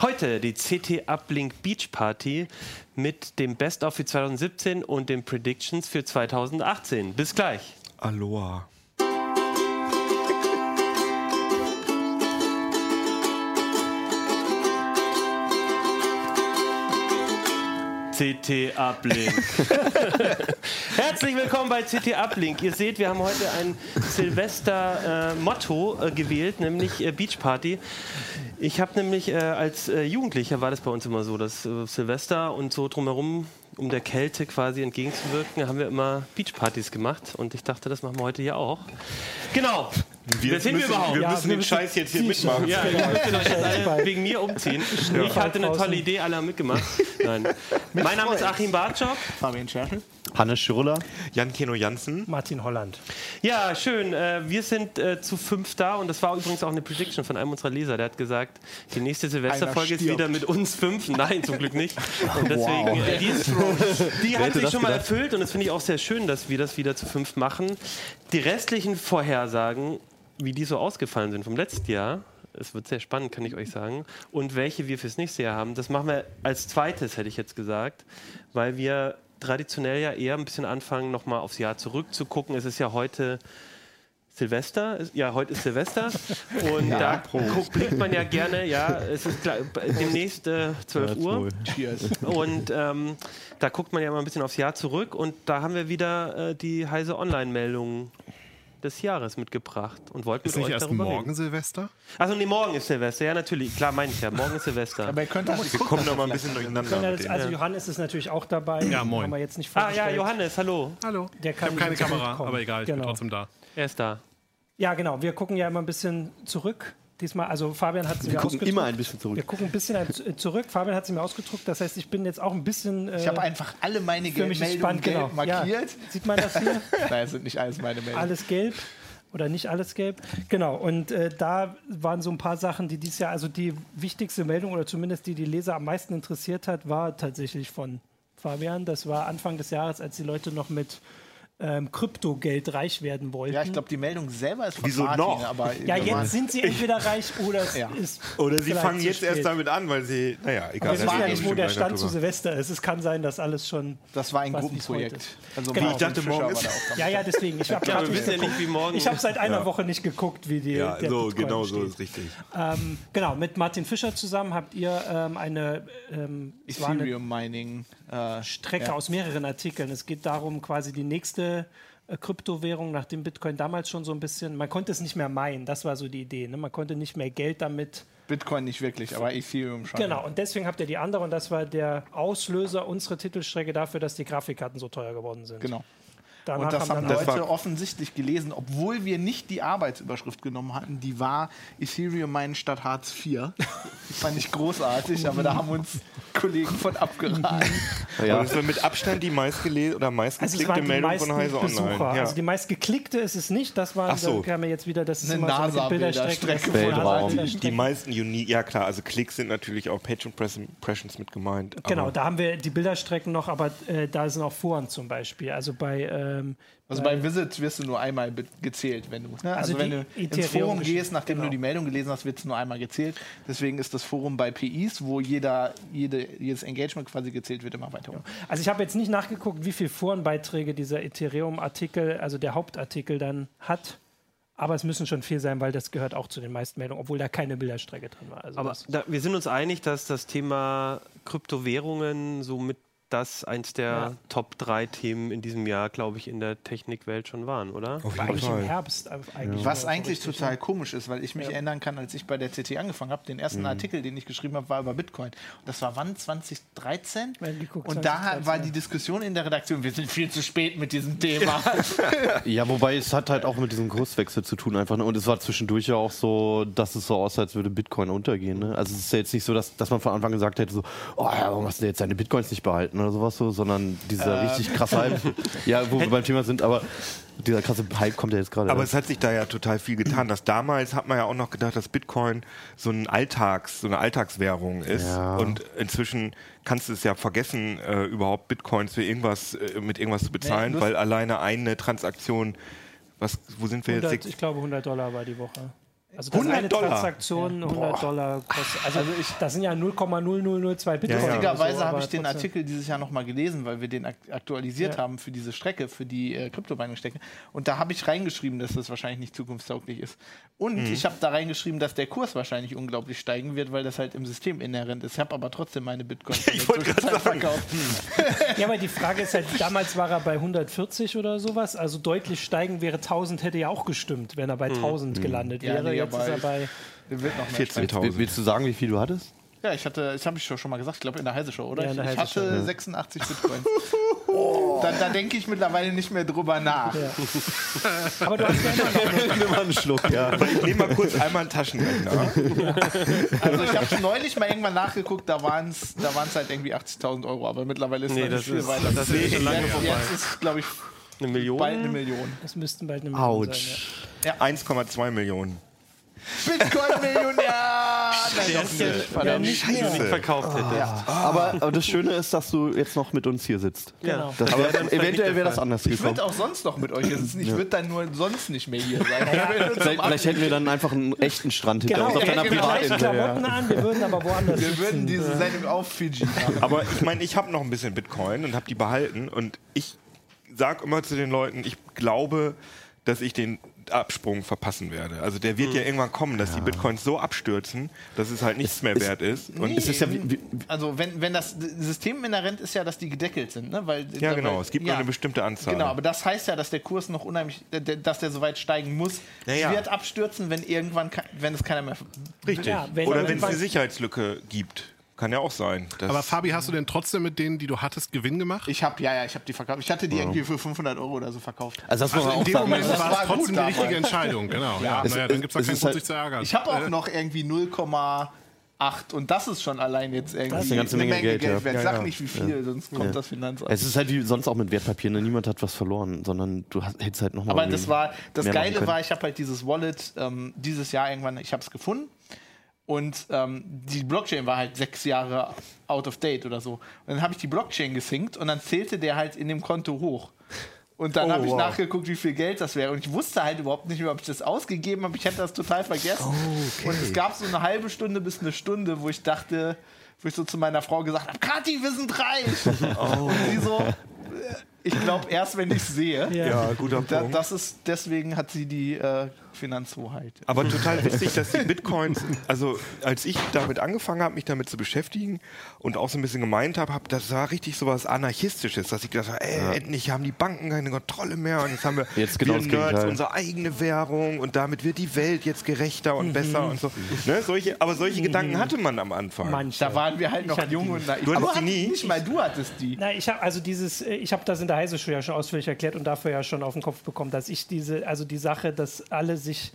Heute die CT Uplink Beach Party mit dem Best of für 2017 und den Predictions für 2018. Bis gleich. Aloha. CT Uplink. Herzlich willkommen bei CT Uplink. Ihr seht, wir haben heute ein Silvester-Motto äh, gewählt, nämlich äh, Beach Party. Ich habe nämlich äh, als äh, Jugendlicher war das bei uns immer so, dass äh, Silvester und so drumherum, um der Kälte quasi entgegenzuwirken, haben wir immer Beachpartys gemacht. Und ich dachte, das machen wir heute hier auch. Genau. Wer sind wir müssen, überhaupt? wir ja, müssen den Scheiß jetzt hier mitmachen. ja, ihr müsst euch jetzt alle wegen mir umziehen. Ich hatte eine tolle draußen. Idee, alle haben mitgemacht. Nein. mein Name ist Achim Bartschok. Fabian Scherschel. Hannes Schirler. Jan Keno Jansen. Martin Holland. Ja, schön. Äh, wir sind äh, zu fünf da und das war übrigens auch eine Prediction von einem unserer Leser. Der hat gesagt, die nächste Silvesterfolge ist stirbt. wieder mit uns fünf. Nein, zum Glück nicht. Und deswegen, äh, die, ist, die hat hätte sich das schon mal gedacht? erfüllt und das finde ich auch sehr schön, dass wir das wieder zu fünf machen. Die restlichen Vorhersagen, wie die so ausgefallen sind vom letzten Jahr, es wird sehr spannend, kann ich euch sagen. Und welche wir fürs nächste Jahr haben, das machen wir als zweites, hätte ich jetzt gesagt, weil wir traditionell ja eher ein bisschen anfangen, nochmal aufs Jahr zurückzugucken. Es ist ja heute Silvester, ist- ja, heute ist Silvester und da guckt, blickt man ja gerne, ja, es ist gleich- demnächst äh, 12 Uhr Cheers. und ähm, da guckt man ja immer ein bisschen aufs Jahr zurück und da haben wir wieder äh, die heise Online-Meldung des Jahres mitgebracht und wollten Ist mit nicht euch erst darüber morgen reden. Silvester? Also nee, morgen ist Silvester, ja natürlich, klar meine ich ja, morgen ist Silvester. Aber ihr könnt auch Wir kommen noch mal ein bisschen durcheinander. Ja, mit das, denen. also Johannes ist natürlich auch dabei. Ja, moin. Haben wir jetzt nicht ah ja, vorgestellt. Johannes, hallo, Hallo. Der kann ich habe keine nicht Kamera, kommen. aber egal, ich bin Genau. trotzdem da. er ist da. Ja, genau. Wir gucken ja immer ein bisschen zurück. Diesmal, also Fabian hat es mir Wir gucken ausgedruckt. immer ein bisschen wir zurück. gucken ein bisschen ein- äh, zurück. Fabian hat es mir ausgedruckt. Das heißt, ich bin jetzt auch ein bisschen. Äh, Ich habe einfach alle meine für mich ist Meldungen spannend, gelb genau. markiert. Ja, sieht man das hier? Nein, es sind nicht alles meine Meldungen. alles gelb oder nicht alles gelb. Genau, und äh, da waren so ein paar Sachen, die dies Jahr, also die wichtigste Meldung oder zumindest die die Leser am meisten interessiert hat, war tatsächlich von Fabian. Das war Anfang des Jahres, als die Leute noch mit ähm, Kryptogeld reich werden wollten. Ja, ich glaube, die Meldung selber ist von Wieso Martin, noch? aber Ja, jetzt sind sie entweder reich oder es Ja. ist. Oder sie vielleicht fangen zu jetzt erst spät. damit an, weil sie. Naja, egal. Wir da wissen reden ja wir nicht, wo bestimmt der weiter Stand zu drüber. Silvester ist. Es kann sein, dass alles schon. das war ein Was Gruppenprojekt. ist Also Genau. Martin Ich dachte, Fischer morgen war ist- da auch Ja, ja, deswegen. Ich habe Ja, wir wissen ja nicht, wie morgen Ich habe seit einer Woche nicht geguckt, wie die. Ja, der so, Bitcoin genau so steht. ist richtig. Ähm, genau, mit Martin Fischer zusammen habt ihr ähm, eine, ähm, es war eine Ethereum Mining. Äh, Strecke aus mehreren Artikeln. Es geht darum, quasi die nächste äh, Kryptowährung, nachdem Bitcoin damals schon so ein bisschen, man konnte es nicht mehr meinen, das war so die Idee. Ne? Man konnte nicht mehr Geld damit. Bitcoin nicht wirklich, aber Ethereum Ah, schon. Genau, und deswegen habt ihr die andere und das war der Auslöser unserer Titelstrecke dafür, dass die Grafikkarten so teuer geworden sind. Genau. Danach Und das haben haben Leute dann war- offensichtlich gelesen, obwohl wir nicht die Arbeitsüberschrift genommen hatten. Die war Ethereum meinen statt Hartz IV. Fand ich großartig, aber da haben uns Kollegen von abgeraten. Aber Ja. das war mit Abstand die meistgelesene oder also es meistgeklickte waren die Meldung meisten von Heise Online. Besucher. Ja. Also die meistgeklickte ist es nicht. Das waren, Ach so. dann kamen wir jetzt wieder, das ist Eine immer so mit den NASA-Bilderstrecke Bilderstrecken. von Weltraum. Bilderstrecken. die meisten Unique, ja klar, also Klicks sind natürlich auch Page Impress- Impressions mit gemeint. aber- Genau, da haben wir die Bilderstrecken noch, aber äh, da sind auch Foren zum Beispiel. Also bei, ähm, Also bei Visits wirst du nur einmal be- gezählt, wenn du. Ne? Also, Also wenn die du ins Ethereum Forum gehst, nachdem genau. du die Meldung gelesen hast, wird es nur einmal gezählt. Deswegen ist das Forum bei PIs, wo jeder, jede, jedes Engagement quasi gezählt wird, immer weiter hoch. also ich habe jetzt nicht nachgeguckt, wie viele Forenbeiträge dieser Ethereum-Artikel, also der Hauptartikel dann hat. Aber es müssen schon viel sein, weil das gehört auch zu den meisten Meldungen, obwohl da keine Bilderstrecke drin war. Also Aber das, da, wir sind uns einig, dass das Thema Kryptowährungen somit das eins der Ja. Top 3 Themen in diesem Jahr, glaube ich, in der Technikwelt schon waren, oder? Auf jeden eigentlich im Fall. Herbst. Eigentlich Was so eigentlich richtig, total komisch ist, weil ich mich erinnern kann, als ich bei der CT angefangen habe, den Mhm. ersten Artikel, den ich geschrieben habe, war über Bitcoin. Und das war wann? 2013? Wir haben geguckt, Und da 2013, war die Diskussion in der Redaktion, wir sind viel zu spät mit diesem Thema. ja, wobei es hat halt auch mit diesem Kurswechsel zu tun einfach. Ne? Und es war zwischendurch ja auch so, dass es so aussah, als würde Bitcoin untergehen. Ne? Also es ist ja jetzt nicht so, dass, dass man von Anfang an gesagt hätte, so, oh ja, warum hast du denn jetzt deine Bitcoins nicht behalten oder sowas so, sondern dieser richtig krasse Hype. ja, wo wir beim Thema sind, aber dieser krasse Hype kommt ja jetzt gerade. Aber ja. es hat sich da ja total viel getan. Das damals hat man ja auch noch gedacht, dass Bitcoin so ein Alltags, so eine Alltagswährung ist. Ja. Und inzwischen kannst du es ja vergessen, äh, überhaupt Bitcoins für irgendwas äh, mit irgendwas zu bezahlen, Nee, weil alleine eine Transaktion, was, wo sind wir jetzt? 100, ich glaube, 100 Dollar war die Woche. Also das 100 eine Dollar. Transaktion 100 Dollar kostet. Also, das sind ja 0,0002 Bitcoin. oder so, Witzigerweise habe aber ich den trotzdem. Artikel dieses Jahr nochmal gelesen, weil wir den ak aktualisiert Ja. haben für diese Strecke, für die äh, Kryptowährungsstrecke. Und da habe ich reingeschrieben, dass das wahrscheinlich nicht zukunftstauglich ist. Und Mhm. ich habe da reingeschrieben, dass der Kurs wahrscheinlich unglaublich steigen wird, weil das halt im System inhärent ist. Ich habe aber trotzdem meine Bitcoin Ich wollte gerade sagen. verkauft. Ja, aber die Frage ist halt, damals war er bei 140 oder sowas. Also deutlich steigen wäre 1000, hätte ja auch gestimmt, wenn er bei 1000 gelandet Hm. Ja, wäre. nee, Jetzt ist aber er bei. Der wird noch mehr steigen. 14.000. Willst du sagen, wie viel du hattest? Ja, ich hatte, das habe ich schon mal gesagt, ich glaube in der Heise-Show, oder? Ja, in der ich ich Heise-Show, hatte 86 Bitcoins. Da, da denke ich mittlerweile nicht mehr drüber nach. Aber du hast ja immer noch. Nimm mal einen Schluck, ja. Ich nehme mal kurz einmal einen Taschenrechner. Also ich habe neulich mal irgendwann nachgeguckt, da waren es da waren's halt irgendwie 80.000 Euro, aber mittlerweile ist Nee, man das viel ist, weiter. das ist schon lange jetzt, vorbei. jetzt ist, glaube ich, Eine Million? bald eine Million. Das müssten bald eine Million sein. Autsch. 1,2 Millionen. Bitcoin-Millionär! Nein, doch Scheiße. nicht. Ja. Ja, Verdammt. nicht die du mehr. nicht Ah. verkauft hättest. Ja. Aber, aber das Schöne ist, dass du jetzt noch mit uns hier sitzt. Genau. Das wär dann, eventuell wäre das anders Ich gekommen. würde auch sonst noch mit euch hier sitzen. Ich würde dann nur sonst nicht mehr hier sein. Wir würden Vielleicht, zum vielleicht hätten wir dann einfach einen echten Strand hinter Genau, uns auf wir deiner hätten die gleichen Privatinsel. Ja. Klamotten an, wir würden aber woanders Wir würden diese Sendung auf Fiji machen. Aber ich meine, ich habe noch ein bisschen Bitcoin und habe die behalten. Und ich sage immer zu den Leuten, ich glaube, dass ich den Absprung verpassen werde. Also der wird ja irgendwann kommen, dass die Bitcoins so abstürzen, dass es halt nichts mehr wert ist. Und Nee. es ist ja wie- wie- Also wenn, wenn das System inhärent ist ja, dass die gedeckelt sind, ne? Weil, ja weil- genau, es gibt ja. nur eine bestimmte Anzahl. Genau, aber das heißt ja, dass der Kurs noch unheimlich, äh, der- dass der so weit steigen muss. Naja. Es wird abstürzen, wenn irgendwann, ke- wenn es keiner mehr. Richtig. Ja, wenn- Oder wenn es eine wenn- Sicherheitslücke gibt. Kann ja auch sein. dass- Aber Fabi, hast du denn trotzdem mit denen, die du hattest, Gewinn gemacht? Ich habe ja, ja, ich habe die verkauft. Ich hatte die irgendwie für 500 Euro oder so verkauft. Also das muss man in auch dem sagen. Moment war das es war gut trotzdem die damals. richtige Entscheidung, genau. Ja, Es- naja, dann gibt es es da keinen ist Grund, halt- sich zu ärgern. Äh, Ich habe auch noch irgendwie 0,8 und das ist schon allein jetzt irgendwie ist eine ganze Menge Geld, ja. wert. Ja, Sag ja. nicht wie viel, sonst kommt das Finanzamt. Es ist halt wie sonst auch mit Wertpapieren. ne? Niemand hat was verloren, sondern du hast, hättest halt nochmal. Aber das war das mehr machen Geile können. war, ich habe halt dieses Wallet ähm, dieses Jahr irgendwann, ich habe es gefunden und ähm, die Blockchain war halt sechs Jahre out of date oder so. Und dann habe ich die Blockchain gesinkt und dann zählte der halt in dem Konto hoch. Und Oh, dann habe ich nachgeguckt, wie viel Geld das wäre. Und ich wusste halt überhaupt nicht mehr, ob ich das ausgegeben habe. Ich hätte das total vergessen. Oh, Und es gab so eine halbe Stunde bis eine Stunde, wo ich dachte, wo ich so zu meiner Frau gesagt habe, Kathi, wir sind reich. Oh. Und sie so, äh, ich glaube erst, wenn ich sehe. Ja. ja, guter Da, Punkt. das ist, deswegen hat sie die äh, Finanzhoheit. Aber total witzig, dass die Bitcoins, also als ich damit angefangen habe, mich damit zu beschäftigen und auch so ein bisschen gemeint habe, hab, das war richtig sowas Anarchistisches, dass ich gedacht habe, ey, endlich haben die Banken keine Kontrolle mehr und jetzt haben wir, Jetzt genau wir das Nerds Gegenteil. unsere eigene Währung und damit wird die Welt jetzt gerechter und besser und so. Ne, solche, aber solche Gedanken hatte man am Anfang. Manche. Da waren wir halt noch hatte jung und naiv. Du hattest die hattest nie? Nicht mal du hattest die. Na, ich habe also dieses, äh, ich habe das in der Heise Show ja schon ausführlich erklärt und dafür ja schon auf den Kopf bekommen, dass ich diese, also die Sache, dass alle sich,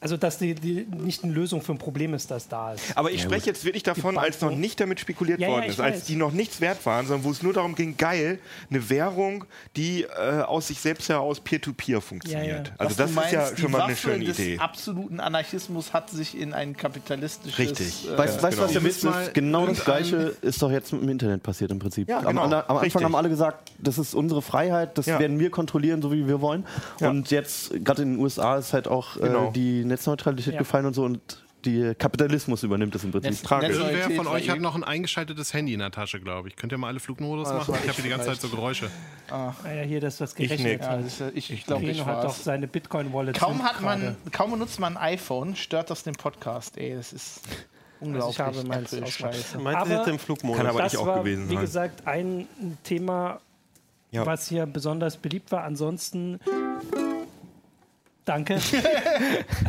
also dass die, die nicht eine Lösung für ein Problem ist, das da ist. Aber ich spreche jetzt wirklich davon, als noch nicht damit spekuliert Ja, ja, worden ich ist, als weiß. die noch nichts wert waren, sondern wo es nur darum ging, geil, eine Währung, die äh, aus sich selbst heraus peer-to-peer funktioniert. Ja, ja. Also Was das du ist ja meinst, schon die mal eine Waffe schöne des Idee. absoluten Anarchismus hat sich in ein kapitalistisches... Richtig. Äh, Weißt weißt du, was der Ihr Witz müsst mal ist? Genau das irgendein- Gleiche ist doch jetzt mit dem Internet passiert im Prinzip. Ja, genau. am, Ander- am Anfang Richtig. haben alle gesagt, das ist unsere Freiheit, das Ja. werden wir kontrollieren, so wie wir wollen. Und jetzt, gerade in den USA, ist halt auch Genau. äh, die Netzneutralität Ja. gefallen und so und die Kapitalismus übernimmt das im Prinzip. Netz- Irgendwer Netzneutralität von war euch eh- hat noch ein eingeschaltetes Handy in der Tasche, glaube ich. Könnt ihr mal alle Flugmodus das machen? war Ich habe ich hier die ganze Zeit vielleicht. so Geräusche. Ah ja, hier das, was gerechnet nick. Ja, hat. das ist, äh, ich ich glaube, ich Reno hat doch war's. seine Bitcoin-Wallet. Kaum, hat man, kaum benutzt man ein iPhone, stört das den Podcast. Ey, das ist unglaublich. Also, habe meins Apple, ausgemacht. Scheiße. Meinst du Aber- jetzt im Flugmodus? Kann aber- Also das ich auch war, gewesen wie sein. gesagt, ein Thema, Ja. was hier besonders beliebt war. Ansonsten. Danke.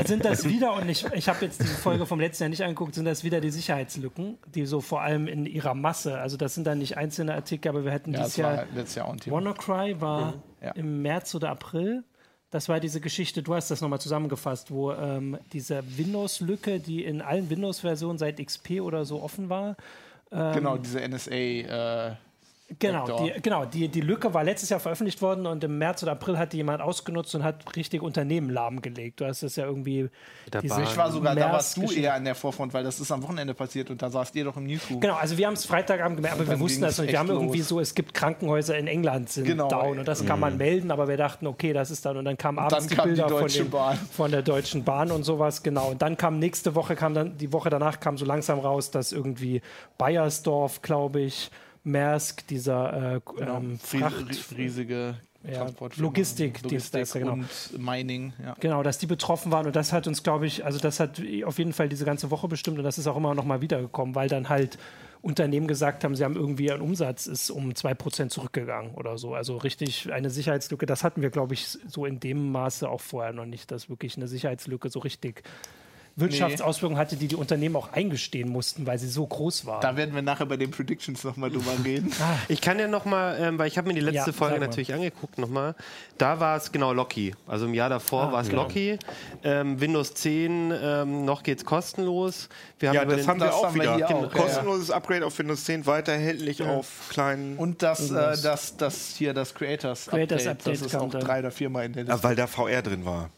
sind das wieder, und ich, ich habe jetzt diese Folge vom letzten Jahr nicht angeguckt, sind das wieder die Sicherheitslücken, die so vor allem in ihrer Masse, also das sind dann nicht einzelne Artikel, aber wir hätten Ja, dieses das war Jahr halt letztes Jahr auch ein Thema. WannaCry war Ja. im März oder April. Das war diese Geschichte, du hast das nochmal zusammengefasst, wo ähm, diese Windows-Lücke, die in allen Windows-Versionen seit XP oder so offen war, Genau, diese NSA... Äh, Genau, Vektor. die, genau die, die Lücke war letztes Jahr veröffentlicht worden und im März oder April hat die jemand ausgenutzt und hat richtig Unternehmen lahmgelegt. Du hast das ja irgendwie. diese Bahn. Ich war sogar, da Äh, Maersk- warst du Geschichte. eher an der Vorfront, weil das ist am Wochenende passiert und da saßt ihr doch im Newsroom. Genau, also wir haben es Freitagabend gemerkt, aber wir Dann wussten ging's das nicht. Wir echt haben irgendwie los. so, es gibt Krankenhäuser in England sind Genau, down ey. und das kann man melden, aber wir dachten, okay, das ist dann und dann kamen abends dann die kam die Bilder von, Deutsche den, Bahn. von der Deutschen Bahn und sowas, genau. Und dann kam nächste Woche, kam dann, die Woche danach kam so langsam raus, dass irgendwie Bayersdorf, glaube ich, Maersk, dieser äh, Genau. ähm, Fracht, Ries- riesige Ja, Transportfirma. Logistik, die ist Logistik das, ja, genau. und Mining. Ja. Genau, dass die betroffen waren und das hat uns, glaube ich, also das hat auf jeden Fall diese ganze Woche bestimmt und das ist auch immer noch mal wiedergekommen, weil dann halt Unternehmen gesagt haben, sie haben irgendwie ihren Umsatz ist um 2% zurückgegangen oder so. Also richtig eine Sicherheitslücke, das hatten wir, glaube ich, so in dem Maße auch vorher noch nicht, dass wirklich eine Sicherheitslücke so richtig Wirtschaftsauswirkungen hatte, die die Unternehmen auch eingestehen mussten, weil sie so groß war. Da werden wir nachher bei den Predictions nochmal drüber reden. Ah, Ich kann ja nochmal, ähm, weil ich habe mir die letzte Ja, Folge sag mal. natürlich angeguckt nochmal. Da war es genau Locky. Also im Jahr Ah, davor war es genau. Locky. Ähm, Windows 10, ähm, noch geht's kostenlos. Wir haben Ja, über das den- haben wir das auch haben wir wieder. hier auch, ja. Kostenloses Upgrade auf Windows 10, weiter erhältlich auf kleinen. Und das, äh, das, das hier, das Creators, Creators Update, Update das ist kam auch dann. drei oder viermal in der Ah, Liste. weil da VR drin war.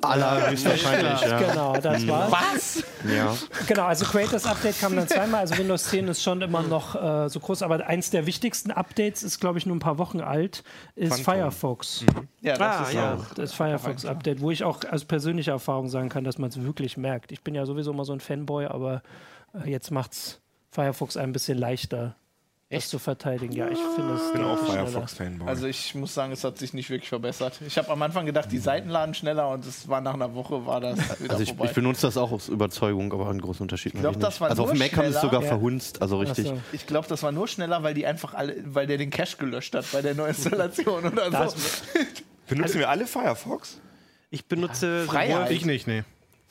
Allerhöchstwahrscheinlich, ja. Genau, das war Was? ja. Genau, also Creators Update kam dann zweimal. Also Windows 10 ist schon immer noch äh, so groß, aber eins der wichtigsten Updates ist, glaube ich, nur ein paar Wochen alt, ist Firefox. Ja, Ah, das ist ja. auch. Das Firefox Update, wo ich auch aus persönlicher Erfahrung sagen kann, dass man es wirklich merkt. Ich bin ja sowieso immer so ein Fanboy, aber äh, jetzt macht's Firefox ein bisschen leichter, das zu verteidigen. Ja, ich finde es Ich bin auch deutlich schneller. Firefox-Fanboy. Also ich muss sagen, es hat sich nicht wirklich verbessert. Ich habe am Anfang gedacht, die Seiten laden schneller und es war nach einer Woche war das halt wieder Also ich, vorbei. ich benutze das auch aus Überzeugung, aber einen großen Unterschied mache ich glaub, nicht. das war Also auf nur dem Mac haben sie es schneller. sogar Ja. verhunzt, also richtig. Ach so. Ich glaube, das war nur schneller, weil die einfach alle, weil der den Cache gelöscht hat bei der Neuinstallation oder so. Also- Benutzen wir alle Firefox? Ich benutze. Freiheit. Ich nicht, nee.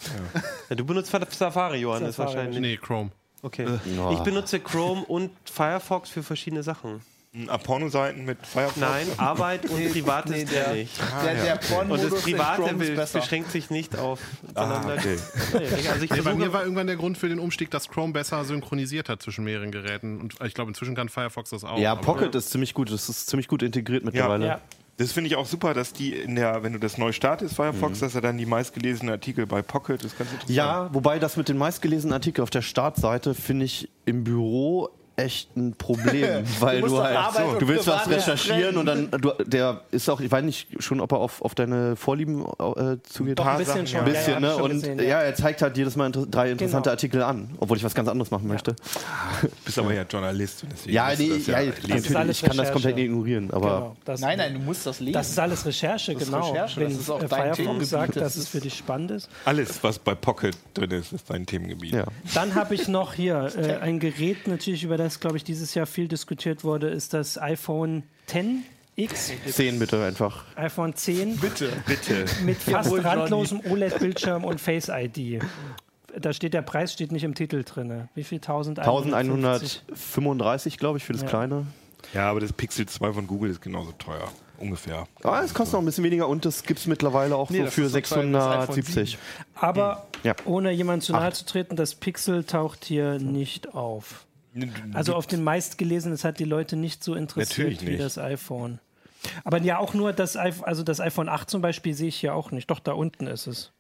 sowohl- Du benutzt Safari, Johannes, Safari. wahrscheinlich. Nee, Chrome. Okay. Ja. Ich benutze Chrome und Firefox für verschiedene Sachen. Hm, ab Pornoseiten mit Firefox? Nein, Arbeit und Privat nee, ist der, der- nicht. Der, Ah, der Und das Pornmodus in Private Chrome be ist besser. beschränkt sich nicht auf. sondern da- okay. Nee, Also ich Nee, bei versuche- mir war irgendwann der Grund für den Umstieg, dass Chrome besser synchronisiert hat zwischen mehreren Geräten. Und äh, ich glaube, inzwischen kann Firefox das auch. Ja, aber- Pocket ist ziemlich gut, das ist ziemlich gut integriert mittlerweile. Ja. Das finde ich auch super, dass die in der, wenn du das neu startest, Mhm. Firefox, dass er dann die meistgelesenen Artikel bei Pocket ist ganz interessant. Ja, wobei das mit den meistgelesenen Artikeln auf der Startseite finde ich im Büro echt ein Problem, weil musst du doch halt, Arbeit und du willst was Privates recherchieren trennen. und dann, du, der ist auch, ich weiß nicht schon, ob er auf, auf deine Vorlieben äh, zugeht. Doch, ein bisschen schon. Ein bisschen, ja, ne? hab ich schon Und gesehen, ja. er zeigt halt jedes Mal inter drei interessante Genau. Artikel an, obwohl ich was ganz anderes machen möchte. Du bist aber ja Journalist. und deswegen Ja, musst du nee, das ja, lesen. ist alles natürlich, ich kann das Recherche. komplett ignorieren, aber Genau, das- Nein, nein, du musst das lesen. Das ist alles Recherche, ist genau. Recherche, Wenn das ist auch äh, dein Firefox Themengebiet, sagt, das dass es ist- für dich spannend ist. Alles, was bei Pocket drin ist, ist dein Themengebiet. ja. Dann habe ich noch hier äh, ein Gerät, natürlich, über das, glaube ich, dieses Jahr viel diskutiert wurde, ist das iPhone 10X, Zehn bitte einfach. iPhone 10 bitte. Bitte. mit fast Jawohl, Johnny. randlosem OLED-Bildschirm und Face ID. Da steht der Preis, steht nicht im Titel drin. Wie viel? 1150? 1135, glaube ich, für das kleine. Ja, aber das Pixel 2 von Google ist genauso teuer. Ungefähr. Ah, es kostet noch ein bisschen weniger und das gibt es mittlerweile auch Nee, so das für ist so teuer wie das iPhone 670. Aber Hm. Ja. ohne jemandem zu nahe zu treten, das Pixel taucht hier nicht auf. Also auf den meistgelesenen, das hat die Leute nicht so interessiert Natürlich wie nicht. das iPhone. Aber ja, auch nur das, iPh- also das iPhone 8 zum Beispiel sehe ich hier auch nicht. Doch, da unten ist es.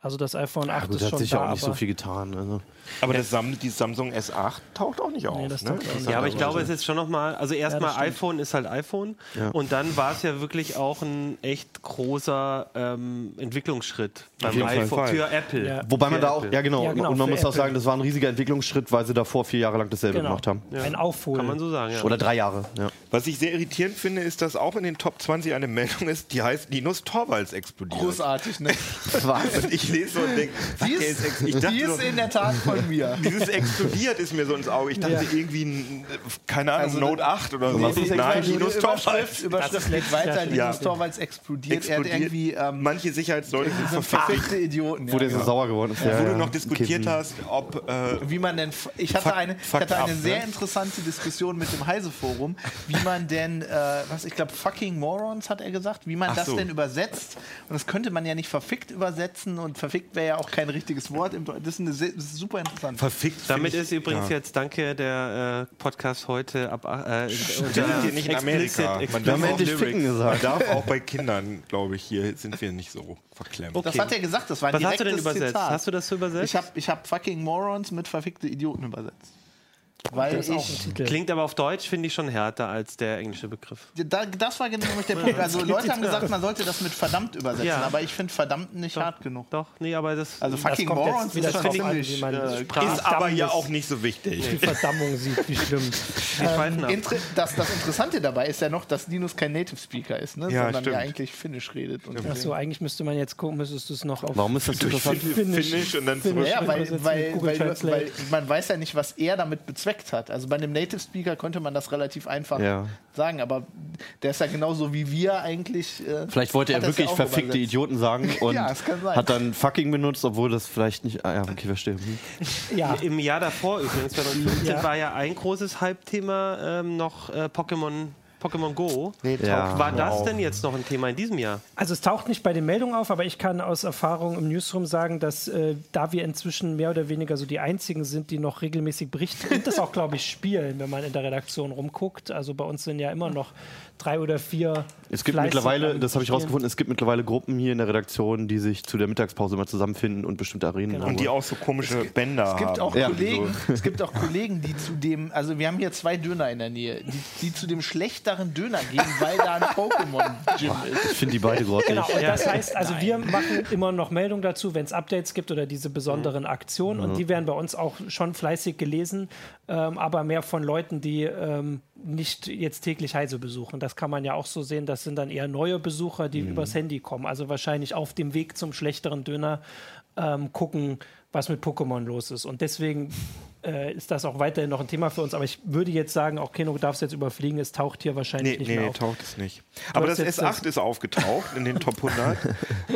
Also das iPhone 8 ist Gut, das hat schon sich da, ja auch nicht so aber- viel getan. Also. Aber das Sam die Samsung S8 taucht auch nicht auf. das ne? taucht auch nicht Ja, aber ich glaube, es ist schon nochmal, also erstmal stimmt. iPhone ist halt iPhone und dann war es ja wirklich auch ein echt großer ähm, Entwicklungsschritt beim jeden iPhone Fall. für Apple. Ja. Wobei Für man da auch, Apple. ja genau, Ja, genau, und man für muss auch Apple. sagen, das war ein riesiger Entwicklungsschritt, weil sie davor vier Jahre lang dasselbe Genau. gemacht haben. Ein Aufholen. Kann man so sagen, ja. Oder drei Jahre, ja. Was ich sehr irritierend finde, ist, dass auch in den Top 20 eine Meldung ist, die heißt Linus Torvalds explodiert. Großartig, ne? Und ich lese so und denke, Die ist, ich die dachte ist nur, in der Tat von mir. dieses explodiert ist mir so ins Auge. Ich dachte irgendwie, ein, keine Ahnung, Also, Note 8 oder so. ist Nein, explodiert? Linus Überschrift, Torvalds. Überschrift geht Jahr weiter, schon. Linus Ja. Torvalds explodiert. Er hat Explodiert. irgendwie ähm, Manche Sicherheitsleute sind sind verpflichtet. verfickte Idioten. Wo ja. genau. der so sauer geworden ist. Ja, Wo ja. hm. du noch diskutiert Kippen. hast, ob äh, wie man denn. Ich hatte Fuck- eine, ich fuck hatte up, eine sehr ne? interessante Diskussion mit dem Heise-Forum, wie man denn, äh, was ich glaube, fucking Morons hat er gesagt, wie man Ach das so. denn übersetzt. Und das könnte man ja nicht verfickt übersetzen und verfickt wäre ja auch kein richtiges Wort. im Deu- Das ist, eine, se- das ist super interessant. Verfickt. Damit find ist übrigens jetzt, danke, der äh, Podcast heute ab. Äh, unter hier nicht in explicit- Amerika. Man explicit- Wir haben darf auch endlich Lyrics. Ficken Man gesagt. darf auch bei Kindern, glaube ich, hier sind wir nicht so verklemmt. Okay. Das hat er gesagt, das war ein Was hast du denn direktes übersetzt? Zitat. Hast du das so übersetzt? Ich habe ich hab fucking Morons mit verfickte Idioten übersetzt. Weil Das ist auch ein ich. Titel. Klingt aber auf Deutsch, finde ich schon härter als der englische Begriff. Da, das war genau nämlich der Punkt. Also, Leute haben gesagt, man sollte das mit verdammt übersetzen, Ja. aber ich finde verdammt nicht hart genug. Doch, nee, aber das. Also, fucking kommt jetzt Morons wieder ist schon drauf an, ziemlich. wie man äh, sprach. Ist aber ja Verdammnis. auch nicht so wichtig. die Verdammung sieht, wie schlimm. die Schweifen ab. Inter das, das Interessante dabei ist ja noch, dass Linus kein Native Speaker ist, ne? Ja, sondern stimmt. ja eigentlich Finnisch redet. Und Achso, eigentlich müsste man jetzt gucken, müsstest du es noch auf. Warum ist das interessant? Finnisch. Finish und dann zurück. Finish. ja, weil, Übersetzen, weil, Google weil, weil, Translate. man weiß ja nicht, was er damit bezweckt hat. Also bei einem Native Speaker konnte man das relativ einfach Ja. sagen, aber der ist ja genauso wie wir eigentlich. äh, Vielleicht wollte hat er das ja wirklich auch verfickte übersetzt. Idioten sagen und Ja, das kann sein. hat dann fucking benutzt, obwohl das vielleicht nicht. Ah ja, okay, verstehe. Hm. Ja, Im Jahr davor übrigens, 2015, Ja. war ja ein großes Hype-Thema ähm, noch äh, Pokémon. Pokémon Go. Ja. War das denn jetzt noch ein Thema in diesem Jahr? also es taucht nicht bei den Meldungen auf, aber ich kann aus Erfahrung im Newsroom sagen, dass äh, da wir inzwischen mehr oder weniger so die einzigen sind, die noch regelmäßig berichten und das auch, glaube ich, spielen, wenn man in der Redaktion rumguckt. Also bei uns sind ja immer noch drei oder vier. Es gibt fleißig mittlerweile, am das habe ich Spielen. rausgefunden, es gibt mittlerweile Gruppen hier in der Redaktion, die sich zu der Mittagspause immer zusammenfinden und bestimmte Arenen Genau. Und die auch so komische Bänder Es gibt, haben. auch Ja. Kollegen, es gibt auch Kollegen, die zu dem, also wir haben hier zwei Döner in der Nähe, die, die zu dem schlechteren Döner gehen, weil da ein Pokémon-Gym ist. Ich finde die beide grottig. Genau, und das heißt, also wir machen immer noch Meldung dazu, wenn es Updates gibt oder diese besonderen Mhm. Aktionen. Und die werden bei uns auch schon fleißig gelesen, ähm, aber mehr von Leuten, die ähm, nicht jetzt täglich Heise besuchen. Das kann man ja auch so sehen. Das sind dann eher neue Besucher, Mhm. die übers Handy kommen. Also wahrscheinlich auf dem Weg zum schlechteren Döner ähm, gucken, was mit Pokémon los ist. Und deswegen äh, ist das auch weiterhin noch ein Thema für uns. Aber ich würde jetzt sagen, auch Keno darf es jetzt überfliegen. Es taucht hier wahrscheinlich Nee, nicht nee, mehr nee, auf. taucht es nicht. Aber das hast jetzt S8 ist aufgetaucht in den Top 100.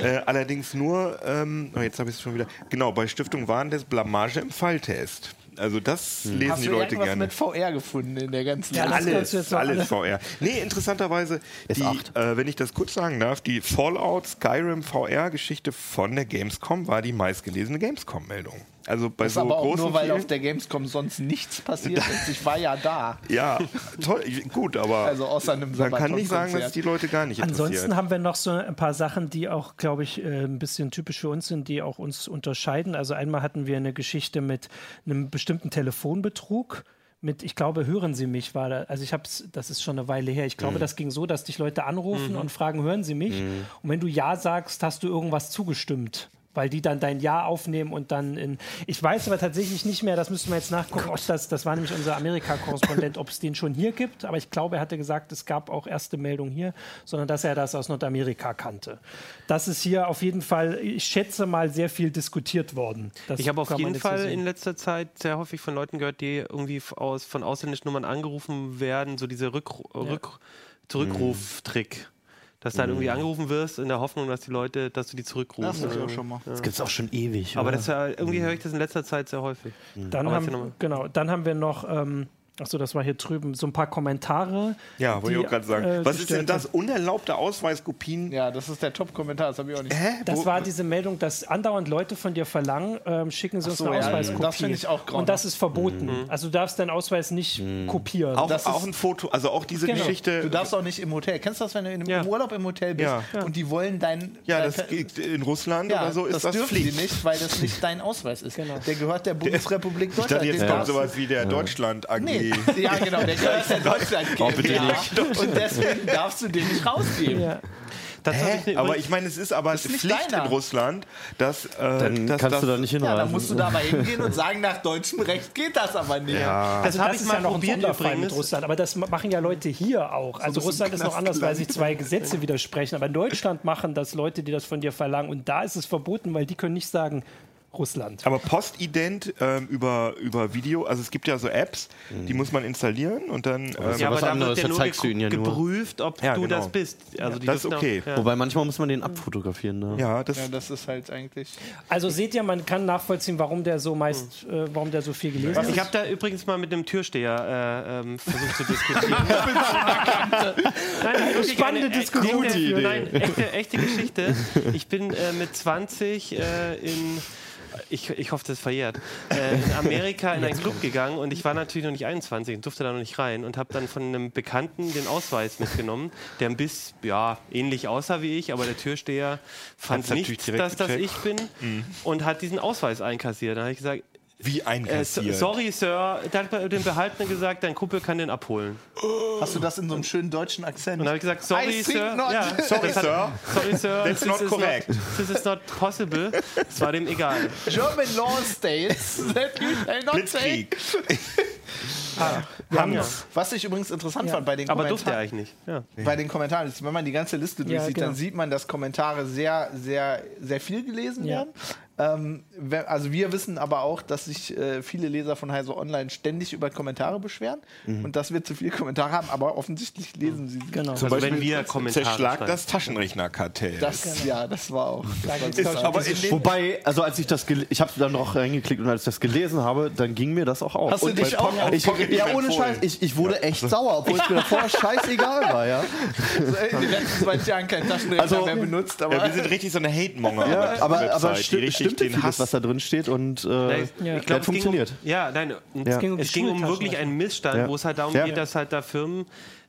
äh, allerdings nur, ähm, oh, jetzt habe ich es schon wieder, genau, bei Stiftung Warentest Blamage im Falltest. Also das Hm. lesen Hast die du Leute irgendwas gerne. mit VR gefunden in der ganzen Ja, das kannst Alles, du jetzt alles, noch alle- VR. Nee, interessanterweise, die, S8. äh, wenn ich das kurz sagen darf, die Fallout Skyrim VR-Geschichte von der Gamescom war die meistgelesene Gamescom-Meldung. Also bei Das ist so aber auch großen nur, weil Spielen- auf der Gamescom sonst nichts passiert ist. Ich war ja da. Ja, toll, gut, aber Also außer einem man kann nicht sagen, dass Sabaton-Konzert. es die Leute gar nicht interessiert. Ansonsten haben wir noch so ein paar Sachen, die auch, glaube ich, äh, ein bisschen typisch für uns sind, die auch uns unterscheiden. Also einmal hatten wir eine Geschichte mit einem bestimmten Telefonbetrug. Mit, ich glaube, hören Sie mich, war da, also ich habe es, das ist schon eine Weile her. Ich glaube, das ging so, dass dich Leute anrufen und fragen, hören Sie mich? Und wenn du Ja sagst, hast du irgendwas zugestimmt. Weil die dann dein Ja aufnehmen und dann in. Ich weiß aber tatsächlich nicht mehr, das müssen wir jetzt nachgucken, ob das, das war nämlich unser Amerika-Korrespondent, ob es den schon hier gibt. Aber ich glaube, er hatte gesagt, es gab auch erste Meldungen hier, sondern dass er das aus Nordamerika kannte. Das ist hier auf jeden Fall, ich schätze mal, sehr viel diskutiert worden. Das Ich habe auf kann man jeden jetzt so Fall sehen. in letzter Zeit sehr häufig von Leuten gehört, die irgendwie f- aus, von ausländischen Nummern angerufen werden, so dieser Rück, Rück, Zurückruftrick. Dass du halt irgendwie angerufen wirst in der Hoffnung, dass die Leute, dass du die zurückrufst. hab ich auch schon mal. Das gibt es auch schon ewig. Aber oder? das war, irgendwie höre ich das in letzter Zeit sehr häufig. Dann Hm. Aber erzähl noch mal. haben, genau, dann haben wir noch, ähm, achso, das war hier drüben, so ein paar Kommentare. Ja, wollte ich die, auch gerade sagen. äh, Was ist denn gestellt das? Unerlaubte Ausweiskopien? Ja, das ist der Top-Kommentar, das habe ich auch nicht. Hä? Das Wo- war diese Meldung, dass andauernd Leute von dir verlangen, ähm, schicken sie uns so, eine ja, Ausweiskopie. das finde ich auch grauenhaft. Und das ist verboten. Also du darfst deinen Ausweis nicht kopieren. auch, das auch ist- ein Foto, also auch diese Genau. Geschichte. Du darfst auch nicht im Hotel. Kennst du das, wenn du in einem Ja. im Urlaub im Hotel bist Ja. und die wollen dein. ja, dein das Per- geht in Russland ja, oder so ist das, dürfen Pflicht. die nicht, weil das nicht dein Ausweis ist. Genau. Der gehört der Bundesrepublik Ich Deutschland. dachte, jetzt Den kommt darfst du- sowas wie der Deutschland AG. Nee, ja genau, der gehört der Deutschland Oh, bitte GmbH. Und deswegen darfst du den nicht rausgeben. Ja. Das hab Hä? ich- Aber ich meine, es ist aber ist nicht Pflicht deiner. in Russland, dass. Äh, dann dass kannst das, du da nicht Ja, hinreisen. dann musst du dabei hingehen und sagen, nach deutschem Recht geht das aber nicht. Ah. das Also habe das ich ist mal ja noch ein probiert Sonderfall mit übrigens. Russland, aber das ma- machen ja Leute hier auch. Also ein Russland ist noch anders, weil sich Knastland. zwei Gesetze widersprechen. Aber in Deutschland machen das Leute, die das von dir verlangen. Und da ist es verboten, weil die können nicht sagen, Russland. Aber postident ähm, über, über Video, also es gibt ja so Apps, die muss man installieren und dann. Ähm, Ja, aber was da anderes, wird ja da nur zeigst du ihn ja ge- nur. geprüft, ob Ja, du genau. das bist. Also die das ist dürfen auch- okay. ja. Wobei manchmal muss man den abfotografieren. Ne? ja, das, Ja, das ist halt eigentlich. Also seht ihr, man kann nachvollziehen, warum der so meist, äh, warum der so viel gelesen Ich habe da übrigens mal mit einem Türsteher äh, ähm, versucht zu diskutieren. Nein, wirklich Spannende eine echte- Diskussion. Echte, Gute Idee. Nein, echte, echte Geschichte. Ich bin äh, mit 20 äh, in. Ich, ich hoffe, das ist verjährt. Äh, in Amerika in einen Club gegangen und ich war natürlich noch nicht 21 und durfte da noch nicht rein und habe dann von einem Bekannten den Ausweis mitgenommen, der ein bisschen ja, ähnlich aussah wie ich, aber der Türsteher fand Hat's natürlich nicht, direkt dass das gecheckt. ich bin und hat diesen Ausweis einkassiert. Dann habe ich gesagt, wie äh, so- einkassiert. sorry, Sir. Da hat man dem Behaltenen gesagt, dein Kumpel kann den abholen. Hast du das in so einem schönen deutschen Akzent? Und dann habe ich gesagt, sorry, I think Sir. not. Ja, Sorry, das Sir. sorry, Sir. That's this not is correct. this is not possible. Es war dem egal. German law states that you shall not say. Blitzkrieg. Haben ja. Was ich übrigens interessant fand bei den Aber durfte er Kommentaren. eigentlich nicht. Ja. Bei den Kommentaren, ist, wenn man die ganze Liste Ja, durchsieht, genau. dann sieht man, dass Kommentare sehr, sehr, sehr viel gelesen Ja. werden. Ähm, we- also wir wissen aber auch, dass sich äh, viele Leser von Heise Online ständig über Kommentare beschweren und dass wir zu viele Kommentare haben, aber offensichtlich lesen sie sie. Genau. Also wenn wir Kommentare Zerschlag schreiben. das Taschenrechnerkartell. Das, Genau. Ja, das war auch. Das war gibt's bizarr. aber in dem Wobei, also als ich das, gel- ich habe dann noch reingeklickt und als ich das gelesen habe, dann ging mir das auch auf. Hast du und dich bei auch Pock- auf ich, Pocket Ja, Rim ohne empfohlen? Scheiß, ich, ich wurde echt sauer, obwohl es mir davor scheißegal war, ja. Also, äh, in den letzten 20 Jahren kein Taschenrechner Also- mehr benutzt, aber ja, wir sind richtig so eine Hate-Monger. auf ja der aber Website, aber die stimmt, richtig stimmt vieles, den Hass. was da drin steht und äh, Ja, der hat funktioniert. Ging um, ja, nein, es Ja. ging um, die es ging um wirklich einen Missstand, Ja. wo es halt darum Ja. geht, dass halt da Firmen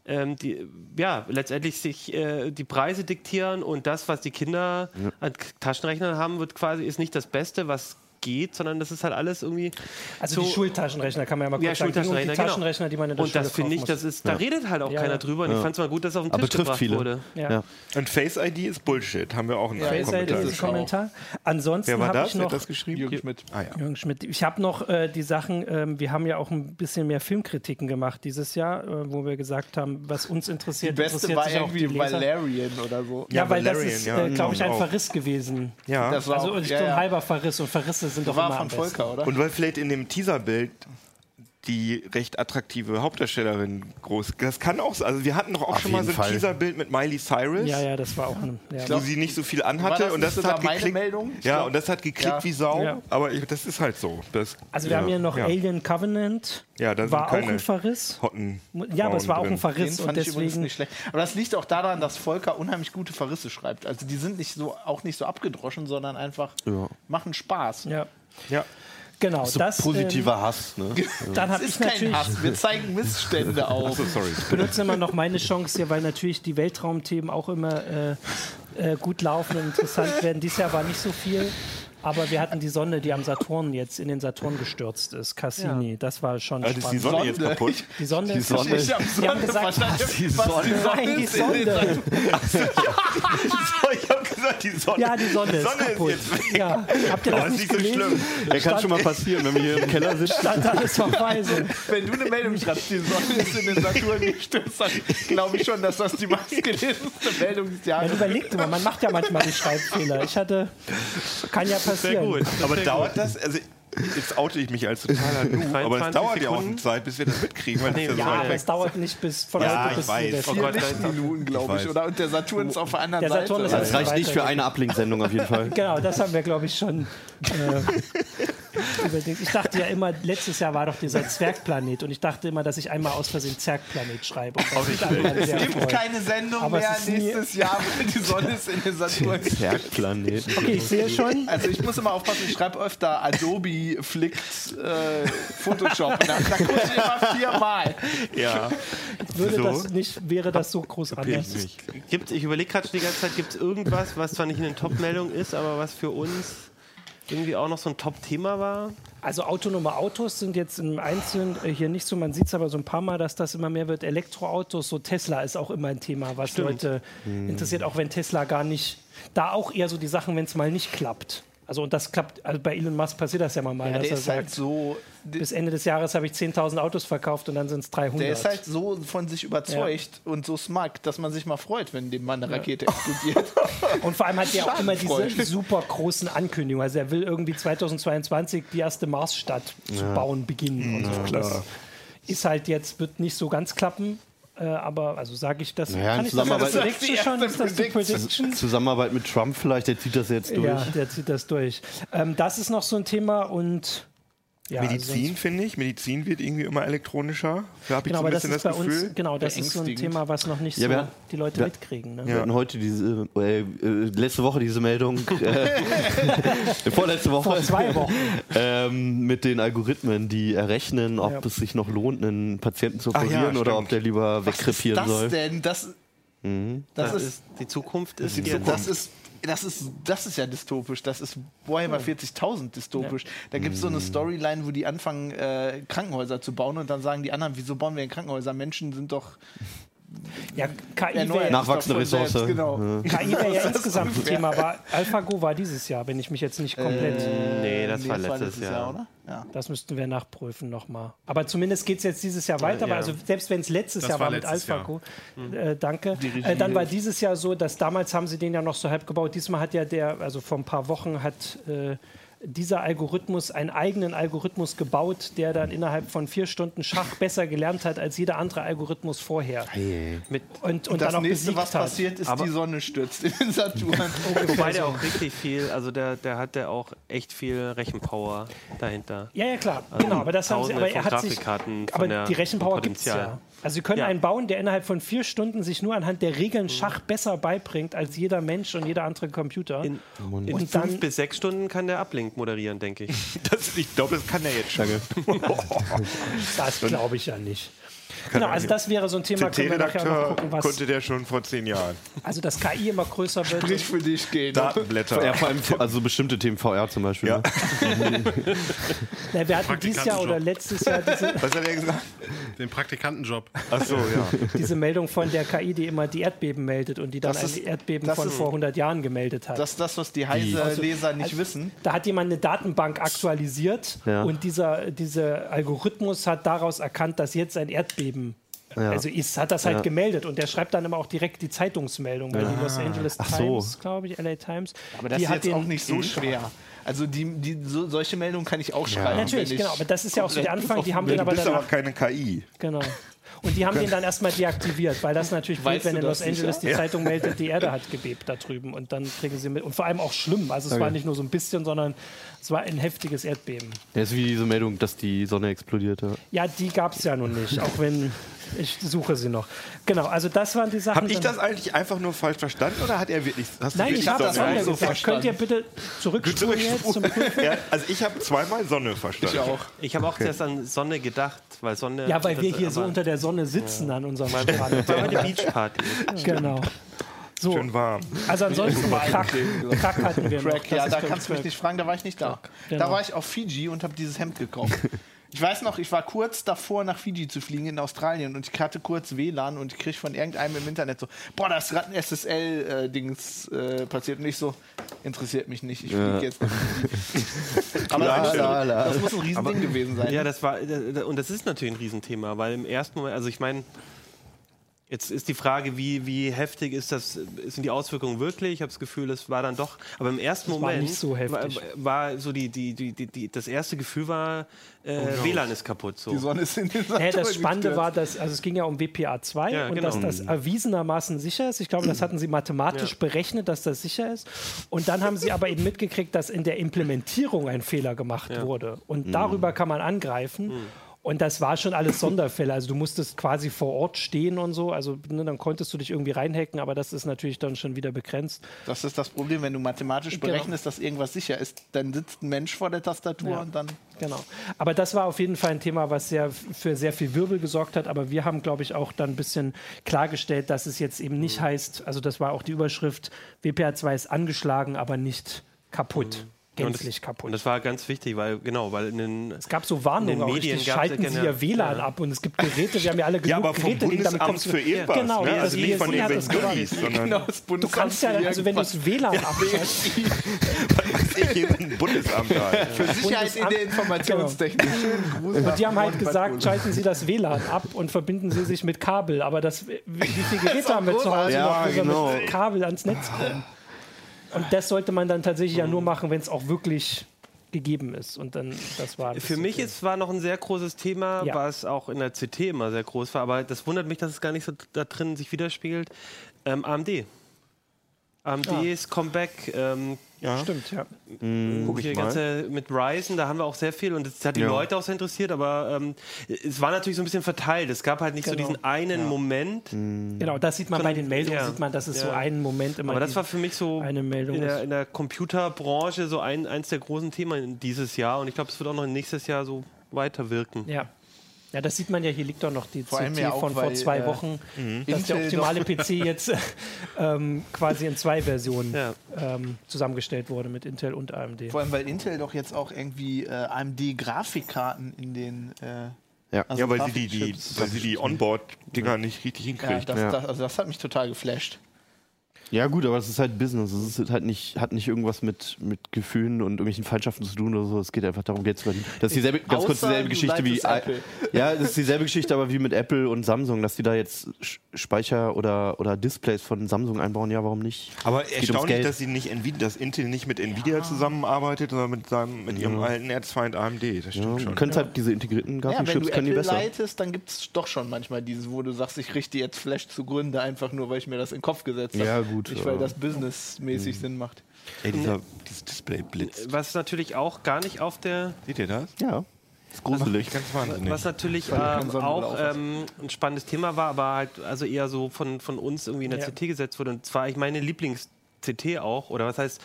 ähm, die, ja, letztendlich sich äh, die Preise diktieren und das, was die Kinder an K- Taschenrechnern haben, wird quasi, ist nicht das Beste, was geht, sondern das ist halt alles irgendwie Also so- die Schultaschenrechner kann man ja mal kurz ja, sagen. Ging um Schultaschenrechner, genau. die Taschenrechner, die man in der Und Schule das finde ich, kaufen das ist, da redet halt auch Ja, keiner ja. drüber. Und ich fand es mal gut, dass es auf den Aber Tisch betrifft gebracht viele. wurde. muss. Ja. Ja. Und Face-ID ist Bullshit, haben wir auch in einem Face ID Kommentar ist ein geschrieben. Kommentar. Ansonsten Wer war habe das? ich Wer noch hat das geschrieben? Jürgen Schmidt. Ah ja. Jürgen Schmidt. Ich habe noch äh, die Sachen, ähm, wir haben ja auch ein bisschen mehr Filmkritiken gemacht dieses Jahr, äh, wo wir gesagt haben, was uns die interessiert, beste interessiert war sich auch die irgendwie Leser. Valerian oder so. Ja, Ja, weil Valerian, das ist, ja, äh, glaube ich, glaube ein ich auch. Verriss gewesen. ja. Das genau. war Also auch, und so ja, ein ja. halber Verriss und Verrisse sind doch war immer am von besten. Volker, oder? Und weil vielleicht in dem Teaserbild die recht attraktive Hauptdarstellerin groß. Das kann auch. sein. Also wir hatten doch auch schon mal jeden so ein Fall. Teaserbild mit Miley Cyrus, Ja, ja, das war auch ein. Ja. wo sie nicht so viel War anhatte das und nicht das sogar hat meine geklickt. Meldung? Ich Ja, glaub- und das hat geklickt Ja. wie Sau. Ja. Aber ich, das ist halt so. Das, Also wir haben hier noch ja. Alien Covenant. Ja, da sind war auch keine ein Verriss. Hotten. Ja, aber es war auch ein Frauen Verriss Den und fand ich übrigens deswegen. nicht schlecht. Aber das liegt auch daran, dass Volker unheimlich gute Verrisse schreibt. Also die sind nicht so, auch nicht so abgedroschen, sondern einfach Ja. machen Spaß. Ja, drin. Ja. Also genau. So das, ähm, positiver Hass, ne? Dann Das habe ist ich kein natürlich Hass. Wir zeigen Missstände auf. So, sorry. benutze immer noch meine Chance hier, weil natürlich die Weltraumthemen auch immer äh, äh, gut laufen und interessant werden. Dies Jahr war nicht so viel, aber wir hatten die Sonne, die am Saturn jetzt in den Saturn gestürzt ist. Cassini, das war schon Also ist die spannend. Sonne jetzt Sonde. kaputt? die Sonne, die Sonne- Ich hab Die haben Sonne gesagt, verstanden, was die was die Sonne- Sonne Nein, die ist in den Sonne. ich habe gesagt, die Sonne. Ja, die Sonne ist Sonne ist kaputt. jetzt weg. ja. Habt ihr Aber das ist nicht nicht so gelesen? schlimm. Ja, kann schon mal passieren, wenn wir hier im Keller sitzen. Stand alles vorbei. So. Wenn du eine Meldung schreibst, die Sonne ist in den Saturn gestürzt, dann glaube ich schon, dass das die meistgelesenste Meldung des Man Jahres ist. überlegt immer, man macht ja manchmal die Schreibfehler. Ich hatte, kann ja Sehr passieren. gut. Aber dauert das? Also, jetzt oute ich mich als totaler Nu, aber es 22 dauert ja auch Sekunden. eine Zeit, bis wir das mitkriegen. Weil das ja so Ja, weit aber es weg. dauert nicht bis von Ja, heute ich bis weiß. Silvester. Oh Vier Gott, Lichtminuten, glaube ich, weiß. oder? Und der Saturn ist auf der anderen Oh, Der Saturn Seite. ist- Das reicht nicht für eine Ablenksendung auf jeden Fall. Genau, das haben wir, glaube ich, schon äh, überdenkt. Ich dachte ja immer, letztes Jahr war doch dieser Zwergplanet und ich dachte immer, dass ich einmal aus Versehen Zwergplanet schreibe. Und das ist einmal sehr Es gibt toll. keine Sendung Aber es mehr ist nie- nächstes Jahr, weil die Sonne ist in den Saturn Zwergplanet. Okay, ich sehe schon. Also ich muss immer aufpassen, ich schreibe öfter Adobe flickt äh, Photoshop. Und dann, dann gucke ich immer viermal. Ja. Würde so. das nicht, wäre das so groß anders. Gibt's, ich überlege gerade schon die ganze Zeit, gibt es irgendwas, was zwar nicht in den Top-Meldungen ist, aber was für uns irgendwie auch noch so ein Top-Thema war? Also autonome Autos sind jetzt im Einzelnen äh, hier nicht so, man sieht es aber so ein paar Mal, dass das immer mehr wird. Elektroautos, so Tesla ist auch immer ein Thema, was Leute interessiert, auch wenn Tesla gar nicht, da auch eher so die Sachen, wenn es mal nicht klappt. Also und das klappt, also bei Elon Musk passiert das ja mal, ne, Ja, dass der er ist halt sagt, so. Der, bis Ende des Jahres habe ich 10.000 Autos verkauft und dann sind es 300. der ist halt so von sich überzeugt und so smart, dass man sich mal freut, wenn dem Mann eine Rakete explodiert. Und vor allem hat er auch immer diese Schadenfreude. super großen Ankündigungen. Also er will irgendwie 2022 die erste Marsstadt zu bauen beginnen. Und so. Das ist halt jetzt, wird nicht so ganz klappen. Äh, aber also sage ich das, Naja, in kann ich das als Zusammenarbeit- Prediction schon? Ist das die Prediction? Zusammenarbeit mit Trump vielleicht, der zieht das jetzt durch. Ja, der zieht das durch. Ähm, das ist noch so ein Thema und ja, also sonst- Medizin, finde ich. Medizin wird irgendwie immer elektronischer. Da habe ich so Genau, aber ein das bisschen ist das, bei Gefühl. uns, genau, das ist so ein Beängstigend. Thema, was noch nicht Ja, so wir- die Leute wir- mitkriegen. Ne? Wir hatten heute diese, äh, äh, letzte Woche diese Meldung, äh, vorletzte Woche. Vor zwei Wochen. ähm, mit den Algorithmen, die errechnen, ob Ja. es sich noch lohnt, einen Patienten zu Ach ja, operieren oder stimmt. ob der lieber wegkrepieren das soll. denn? Das, das, Das ist, ist, die Zukunft ist Ja, jetzt. das ist, das ist, das ist ja dystopisch. Das ist Warhammer 40.000 dystopisch. Da gibt es so eine Storyline, wo die anfangen, äh, Krankenhäuser zu bauen und dann sagen die anderen, wieso bauen wir denn Kernhäuser? Menschen sind doch Ja, KI erneuert. wäre Nachwachsende sich doch von selbst, Ressource. Genau. KI wär ja insgesamt ein unfair. Thema, aber AlphaGo war dieses Jahr, wenn ich mich jetzt nicht komplett. Nee, das war letztes Jahr. oder? Ja. Das müssten wir nachprüfen nochmal. Aber zumindest geht es jetzt dieses Jahr weiter. Aber ja. also selbst wenn es letztes Das Jahr war war mit letztes AlphaGo, äh, danke. Regie Äh, dann war hilft. dieses Jahr so, dass damals haben sie den ja noch so halb gebaut. Diesmal hat ja der, also vor ein paar Wochen hat äh, dieser Algorithmus einen eigenen Algorithmus gebaut, der dann innerhalb von vier Stunden Schach besser gelernt hat als jeder andere Algorithmus vorher. Mit, Und, und, das dann auch nächste, besiegt was hat. passiert, ist, Aber- Oh, die Sonne stürzt in den Saturn. wobei der auch richtig viel, also der, der hat der auch echt viel Rechenpower dahinter. Ja, ja, klar. Genau, aber das haben sie. Ähm, Tausende Aber er von hat sich. Grafikkarten, von Aber der- die Rechenpower vom gibt es Potenzial. ja. Also, sie können Ja. Mhm. einen bauen, der innerhalb von vier Stunden sich nur anhand der Regeln Schach besser beibringt als jeder Mensch und jeder andere Computer. In, in und fünf dann. bis sechs Stunden kann der Ablink moderieren, denke ich. Das, ich glaube, das kann er jetzt schon. Das glaube ich ja nicht. Genau, also das wäre so ein Thema, können wir nachher noch CT-Redakteur gucken, was. konnte der schon vor zehn Jahren. Also, dass KI immer größer wird. Sprich für dich ne? gehen. Datenblätter. Ja, vor allem, also bestimmte Themen VR zum Beispiel. Ja. Ne? und- Na, wir hatten dieses Jahr oder letztes Jahr diese, Was hat er gesagt? Den Praktikantenjob. Achso, ja. diese Meldung von der KI, die immer die Erdbeben meldet und die dann Das ein ist- Erdbeben das von ist- vor 100 Jahren gemeldet hat. Das ist das, was die Also, heise Leser nicht wissen. Da hat jemand eine Datenbank aktualisiert Ja. und dieser, dieser Algorithmus hat daraus erkannt, dass jetzt ein Erdbeben. Also ist, hat das halt Ja. Ah. gemeldet und der schreibt dann immer auch direkt die Zeitungsmeldung, weil die Los Angeles Ach so. Times, glaube ich, LA Times. Aber das die ist hat jetzt den- auch nicht so schwer. Also die, die, so, solche Meldungen kann ich auch schreiben. Natürlich, wenn ich- genau. Aber das ist ja auch so der Anfang. Die haben Du den aber bist aber danach, keine KI. genau. Und die haben den dann erstmal deaktiviert, weil das natürlich blöd, Weißt wenn du in das Los Angeles die Zeitung meldet, die Erde hat gebebt da drüben und dann kriegen sie mit. Und vor allem auch schlimm. Also es war nicht nur so ein bisschen, sondern es war ein heftiges Erdbeben. Ja, ist wie diese Meldung, dass die Sonne explodiert. Ja. Ja, die gab es ja nun nicht, auch wenn ich suche sie noch. Genau, also das waren die Sachen. Habe ich dann- das eigentlich einfach nur falsch verstanden oder hat er wirklich. Hast du Nein, wirklich ich habe das Sonne anders so gesagt. Könnt verstanden. ihr bitte zurückspulen jetzt zum Prüfen? Ja, also ich habe zweimal Sonne verstanden. Ich auch. Ich habe auch zuerst an Sonne gedacht, weil Sonne. Ja, weil wir hier so aber- unter der Sonne sitzen an unserem War heute Strand. Beachparty. genau. So, Schön warm. also ansonsten Crack, Crack hatten wir noch. Crack, ja, ist, da glaub ich, kannst du mich Crack. nicht fragen, da war ich nicht da. genau. Da war ich auf Fiji und habe dieses Hemd gekauft. Ich weiß noch, ich war kurz davor, nach Fiji zu fliegen in Australien und ich hatte kurz WLAN und ich krieg von irgendeinem im Internet so, boah, da ist gerade ein SSL-Dings äh, passiert. Und ich so, interessiert mich nicht, ich fliege jetzt nach Fiji. Aber das, la, la. das muss ein Riesending gewesen sein. ne? Ja, das war äh, und das ist natürlich ein Riesenthema, weil im ersten Moment, also ich meine, jetzt ist die Frage, wie, wie heftig ist das, äh, sind die Auswirkungen wirklich? Ich habe das Gefühl, es war dann doch, aber im ersten war Moment nicht so heftig. war, war so die, die, die, die, die, das erste Gefühl war, äh, Oh, WLAN ist kaputt. So. Die Sonne ist in den Hä, Saturn das Spannende gestürzt. war, dass, also es ging ja um WPA 2 Ja, und genau. Mhm. dass das erwiesenermaßen sicher ist. Ich glaube, das hatten sie mathematisch Ja. berechnet, dass das sicher ist. Und dann haben sie aber eben mitgekriegt, dass in der Implementierung ein Fehler gemacht wurde. Und Mhm. darüber kann man angreifen. Und das war schon alles Sonderfälle. Also du musstest quasi vor Ort stehen und so. Also ne, dann konntest du dich irgendwie reinhacken, aber das ist natürlich dann schon wieder begrenzt. Das ist das Problem, wenn du mathematisch Genau. berechnest, dass irgendwas sicher ist, dann sitzt ein Mensch vor der Tastatur und dann Genau. Aber das war auf jeden Fall ein Thema, was sehr für sehr viel Wirbel gesorgt hat. Aber wir haben, glaube ich, auch dann ein bisschen klargestellt, dass es jetzt eben Mhm. nicht heißt, also das war auch die Überschrift, WPA 2 ist angeschlagen, aber nicht kaputt. gänzlich Mhm. und das, kaputt. Und das war ganz wichtig, weil, genau, weil in den. es gab so Warnungen, in den auch Medien gab's richtig, ja schalten Sie keine- Ihr WLAN ab und es gibt Geräte, wir haben ja alle genug Ja, aber vom Geräte, die damit Bundesamt kommst du- für irgendwas, Genau, ne? ja, Also das nicht von Genau. BSI hat das irgendwelchen gemacht. Gullis, sondern das Genau. Du kannst ja, also wenn du das WLAN abschaltest, was ich hier im Bundesamt rein. Für Sicherheit in Bundesamt- der Informationstechnik. Genau. Schönen Gruß nach Und die haben halt Nordbad Ulm. gesagt, schalten Sie das WLAN ab und verbinden Sie sich mit Kabel. Aber das, wie viele Geräte haben wir zu Hause Ja, noch, wo wir genau. mit Kabel ans Netz kommen? Und das sollte man dann tatsächlich ja nur machen, wenn es auch wirklich gegeben ist. Und dann, das war das Für mich okay. ist, war noch ein sehr großes Thema, Ja. was auch in der CT immer sehr groß war, aber das wundert mich, dass es gar nicht so da drin sich widerspiegelt. Ähm, AMD. Ah. AMDs Comeback. Ähm, Stimmt, ja. Guck ich Hier mal. ganze mit Ryzen, da haben wir auch sehr viel und das hat die Ja. Leute auch sehr interessiert, aber ähm, es war natürlich so ein bisschen verteilt. Es gab halt nicht Genau. so diesen einen Moment, Mhm. Genau, das sieht man bei den Meldungen, Ja. sieht man, dass es so Ja. einen Moment immer aber das diese- war für mich so eine Meldung in, der, ist- in der Computerbranche so ein, eins der großen Themen dieses Jahr und ich glaube, es wird auch noch nächstes Jahr so weiterwirken. Ja. Ja, das sieht man ja, hier liegt doch noch die Vor allem CT ja auch, von vor weil, zwei äh, Wochen, dass der Intel optimale PC jetzt ähm, quasi in zwei Versionen Ja. ähm, zusammengestellt wurde mit Intel und AMD. Vor allem, weil Intel doch jetzt auch irgendwie äh, AMD-Grafikkarten in den. Äh, Ja. also Ja, weil sie die, die, Grafikchips- weil sie die Onboard-Dinger nicht richtig Ja, hinkriegt. ne? das, ja. Das, also das hat mich total geflasht. Ja, gut, aber das ist halt Business. Es ist halt nicht, hat nicht irgendwas mit, mit Gefühlen und irgendwelchen Feindschaften zu tun oder so. Es geht einfach darum, Geld zu verdienen. Das ist dieselbe, ganz kurz Außer du dieselbe Geschichte wie. leitest Apple. Ja, das ist dieselbe Geschichte, aber wie mit Apple und Samsung, dass die da jetzt Sch- Speicher oder, oder Displays von Samsung einbauen. Ja, warum nicht? Aber ums erstaunlich, Geld. dass sie nicht Nvidia, dass Intel nicht mit Nvidia zusammenarbeitet, sondern mit, seinem, mit ihrem alten Erzfeind AMD. Das Ja, stimmt schon. können halt diese integrierten Ja, wenn Grafikchips du können die Apple besser. leitest, dann gibt es doch schon manchmal dieses, wo du sagst, ich richte jetzt Flash zugrunde, einfach nur, weil ich mir das in den Kopf gesetzt habe. Ja, Mhm. gut, Nicht, weil aber- das businessmäßig Sinn macht. Ey, dieser, dieses Display blitzt. Was natürlich auch gar nicht auf der Seht ihr das? Ja, ist gruselig. Gruselig. Ganz wahnsinnig. Also Was natürlich keine ähm, Sonnenbrille auch auf hast. ähm, ein spannendes Thema war, aber halt also eher so von, von uns irgendwie in der Ja. CT gesetzt wurde. Und zwar ich meine Lieblings-CT auch, oder was heißt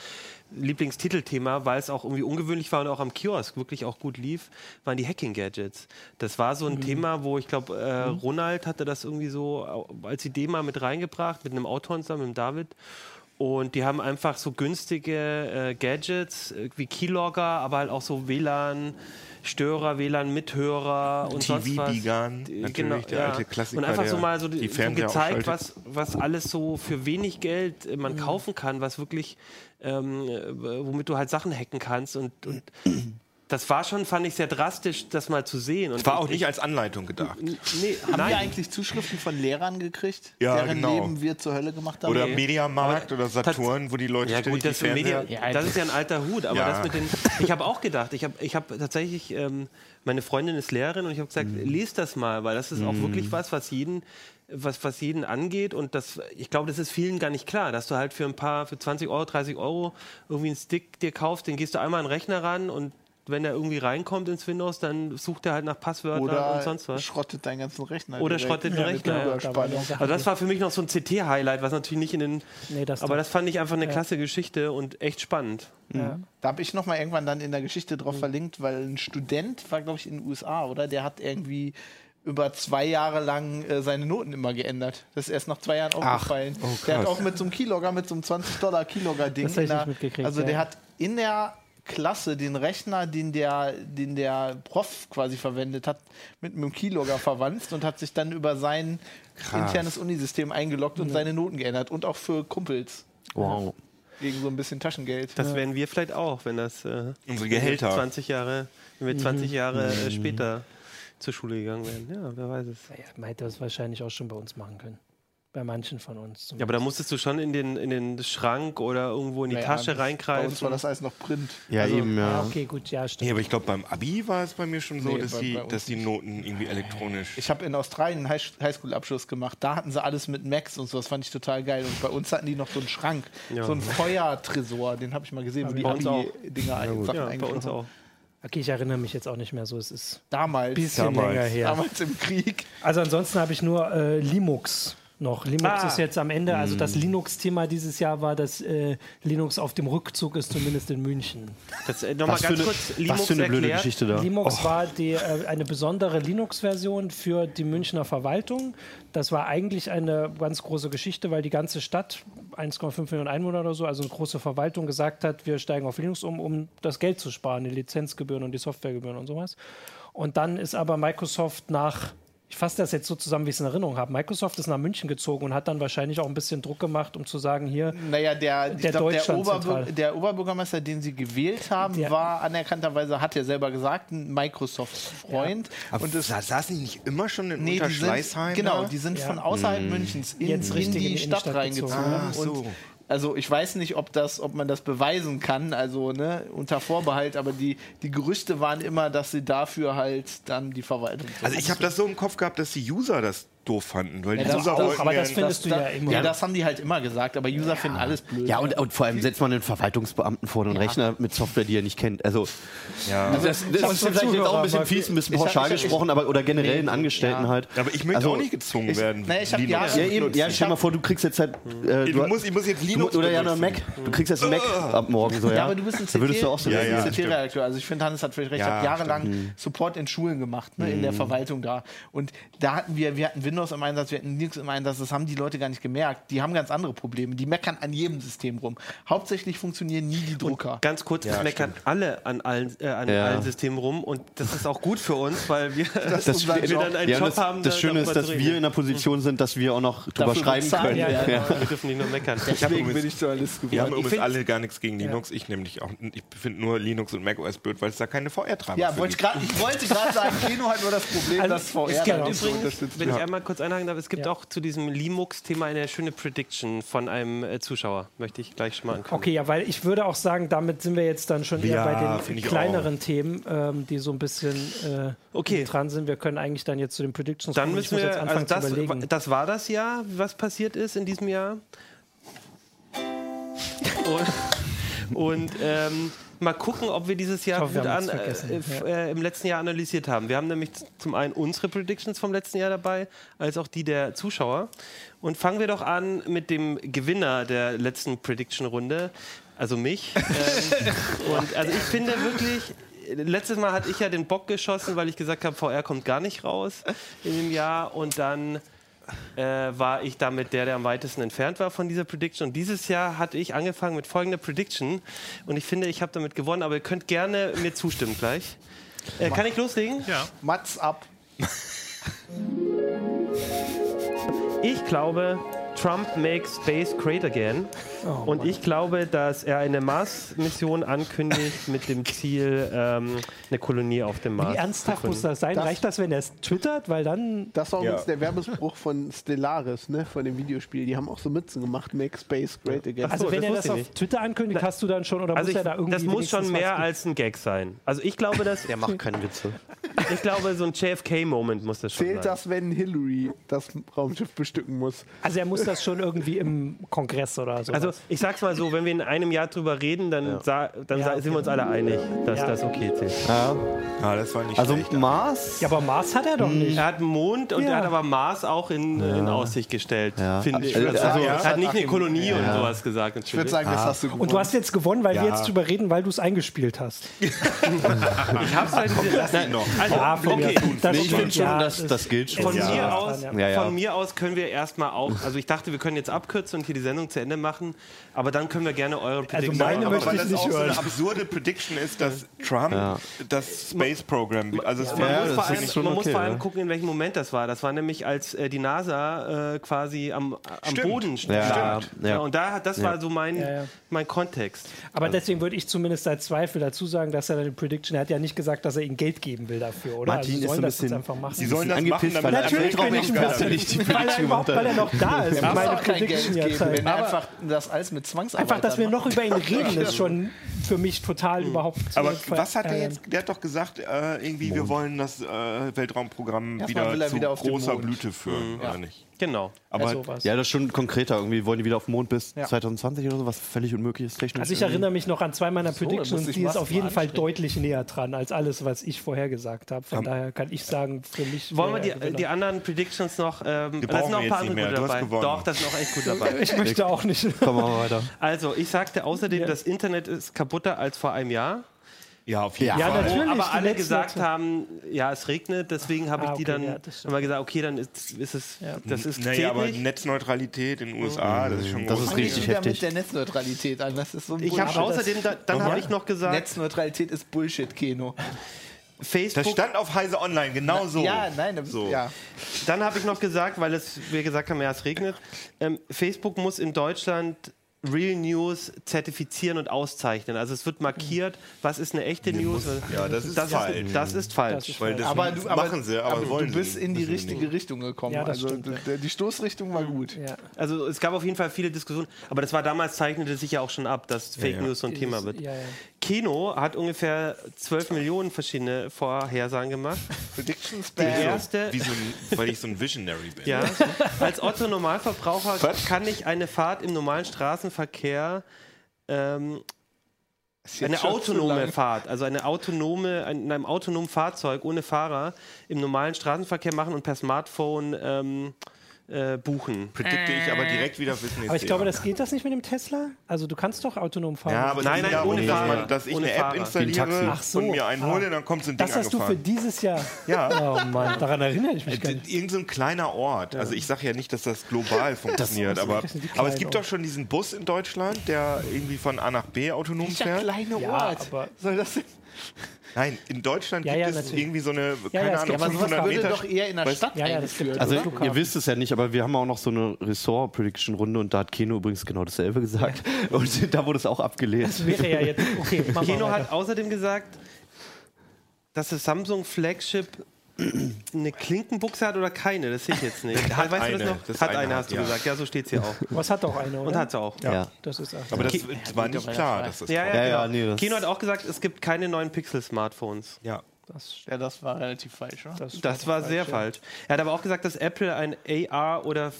Lieblingstitelthema, weil es auch irgendwie ungewöhnlich war und auch am Kiosk wirklich auch gut lief, waren die Hacking-Gadgets. Das war Mhm. so ein Thema, wo ich glaube, äh, Ronald hatte das irgendwie so äh, als Idee mal mit reingebracht, mit einem Autor zusammen, mit dem David. Und die haben einfach so günstige äh, Gadgets äh, wie Keylogger, aber halt auch so WLAN, Störer, WLAN, Mithörer und sonst was. TV-Began, Die- genau, natürlich der alte Klassiker, Und einfach der so mal so, die, die so Fernseher gezeigt, ausschaltet. was, was alles so für wenig Geld äh, man kaufen kann, was wirklich, ähm, äh, womit du halt Sachen hacken kannst. Und, und das war schon, fand ich, sehr drastisch, das mal zu sehen. Und War auch ich- nicht als Anleitung gedacht. Nee, Haben wir nein. eigentlich Zuschriften von Lehrern gekriegt, Ja, deren genau. Leben wir zur Hölle gemacht haben? Oder Nee. Mediamarkt oder Saturn, wo die Leute Ja ständig gut, das, die Fernseher- Media, das ist ja ein alter Hut, aber Ja. das mit den. Ich habe auch gedacht, ich habe ich hab tatsächlich, ähm, meine Freundin ist Lehrerin und ich habe gesagt, lest das mal, weil das ist auch wirklich was, was jeden, was, was jeden angeht und das, ich glaube, das ist vielen gar nicht klar, dass du halt für ein paar, für 20 Euro, 30 Euro irgendwie einen Stick dir kaufst, den gehst du einmal an den Rechner ran und wenn er irgendwie reinkommt ins Windows, dann sucht er halt nach Passwörtern und Oder sonst was. schrottet deinen ganzen Rechner. Oder direkt schrottet den mit Rechner, der ja. Überspannung. Also das war für mich noch so ein CT-Highlight, was natürlich nicht in den. Nee, das aber doch. das fand ich einfach eine klasse Geschichte und echt spannend. ja. Mhm. Da habe ich nochmal irgendwann dann in der Geschichte Hm. drauf verlinkt, weil ein Student war, glaube ich, in den USA, oder? Der hat irgendwie über zwei Jahre lang äh, seine Noten immer geändert. Das ist erst nach zwei Jahren aufgefallen. der hat auch mit so einem Keylogger, mit so einem 20-Dollar-Keylogger-Ding. Das hab ich in der- nicht mitgekriegt, Also ja. der hat in der Klasse den Rechner, den der, den der Prof quasi verwendet hat, mit einem Keylogger verwandt und hat sich dann über sein internes Unisystem eingeloggt und seine Noten geändert. Und auch für Kumpels Wow. gegen so ein bisschen Taschengeld. Das wären wir vielleicht auch, wenn das äh, Unsere Gehälter. 20 Jahre, wenn wir 20 Jahre Mhm. äh, später zur Schule gegangen wären. Ja, wer weiß es. Naja, man hätte das wahrscheinlich auch schon bei uns machen können. Bei manchen von uns. Ja, aber da musstest du schon in den, in den Schrank oder irgendwo in die Naja, Tasche das- Bei uns war reingreifen. das alles noch Print. Ja, eben, ja. Ah, Okay, gut, ja, Nee, stimmt. aber ich glaube, beim Abi war es bei mir schon so, Nee, dass, bei- die, bei uns dass die Noten irgendwie elektronisch. Ich habe in Australien einen High Highschool-Abschluss gemacht. Da hatten sie alles mit Macs und so. Das fand ich total geil. Und bei uns hatten die noch so einen Schrank, so einen Feuertresor. Den habe ich mal gesehen, wo die bei uns auch. Abi-Dinger ein, Sachen Ja, bei eingeschlossen uns haben. auch. Okay, ich erinnere mich jetzt auch nicht mehr so. Es ist Damals. ein bisschen Damals. länger her. Damals im Krieg. Also ansonsten habe ich nur äh, Linux noch. Linux Ah. ist jetzt am Ende, also das Linux-Thema dieses Jahr war, dass äh, Linux auf dem Rückzug ist, zumindest in München. Das, äh, noch mal Was für ganz eine, kurz, was Linux für eine blöde erklärt. Geschichte da. Linux war die, äh, eine besondere Linux-Version für die Münchner Verwaltung. Das war eigentlich eine ganz große Geschichte, weil die ganze Stadt, 1,5 Millionen Einwohner oder so, also eine große Verwaltung, gesagt hat, wir steigen auf Linux um, um das Geld zu sparen, die Lizenzgebühren und die Softwaregebühren und sowas. Und dann ist aber Microsoft nach, ich fasse das jetzt so zusammen, wie ich es in Erinnerung habe, Microsoft ist nach München gezogen und hat dann wahrscheinlich auch ein bisschen Druck gemacht, um zu sagen, hier, Naja, der, ich Der glaub, der, Deutschlandzentral. Oberbür der Oberbürgermeister, den sie gewählt haben, Der- war anerkannterweise, hat er selber gesagt, ein Microsoft-Freund. Aber Und das sa- saßen die nicht immer schon in Nee, die Unterschleißheim? sind, genau, da? die sind Ja. von außerhalb Münchens in, Jetzt in richtig in die die Stadt Innenstadt reingezogen. gezogen. Ach Hm. Ah, so. Und also ich weiß nicht, ob, das, ob man das beweisen kann, also ne, unter Vorbehalt, aber die, die Gerüchte waren immer, dass sie dafür halt dann die Verwaltung also ich habe das so im Kopf gehabt, dass die User das doof fanden, weil die das User auch, wollten aber ja das ein- findest du ja immer. Ja, das haben die halt immer gesagt, aber User finden alles blöd. Ja, und, und vor allem setzt man den Verwaltungsbeamten vor den Rechner mit Software, die er nicht kennt. Also, das, das hab's ist zum vielleicht jetzt Zuhörer auch ein bisschen mal- fies, ein bisschen Ich hab- pauschal ich hab- ich- gesprochen, aber oder generell in Angestellten ja. halt. aber ich möchte Also, auch nicht gezwungen ich- werden. nee, ich hab Linux Jahre- zu Ja, eben, benutzen. ja, stell mal vor, du kriegst jetzt halt. Äh, Ich du, muss, ich muss jetzt du, Linux oder ja, einen benutzen. Mac. Du kriegst jetzt einen Mac ab morgen. So, ja. Ja, aber du bist ein Da würdest du auch so Ja, ja. reagieren. CT-Redakteur. Also ich finde, Hannes hat völlig recht. ich Ja, Hm. habe jahrelang Support in Schulen gemacht, ne, in der Verwaltung da. Und da hatten wir, wir hatten Windows im Einsatz, wir hatten Linux im Einsatz, das haben die Leute gar nicht gemerkt. Die haben ganz andere Probleme. Die meckern an jedem System rum. Hauptsächlich funktionieren nie die Drucker. Ganz kurz, es meckern alle an allen, äh, an Ja. allen Systemen rum und das ist auch gut für uns, weil wir, Das, weil wir dann einen ja, Job das, haben. das da- Schöne ist, darüber dass zu wir in reden. der Position sind, dass wir auch noch drüber schreiben bezahlen, können. ja, ja. wir dürfen nicht nur meckern. Ich hab übrigens- ich Journalist Wir haben Ich übrigens find- alle gar nichts gegen Linux. Ich nämlich auch. Ich finde nur Linux und Mac OS blöd, weil es da keine VR-Treiber Ja, wollte ich, grad, ich wollte gerade sagen, Keno hat nur das Problem, Also, dass VR Es gibt da nicht so übrigens, unterstützt wenn wird. ich einmal kurz einhaken darf, es gibt Ja. auch zu diesem Linux-Thema eine schöne Prediction von einem äh, Zuschauer. Möchte ich gleich schon mal angucken. Okay, ja, weil ich würde auch sagen, damit sind wir jetzt dann schon Ja, eher bei find den ich kleineren Themen, ähm, die so ein bisschen äh, Okay. dran sind. Wir können eigentlich dann jetzt zu den Predictions Dann kommen. Ich müssen muss wir, jetzt also anfangen das, zu überlegen. das war das Jahr, was passiert ist in diesem Jahr. Und, und ähm, mal gucken, ob wir dieses Jahr Ich hoffe, wir gut haben an, nichts äh, vergessen. f- äh, im letzten Jahr analysiert haben. Wir haben nämlich z- zum einen unsere Predictions vom letzten Jahr dabei, als auch die der Zuschauer. Und fangen wir doch an mit dem Gewinner der letzten Prediction-Runde, also mich. ähm, und also ich finde wirklich, letztes Mal hatte ich ja den Bock geschossen, weil ich gesagt habe, VR kommt gar nicht raus in dem Jahr. Und dann äh, war ich damit der, der am weitesten entfernt war von dieser Prediction. Und dieses Jahr hatte ich angefangen mit folgender Prediction. Und ich finde, ich habe damit gewonnen, aber ihr könnt gerne mir zustimmen gleich. Äh, kann ich loslegen? Ja. Mats ab. Ich glaube, Trump makes space great again. Oh, und ich glaube, dass er eine Mars-Mission ankündigt mit dem Ziel, ähm, eine Kolonie auf dem Mars. Wie ernsthaft muss das sein? Reicht das, wenn er es twittert? Weil dann Das war übrigens Ja. der Werbespruch von Stellaris, ne, von dem Videospiel. Die haben auch so Mützen gemacht, Make Space Great Again. Also so, wenn das er wusste das auf ich nicht. Twitter ankündigt, hast du dann schon oder Also muss ich, er da irgendwie das muss schon wenigstens mehr was- als ein Gag sein. Also ich glaube, dass Der macht keine Witze. ich glaube, so ein JFK-Moment muss das schon Zählt sein. das, wenn Hillary das Raumschiff bestücken muss? Also er muss das schon irgendwie im Kongress oder so. Also ich sag's mal so, wenn wir in einem Jahr drüber reden, dann, sa- dann Ja, sa- sind wir uns alle einig, dass Ja. das okay zählt. Ja. Ja, das war nicht Also schlecht. Mars. ja, aber Mars hat er doch nicht. Er hat Mond und Ja. er hat aber Mars auch in, in Aussicht gestellt, Ja. finde ich. Also, Also, also- er hat nicht eine Kolonie und Ja. sowas gesagt. Ich Natürlich. würde sagen, das hast du gewonnen. Und du hast jetzt gewonnen, weil wir Ja. jetzt drüber reden, weil du es eingespielt hast. Ich hab's halt Lass ihn noch. Ja, von okay. mir. Das Nee, ich stimmt, finde schon, ja, das, das gilt schon. Von, ja. mir aus, Ja, ja. von mir aus können wir erstmal auch, also ich dachte, wir können jetzt abkürzen und hier die Sendung zu Ende machen, aber dann können wir gerne eure Predictions machen. meine Aber möchte weil ich das nicht auch so hören. eine absurde Prediction ist, dass Trump Ja. das Space Program, also das Man, Ja, muss, das vor ist allem, schon man muss okay, vor allem ne? ja. gucken, in welchem Moment das war. Das war nämlich, als äh, die NASA äh, quasi am, am Stimmt. Boden stand. Ja, ja. Und da, hat- das war so mein, Ja, ja. mein Kontext. Aber deswegen würde ich zumindest als Zweifel dazu sagen, dass er eine Prediction, er hat ja nicht gesagt, dass er ihm Geld geben will dafür, oder? Martin sie ist sollen so ein das jetzt bisschen- einfach machen. Sie sollen das Angepisst, machen, weil damit er- Natürlich Trump bin ich drauf ein kommt. nicht die weil er Prediction überhaupt, weil er noch da ist. Er muss Meine auch kein Geld Prediction ja geben, wenn zeigen. er Aber einfach das alles mit Zwangsarbeit Einfach, dass wir dann noch über ihn reden, ist schon für mich total überhaupt. Aber äh, ver- was hat er äh, jetzt? Der hat doch gesagt, äh, irgendwie, wir wollen das äh, Weltraumprogramm Erstmal wieder will er zu wieder auf den großer Mond. Mhm. Blüte führen, oder nicht? Genau. Aber sowas. Ja, das ist schon konkreter. Irgendwie wollen die wieder auf dem Mond bis Ja. 2020 oder so, was völlig unmöglich ist technisch. Also ich erinnere mich noch an zwei meiner Predictions, muss ich die ist Masken auf jeden mal Fall anstecken. deutlich näher dran als alles, was ich vorhergesagt habe. Von daher kann ich sagen, für mich. Wollen wir wäre er genau- die, die anderen Predictions noch? Ähm, Wir da sind brauchen noch ein jetzt paar nicht andere mehr. gute Du hast dabei. gewonnen. Doch, da sind auch echt gut dabei. Gewinner. ich möchte auch nicht. Kommen wir mal weiter. Also, ich sagte außerdem, das Internet ist kaputter als vor einem Jahr. Ja, auf jeden Ja, Fall. natürlich. Wo aber die alle letzten gesagt Leute. haben, ja, es regnet, deswegen habe Ah, ich die okay, dann ja, das stimmt. haben wir gesagt, okay, dann ist, ist es, Ja. das ist Naja, aber täglich. Netzneutralität Mhm. in den USA, das ist schon Das groß. ist richtig wieder heftig. mit der Netzneutralität an. Das ist so ein Ich habe Aber das- außerdem, da, dann habe ich noch gesagt, Netzneutralität ist Bullshit-Kino. Das Facebook, stand auf Heise Online, genau so. Ja, nein, das- So. ja. dann habe ich noch gesagt, weil es, wir gesagt haben, ja, es regnet, ähm, Facebook muss in Deutschland Real News zertifizieren und auszeichnen. Also es wird markiert, was ist eine echte News. Ja, das ist halt- das, falsch. Ist, das ist falsch. Das ist Weil das Aber du, aber, machen sie, aber, aber wollen du bist sie in die müssen sie richtige nicht. Richtung gekommen. Ja, das also stimmt, d- d- die Stoßrichtung war gut. Ja. Also es gab auf jeden Fall viele Diskussionen, aber das war damals zeichnete sich ja auch schon ab, dass Fake ja. News so ein Thema wird. Ja, ja. Kino hat ungefähr 12 Millionen verschiedene Vorhersagen gemacht. Predictions Die bad. erste, Wie so ein, weil ich so ein Visionary bin. ja, als Otto Normalverbraucher kann ich eine Fahrt im normalen Straßenverkehr, ähm, Ist jetzt eine schon zu autonome lang. Fahrt, also eine autonome, ein, in einem autonomen Fahrzeug ohne Fahrer im normalen Straßenverkehr machen und per Smartphone ähm, äh, buchen. Predikte ich aber direkt wieder fürs nächste Aber ich glaube, Jahr. das geht das nicht mit dem Tesla. Also du kannst doch autonom fahren. Ja, aber Nein, nein, nein, nein, ohne ohne dass, Fahrer. man, dass ich Ohne eine Fahrer. App Wie ein installiere Taxi. Ach so. und mir einen Ah. hole, dann kommt so ein Ding das hast du für angefahren. dieses Jahr. ja, Oh Mann, daran erinnere ich mich gar nicht. irgend so ein kleiner Ort. Also ich sage ja nicht, dass das global funktioniert, Das- aber, das sind die aber es kleinen gibt doch schon diesen Bus in Deutschland, der irgendwie von A nach B autonom Der fährt. kleine Ja, Ort. aber- Soll das denn? Nein, in Deutschland Ja, gibt ja, es natürlich. irgendwie so eine, Ja, keine ja, es Ahnung, gibt aber sowas 500 da Würde Meter. doch eher in der Weißt- Stadt Ja, ja, das eingeführt. gibt- Also Oder? ihr wisst es ja nicht, aber wir haben auch noch so eine Ressort-Prediction-Runde und da hat Keno übrigens genau dasselbe gesagt. Und da wurde es auch abgelehnt. Wäre ja jetzt okay. mach mal Keno weiter. hat außerdem gesagt, dass das Samsung Flagship eine Klinkenbuchse hat oder keine, das sehe ich jetzt nicht. Hat weißt du eine, das noch? das hat eine eine, hat, hast du ja. gesagt. Ja, so steht es hier auch. Was hat auch eine, oder? Und hat sie auch. Ja. Das ist auch. Aber das war nicht klar, dass das Ja, ja, Ja, genau. ja, nee, das- Kino hat auch gesagt, es gibt keine neuen Pixel-Smartphones. Ja. Ja, das war relativ falsch. Oder? Das war sehr falsch. Er hat aber auch gesagt, dass Apple ein AR- oder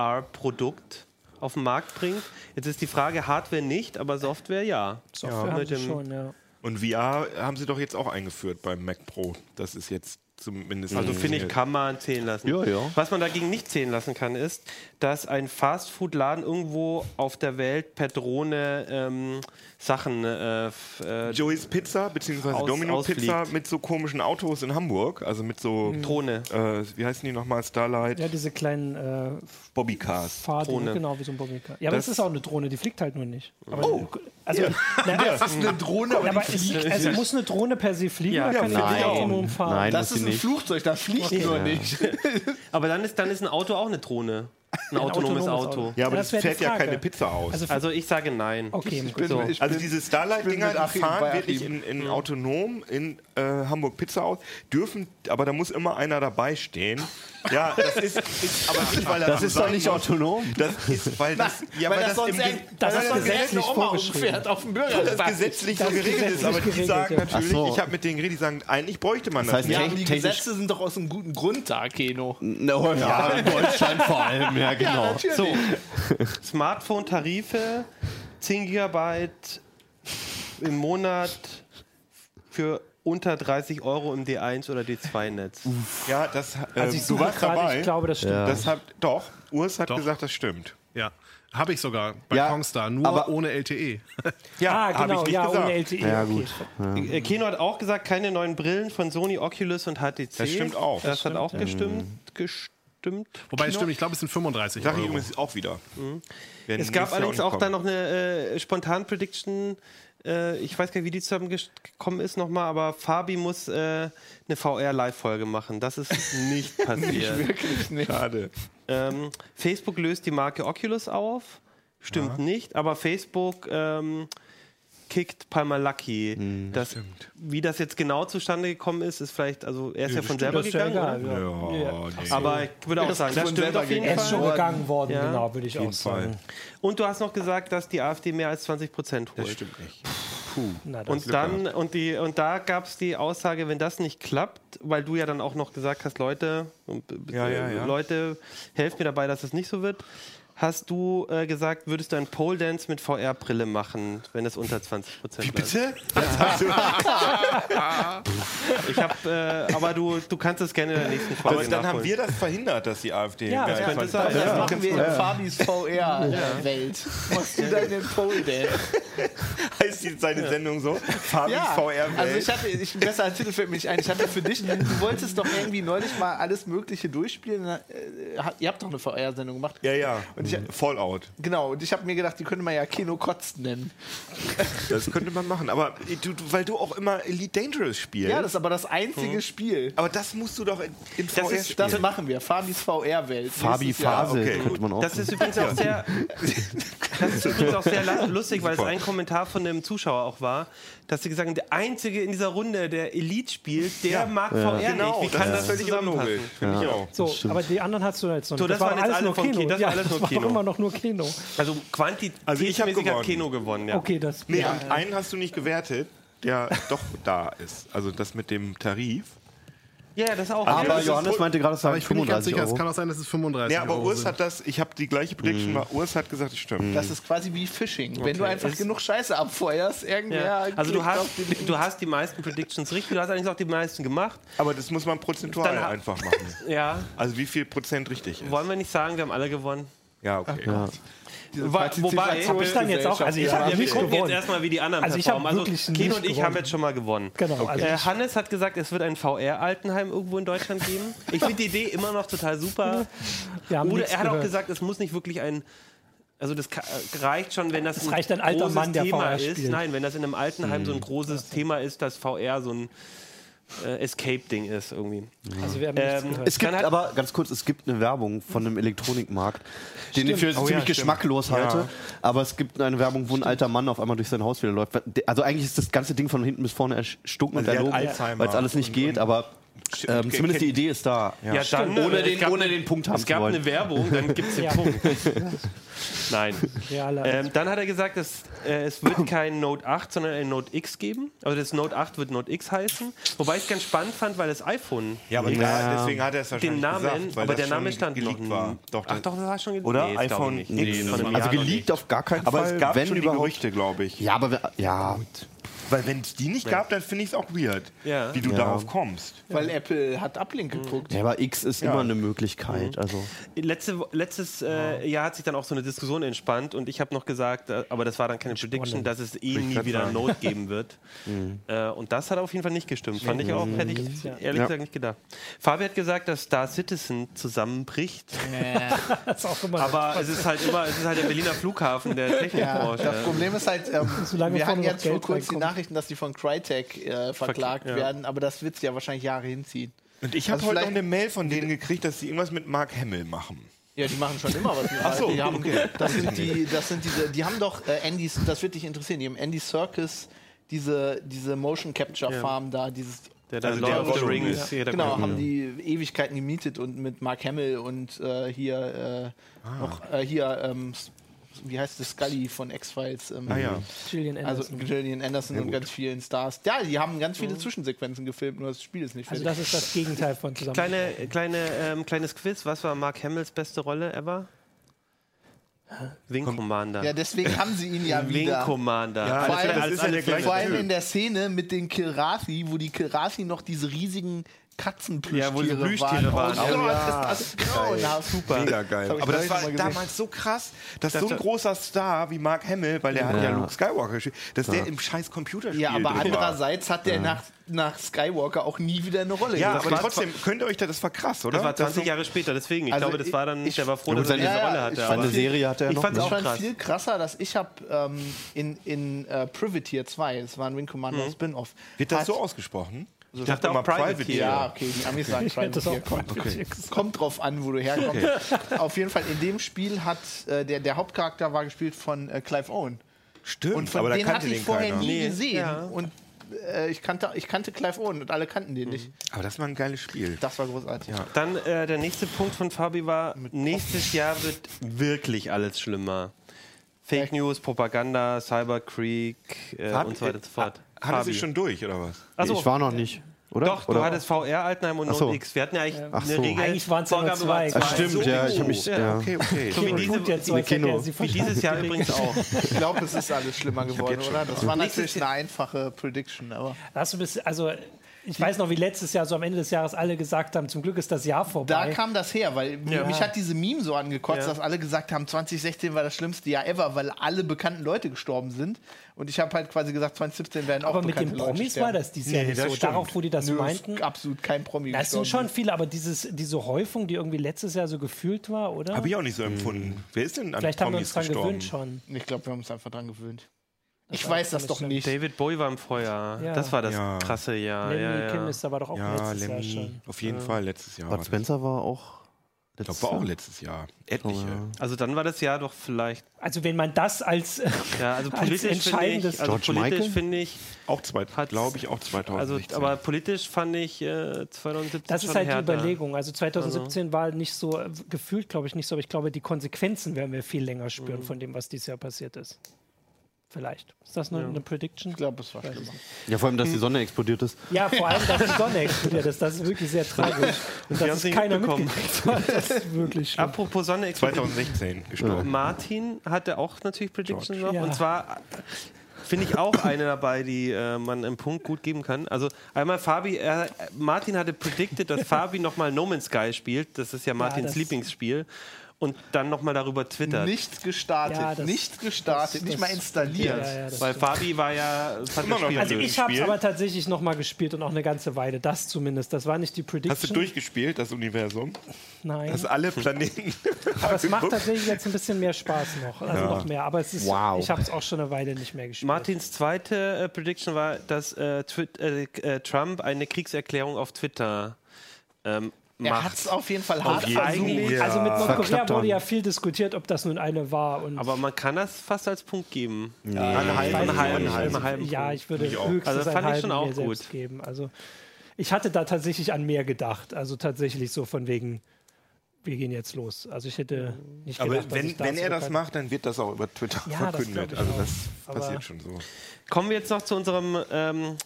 VR-Produkt auf den Markt bringt. Jetzt ist die Frage, Hardware nicht, aber Software ja. Software Ja. haben Mit sie dem- schon, ja. Und VR haben sie doch jetzt auch eingeführt beim Mac Pro. Das ist jetzt zumindest. Also finde ich, kann man zählen lassen. Mhm. Ja, ja. Was man dagegen nicht zählen lassen kann, ist, dass ein Fastfood-Laden irgendwo auf der Welt per Drohne ähm, Sachen äh, f- äh, Joey's Pizza bzw. Aus- Domino Pizza ausfliegt. Mhm. mit so komischen Autos in Hamburg, also mit so Drohne. äh, wie heißen die nochmal Starlight Ja, diese kleinen äh, Bobbycars. Fahrdrohne, Drohne. genau, wie so ein Bobbycar. Ja, aber das, Das- ist auch eine Drohne, die fliegt halt nur nicht. Oh. Aber also, na, Das ist eine Drohne, aber, aber die es, fliegt. also muss eine Drohne per se fliegen Ja, oder kann ja, die nicht nein. autonom fahren? Nein, Das muss ist sie ein nicht. Flugzeug, das fliegt nur nicht. Aber dann ist, dann ist ein Auto auch eine Drohne. Ein, autonomes, autonomes Auto. Auto. Ja, aber Ja, das, das wär die fährt ja Frage. keine Pizza aus. Also, Also- Also ich sage nein. Okay, Ich bin, So. ich bin, diese Starlight-Dinger, ich bin mit die Achim fahren bei wirklich in, Achim. in autonom in äh, Hamburg Pizza aus, dürfen, aber da muss immer einer dabei stehen. Ja, das ist, ist aber nicht, weil er Das so ist doch sein nicht muss. autonom. Das ist, weil das, ja, weil das sonst im Ge- ein- das weil ist das gesetzlich gesetzlich eine Oma vorgeschrieben. umfährt auf dem Bürger. das gesetzlich so geregelt ist, gesetzlich aber die geregelt, sagen ja. natürlich, Ach so. ich habe mit denen geredet, die sagen, eigentlich bräuchte man das, Das heißt, nicht. Ja, Ja, aber die technisch- Gesetze sind doch aus einem guten Grund da, Keno. Genau. No, ja, in Deutschland vor allem, ja genau. So, Smartphone-Tarife, 10 Gigabyte im Monat für unter 30 Euro im D1 oder D2-Netz. Ja, das, äh, Also ich du suche warst gerade, dabei. ich glaube, das stimmt. das hat, doch, Urs hat Doch. gesagt, das stimmt. Ja. Habe ich sogar bei Ja, Kongstar, nur aber- ohne E. LTE. Ah, Ja, hab genau, ich nicht ja, gesagt. ohne LTE. Ja, okay. gut. Äh, Keno hat auch gesagt, keine neuen Brillen von Sony, Oculus und HTC. Das stimmt auch. Das, hat auch gestimmt. gestimmt. Wobei, es stimmt, ich glaube, es sind 35 Sag ich Euro. übrigens auch wieder. Werden Es gab nächstes Jahr allerdings nicht auch kommen. dann noch eine äh, spontan Prediction. Äh, ich weiß gar nicht, wie die zusammengekommen ist nochmal, aber Fabi muss äh, eine VR-Live-Folge machen. Das ist nicht passiert. Schade. Ähm, Facebook löst die Marke Oculus auf. Stimmt nicht, aber Facebook ähm, kickt Palmer Lucky. Hm, das, wie das jetzt genau zustande gekommen ist, ist vielleicht, also er ist ja, von selber Das ist ja gegangen. egal. oder? Ja. Ja, Oh, nee. Aber ich würde auch sagen, das von stimmt selber auf jeden Er ist Fall. schon gegangen worden, Ja. genau, würde ich auch Fall. sagen. Und du hast noch gesagt, dass die AfD mehr als 20 Prozent holt. stimmt nicht. Na, das Und dann, und die, und da gab es die Aussage, wenn das nicht klappt, weil du ja dann auch noch gesagt hast, Leute, b- Ja, ja, äh, ja. Leute, helft mir dabei, dass es nicht so wird. Hast du äh, gesagt, würdest du einen Pole Dance mit VR-Brille machen, wenn es unter 20 Prozent bleibt? Bitte? Ich hab, äh, aber du, du kannst es gerne in der nächsten Folge Aber dann haben nachholen. wir das verhindert, dass die AfD Ja, geil das könnte fand. sein. Das Ja. machen wir in Fabis VR-Welt. Machst du deine Pole Dance? Heißt die, seine Sendung so? Fabis Ja, VR-Welt. also ich hatte, ich, besser Titel fällt mir nicht ein. Ich hatte für dich, du wolltest doch irgendwie neulich mal alles Mögliche durchspielen. Äh, hat- Ihr habt doch eine VR-Sendung gemacht. ja, ja. Fallout. Genau, und ich habe mir gedacht, die könnte man ja Kino Kotz nennen. Das könnte man machen. Aber du, du, weil du auch immer Elite Dangerous spielst. Ja, das ist aber das einzige Spiel. aber das musst du doch in, in VR Das, ist, das machen wir. Fabis VR-Welt. Fabi Nächstes Jahr. Phase okay. könnte man auch. Das ist übrigens auch sehr, das ist übrigens auch sehr la- lustig, weil es Super. ein Kommentar von einem Zuschauer auch war, dass sie gesagt haben, der Einzige in dieser Runde, der Elite spielt, der mag VR Genau, nicht. Wie kann das, unlogisch. zusammenpassen? Finde ich auch. so, aber die anderen hast du ja jetzt noch So, das waren war jetzt alle vom Kino. Das ja, war alles nur das war Kino. doch immer noch nur Kino. Also Quanti Also ich hab gewonnen. hat Keno gewonnen, ja. Okay, das. Nee, ja. und einen hast du nicht gewertet, der doch da ist. Also das mit dem Tarif. Ja, ja, das auch. aber ja, Johannes meinte gerade, es Aber waren ich bin nicht ganz 35 sicher, es Euro. kann auch sein, dass es 35 Ja, aber Euro Urs sind. hat das, ich habe die gleiche Prediction, weil Urs hat gesagt, es stimmt. Das ist quasi wie Phishing. Wenn du einfach genug Scheiße abfeuerst, irgendwer. ja. Also du klickt hast, auf den Link. du hast die meisten Predictions richtig, du hast eigentlich auch die meisten gemacht. Aber das muss man prozentual Dann ha- einfach machen. Ja, Also wie viel Prozent richtig ist. wollen wir nicht sagen, wir haben alle gewonnen. Ja, okay. Wa- Wobei, hab ich dann jetzt auch. Also ich Ja, habe ja wir nicht gucken jetzt gewonnen. erstmal, wie die anderen Also ich hab performen. wirklich also Keno nicht und ich gewonnen. haben jetzt schon mal gewonnen. Genau. Also Äh, ich, Hannes hat gesagt, es wird ein VR-Altenheim irgendwo in Deutschland geben. Ich finde die Idee immer noch total super. wir haben Oder nichts er hat auch gehört. gesagt, es muss nicht wirklich ein. Also das ka- reicht schon, wenn das, Es reicht ein alter Mann, der Thema VR ist. spielt. Hm. Nein, wenn das in einem Altenheim so ein großes Thema ist, dass VR so ein äh, Escape-Ding ist irgendwie. Also wir haben Ähm, nichts gehört. Es gibt Dann hat- aber, ganz kurz, es gibt eine Werbung von einem Elektronikmarkt, den ich für Oh ja, ziemlich stimmt. geschmacklos halte. Aber es gibt eine Werbung, wo ein alter Mann auf einmal durch sein Haus wieder läuft. Also eigentlich ist das ganze Ding von hinten bis vorne Also erstunken und der hat erlogen, Alzheimer weil es alles nicht und- geht, aber ähm, zumindest die Idee ist da. Ja, dann, äh, Ohne, es den, gab, ohne den Punkt haben es zu gab wollen. eine Werbung, dann gibt es den Ja. Punkt. Nein. Ja, alle- Ähm, dann hat er gesagt, dass, äh, es wird kein Note 8, sondern ein Note X geben. Also das Note 8 wird Note X heißen. Wobei ich es ganz spannend fand, weil das iPhone Ja, aber klar, deswegen hat er es wahrscheinlich den Namen, gesagt, weil aber das der schon Name stand noch geleakt war. Doch, Ach das- doch, das war schon geleakt. Oder? das glaub iPhone ich Von X das einem war- Jahr also noch nicht. geleakt auf gar keinen Aber Fall. es gab wenn schon die überhaupt. Gerüchte, glaube ich. Ja, aber wir- ja, Weil wenn es die nicht gab, dann finde ich es auch weird, Ja. wie du Ja. darauf kommst. Weil Apple hat Uplink geguckt. ja, aber X ist immer eine Möglichkeit. Also. Letzte, Wo- letztes äh, Jahr hat sich dann auch so eine Diskussion entspannt und ich habe noch gesagt, äh, aber das war dann keine Prediction, dass es eh nie grad wieder ein sagen. Mhm. Note geben wird. äh, und das hat auf jeden Fall nicht gestimmt. Fand ich auch, Mhm. hätte ich ehrlich gesagt nicht gedacht. Fabi hat gesagt, dass Star Citizen zusammenbricht, das ist auch immer aber es ist halt immer, es ist halt der Berliner Flughafen der Technikbranche. Das Problem ist halt, ähm, Solange wir vorne hatten noch jetzt vor Geld kurzem die reinkommt. Nachrichten, dass die von Crytek äh, verklagt ja. werden, aber das wird sich ja wahrscheinlich Jahre hinziehen. Und ich habe Also heute noch vielleicht- eine Mail von denen gekriegt, dass sie irgendwas mit Mark Hamill machen. Ja, die machen schon immer was. Mit Ach so, die haben, okay. das sind die, das sind diese, die haben doch äh, Andy's, das wird dich interessieren, die haben Andy Circus, diese, diese Motion Capture Farm da, dieses Der dann Also der Lord of the Rollstuhl Rings. ist. jeder Genau, kommt. haben die Ewigkeiten gemietet und mit Mark Hamill und äh, hier äh, Ah. noch äh, hier ähm, s- wie heißt das Scully von X-Files. Ähm, Naja. Julian Also Anderson. Gillian Anderson und ganz vielen Stars. Ja, die haben ganz Mhm. viele Zwischensequenzen gefilmt, nur das Spiel ist nicht Also fertig. das ist das Gegenteil von zusammen. Kleine, kleine, ähm, kleines Quiz, was war Mark Hamills beste Rolle ever? Wing Commander. ja, deswegen haben sie ihn ja Wing wieder. Commander. Ja, Alles- Vor allem, das alles- ist ja alles- der gleiche Vor allem Typ. in der Szene mit den Kilrathi, wo die Kilrathi noch diese riesigen Katzenplüschtiere Ja, wo die Plüschtiere waren. waren. Oh, Oh Gott, das ist grauenhaft. super. Mega geil. hab ich Aber das neulich noch war mal gesehen. damals so krass, dass so ein da- großer Star wie Mark Hamill, weil der hat ja Luke Skywalker gespielt, dass der im scheiß Computerspiel Ja, aber drin war. andererseits hat der nach, nach Skywalker auch nie wieder eine Rolle Ja, gespielt. aber trotzdem, könnt ihr euch da, das war krass, oder? Das war 20 Dass so- Jahre später, deswegen. Ich Also glaube, das ich- war dann, ich- der war froh, Ja, dass er gut, diese seine- Rolle hatte. ich aber- Seine Serie hat er ich noch. fand's ne? auch Ich fand krass. viel krasser, dass ich habe ähm, in, in äh, Privateer 2, es war ein Wing Commander Spin-Off. Mhm. Wird das hat- so ausgesprochen? Ich dachte auch Privateer. Ja, okay, die Amis sagen hätte das auch Privateer. Kommt, kommt drauf an, wo du herkommst. Auf jeden Fall, in dem Spiel hat äh, der, der Hauptcharakter war gespielt von äh, Clive Owen. Stimmt, Und von aber da den kannte hatte ich den vorher keiner. nie Nee, gesehen. ja. Und äh, ich, kannte, ich kannte Clive Owen und alle kannten den nicht. Aber das war ein geiles Spiel. Das war großartig. Dann äh, der nächste Punkt von Fabi war, nächstes Jahr wird wirklich alles schlimmer. Fake News, Propaganda, Cyberkrieg äh, und so weiter und so fort. Hatte sie Fabi. schon durch, oder was? Achso, ich war noch nicht, oder? doch, oder? du hattest VR, Altenheim und Ach so. NoteX. Wir hatten ja eigentlich eine so. Regel. Eigentlich waren's ja nur Vorgabe zwei. war Ah, stimmt, So, ja, ich habe mich. Ja, Ja. okay, okay. So wie Tut diese- jetzt so, als hätte Kino. er sie Wie verstanden. dieses Jahr übrigens auch. Ich glaube, es ist alles schlimmer geworden, oder? Das war natürlich eine einfache Prediction, aber Hast du bis, also ich weiß noch, wie letztes Jahr so am Ende des Jahres alle gesagt haben, zum Glück ist das Jahr da vorbei. kam das her, weil mich hat diese Meme so angekotzt, dass alle gesagt haben, 2016 war das schlimmste Jahr ever, weil alle bekannten Leute gestorben sind. Und ich habe halt quasi gesagt, 2017 werden auch aber mit den bekannte Leute Promis sterben. war das dieses Jahr nicht das so. stimmt. Darauf, wo die das Nö, meinten. ist absolut kein Promi. Das sind gestorben. schon viele, aber dieses, diese Häufung, die irgendwie letztes Jahr so gefühlt war, oder? Habe ich auch nicht Hm. so empfunden. Wer ist denn an Vielleicht haben wir uns Promis dran gestorben? gewöhnt schon. Ich glaube, wir haben uns einfach dran gewöhnt. ich war weiß ziemlich das doch schlimm. nicht. David Bowie war im Feuer. Ja. Das war das Ja. krasse Jahr. Lemmy Ah, Ja, ja. Kilmister war doch auch Ja, letztes Jahr Lemmy. schon. Auf jeden Fall, letztes Jahr. Bud War das. Spencer war auch. Ich glaube, war auch letztes Jahr. Etliche. Also dann war das Jahr doch vielleicht. Also wenn man das als Ja, also Als politisch finde ich, entscheidendes- also George politisch Michael? finde ich, Auch zwei, Hat's- glaube ich, auch also 2016. aber politisch fand ich äh, 2017 das schon ist halt härter. die Überlegung. Also 2017 war nicht so äh, gefühlt, glaube ich nicht so, aber ich glaube, die Konsequenzen werden wir viel länger spüren von dem, was dieses Jahr passiert ist. Vielleicht. Ist das nur eine Prediction? Ich glaube, es war schlimmer. Ja, vor allem, dass die Sonne explodiert ist. Ja, vor allem, dass die Sonne explodiert ist. Das ist wirklich sehr tragisch. haben's Und dass es nicht keiner mitbekommen. mitgekriegt hat. Das ist wirklich schlimm. Apropos Sonne explodiert. 2016 gestorben. Martin hatte auch natürlich Predictions noch. Ja. Und zwar äh, finde ich auch eine dabei, die äh, man im Punkt gut geben kann. Also einmal Fabi, äh, Martin hatte predicted, dass Fabi nochmal No Man's Sky spielt. Das ist ja Martins das- Lieblingsspiel. Und dann nochmal darüber twittert. Nicht gestartet, Ja, das- nicht gestartet, das- nicht das- mal installiert. Ja, ja, das Weil Fabi war ja. das hat Immer das Spiel noch nicht. Also gelöst. ich habe es Spiel. aber tatsächlich nochmal gespielt und auch eine ganze Weile. Das zumindest. Das war nicht die Prediction. Hast du durchgespielt, das Universum? Nein. Hast alle Planeten. aber es macht tatsächlich jetzt ein bisschen mehr Spaß noch. Also noch mehr. Aber es ist, Wow. ich habe es auch schon eine Weile nicht mehr gespielt. Martins zweite äh, Prediction war, dass äh, Twit äh, äh, Trump eine Kriegserklärung auf Twitter ähm, Er hat macht. es auf jeden Fall hart jeden versucht. Fall. also mit Nordkorea Verknappt wurde ja haben. viel diskutiert, ob das nun eine war. Und Aber man kann das fast als Punkt geben. Ja, Ich weiß einen nicht, halben, einen ob halben, einen halben. Ja, Punkt. ich würde auch. höchstens Also also, fand einen ich halben schon mir auch selbst gut. geben. Also ich hatte da tatsächlich an mehr gedacht. Also tatsächlich so von wegen, wir gehen jetzt los. Also ich hätte nicht gedacht, Aber dass ich wenn, da wenn so er das bekannt- macht, dann wird das auch über Twitter Ja, das glaub verkündet. ich also auch. das Aber- passiert schon so. Kommen wir jetzt noch zu unserem ähm,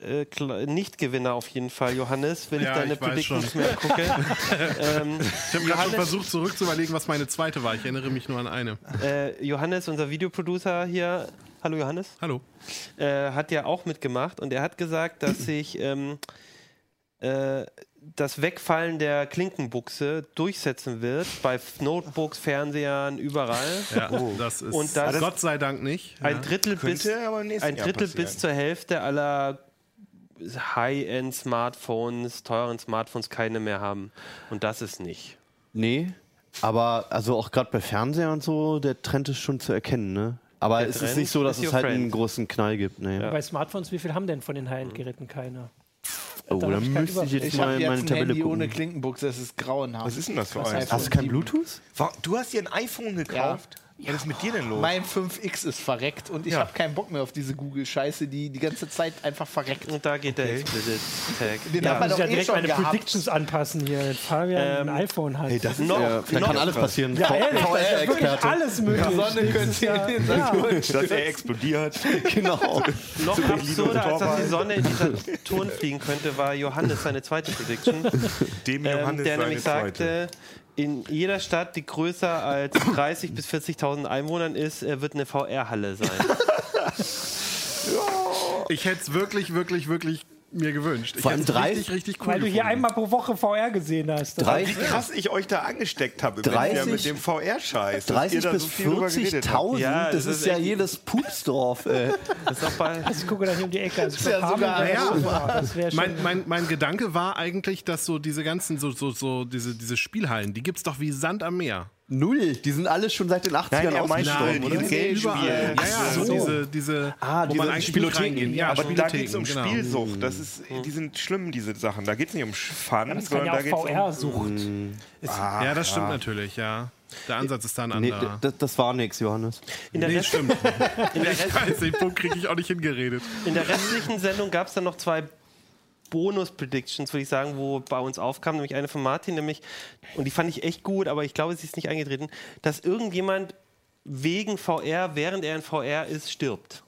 äh, Kla- Nichtgewinner auf jeden Fall, Johannes, wenn Ja, ich deine ich weiß Predictions schon. mehr gucke. ähm, Ich habe gerade schon Johannes- versucht, zurückzuüberlegen, was meine zweite war. Ich erinnere mich nur an eine. äh, Johannes, unser Videoproducer hier, hallo Johannes, Hallo. äh, hat ja auch mitgemacht und er hat gesagt, dass sich ähm, äh, das Wegfallen der Klinkenbuchse durchsetzen wird bei F- Notebooks, Fernsehern, überall. Ja, Oh. das ist Und das- Gott sei Dank nicht. Ein Drittel bis Könnte aber im nächsten ein Jahr Drittel passieren. bis zur Hälfte aller High-End-Smartphones, teuren Smartphones keine mehr haben. Und das ist nicht. Nee, aber also auch gerade bei Fernseher und so, der Trend ist schon zu erkennen, ne? Aber Der es ist Trend nicht so, dass is es your halt friend. einen großen Knall gibt. ne? Nee. Bei Smartphones, wie viel haben denn von den High-End-Geräten Mhm. keiner? Da Oh, hab ich dann keinen müsste ich Überblick. jetzt Ich mal habe in jetzt meine ein Tabelle Handy ohne gucken. Klinkenbuchse, das ist grauenhaft. Was ist denn das für eins? Hast du kein Sieben. Bluetooth? Wa- Du hast dir ein iPhone gekauft? Was ist mit dir denn los? Mein 5X ist verreckt und ich habe keinen Bock mehr auf diese Google-Scheiße, die die ganze Zeit einfach verreckt. Und da geht der Explicit-Tag. Den Da hat man muss ich doch ja eh direkt schon meine gehabt. Ähm, Predictions anpassen hier. Fabian ein iPhone hat. Hey, Noch, Da kann noch, alles passieren. genau. ja, ehrlich, das ist ja wirklich VR-Experte. alles möglich. Sonne könnte in den Dass er explodiert. Genau. noch absurder, als dass die Sonne in die Saturn fliegen könnte, war Johannes seine zweite Prediction, Dem ähm, Johannes der seine nämlich zweite. sagte, in jeder Stadt, die größer als 30.000 bis 40.000 Einwohnern ist, äh, wird eine VR-Halle sein. Ich hätte es wirklich, wirklich, wirklich mir gewünscht. Ich Vor allem hätt's drei- richtig, richtig cool Weil du hier gefunden. einmal pro Woche VR gesehen hast. Das Wie 30, krass ich euch da angesteckt habe im 30 Winter mit dem VR-Scheiß. dass ihr 30 da bis so viel drüber geredet habt. 40.000, Ja, das, das ist ist ja echt- jedes Pupsdorf, äh, ey. Das ist auch bei, Ich gucke dann hier um die Ecke. Also ja Fabian sogar- wäre Ja. super. Das wäre schon. Mein, mein, mein Gedanke war eigentlich, dass so diese ganzen, so, so, so diese, diese Spielhallen, die gibt's doch wie Sand am Meer. Null. Die sind alle schon seit den 80ern er meinte ausgestorben, die oder? sind- eh Geldspiel. Überall. Ja, ja, so. so. diese, diese wo Ah, man diese eigentlich nicht Spielotheken. reingehen. Ja, Aber da Spielotheken, geht es um genau. Spielsucht. Das ist, die sind schlimm, diese Sachen. Da geht es nicht um Fun, Das kann sondern ja da auch geht es um VR-Sucht. Ja, das stimmt natürlich, ja. Der Ansatz ist da ein Nee, anderer. das, das war nix, Johannes. in, der Nee, Rest, stimmt. in, der Ich Rest, weiß, den Punkt kriege ich auch nicht hingeredet. in der restlichen Sendung gab es dann noch zwei Bonus-Predictions, würde ich sagen, wo bei uns aufkam, nämlich eine von Martin, nämlich, und die fand ich echt gut, aber ich glaube, sie ist nicht eingetreten, dass irgendjemand wegen VR, während er in VR ist, stirbt.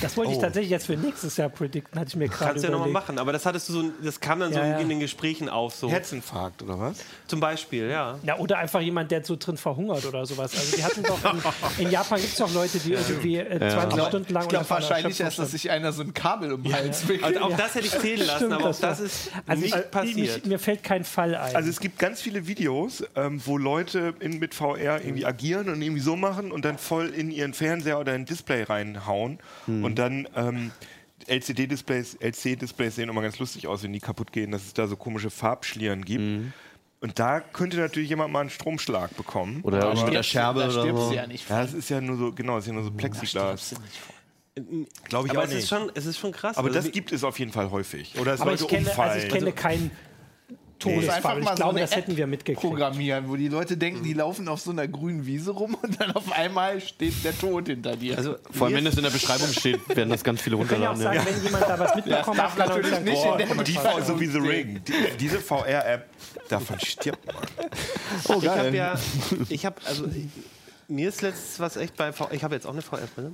Das wollte ich tatsächlich jetzt für nächstes Jahr predikten, hatte ich mir gerade Kannst du ja nochmal überlegt. machen, aber das hattest du so, ein- das kam dann so Ah, Ja, in, ja. in den Gesprächen auf, so Herzinfarkt oder was? zum Beispiel, ja. Na, oder einfach jemand, der so drin verhungert oder sowas. Also die hatten doch in, in Japan gibt es doch Leute, die irgendwie äh, 20 Stunden lang Ich glaube unter voller wahrscheinlich Erschöpfung erst, dass sich einer so ein Kabel um den Hals wickelt. Also auch das hätte ich zählen lassen, Stimmt, aber auch das war- das ist also äh, nicht ich, passiert. Mich, mir fällt kein Fall ein. Also es gibt ganz viele Videos, ähm, wo Leute in, mit VR irgendwie agieren und irgendwie so machen und dann voll in ihren Fernseher oder ein Display reinhauen und dann ähm, LCD-Displays, LCD-Displays sehen immer ganz lustig aus, wenn die kaputt gehen, dass es da so komische Farbschlieren gibt. Und da könnte natürlich jemand mal einen Stromschlag bekommen. Oder Da mit der stirbst du- Scherbe da oder stirbst du so. ja nicht. Ja, das ist ja nur so, genau, das ist ja nur so Plexiglas. Äh, Glaube ich aber auch es nicht. ist, schon, es ist schon krass. Aber also das wie- gibt es auf jeden Fall häufig. Oder es aber Leute ich kenne, umfallen. Also also ich kenne keinen Todesfall. Ich glaube, das hätten wir mitgekriegt. Programmieren, wo die Leute denken, Mhm. die laufen auf so einer grünen Wiese rum und dann auf einmal steht der Tod hinter dir. also, Vor allem, wenn es in der Beschreibung steht, werden das ganz viele kann ja auch Genau, runterladen. sagen, ja. wenn jemand da was mitbekommen darf hat, kann er uns natürlich sagen, nicht boah, in der komm, Die das war- VR, so wie The Ring. Die, diese VR-App, davon stirbt man. Oh, ich habe geil. ja, ich habe, also ich, mir ist letztens was echt bei, VR ich habe jetzt auch eine VR-Brille.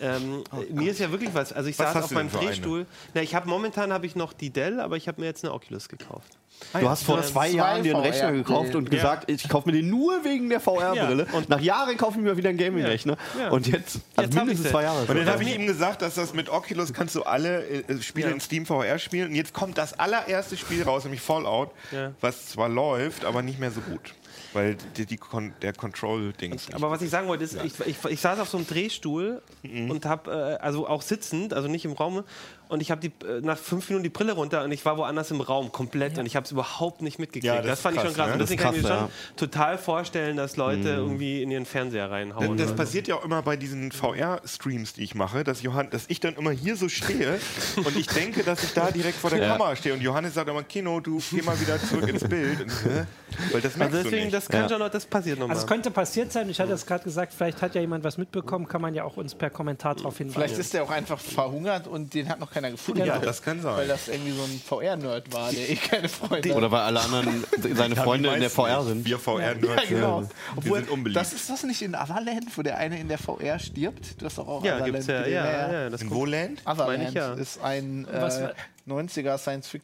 Ähm, mir ist ja wirklich was, also ich Oh Was saß hast auf du denn meinem für eine? Drehstuhl. Na, ich habe momentan habe ich noch die Dell, aber ich habe mir jetzt eine Oculus gekauft. Du hast vor zwei, zwei Jahren dir einen VR Rechner gekauft und gesagt, ich kaufe mir den nur wegen der VR-Brille. Ja, und- Nach Jahren kaufe ich mir wieder einen Gaming-Rechner. ja. Und jetzt, Jetzt also hab mindestens ich's zwei jetzt. Jahre. Und dann habe ich ihm gesagt, dass das mit Oculus kannst du alle äh, Spiele Ja. in Steam VR spielen. Und jetzt kommt das allererste Spiel raus, nämlich Fallout, Ja. was zwar läuft, aber nicht mehr so gut. Weil die, die Kon der Control-Dings. Aber was ich sagen wollte ist, ich, ich, ich saß auf so einem Drehstuhl Mhm. und habe, äh, also auch sitzend, also nicht im Raum, und ich habe äh, nach fünf Minuten die Brille runter und ich war woanders im Raum komplett und ich habe es überhaupt nicht mitgekriegt. Ja, das das, ist fand ich krass, schon krass. ne? Und deswegen Das kann ich ist mir schon krass, total vorstellen, dass Leute irgendwie in ihren Fernseher reinhauen. Das passiert ja auch immer bei diesen VR-Streams, die ich mache, dass, Johann, dass ich dann immer hier so stehe und ich denke, dass ich da direkt vor der Ja. Kamera stehe. Und Johannes sagt immer, Kino, du geh mal wieder zurück ins Bild. Und, äh, weil das merkst also du deswegen, nicht. das kann Ja. schon noch, das passiert nochmal. Also es könnte passiert sein, ich hatte es gerade gesagt, vielleicht hat ja jemand was mitbekommen, kann man ja auch uns per Kommentar darauf hinweisen. Vielleicht ist der auch einfach verhungert und den hat noch keiner gefunden. ja, das kann sein. Weil das irgendwie so ein VR-Nerd war, der eh keine Freunde hat. Oder weil alle anderen seine Ja, die Freunde in der meisten VR sind. Wir VR-Nerds. Ja, genau. Wir sind unbeliebt. das ist das nicht in Otherland, wo der eine in der VR stirbt? Du hast doch auch ja, Otherland gibt's ja, gesehen, ja, ja. ja, ja, das in kommt. Woland? Otherland Meine ich ja. ist ein Was äh, war- Ah. 90er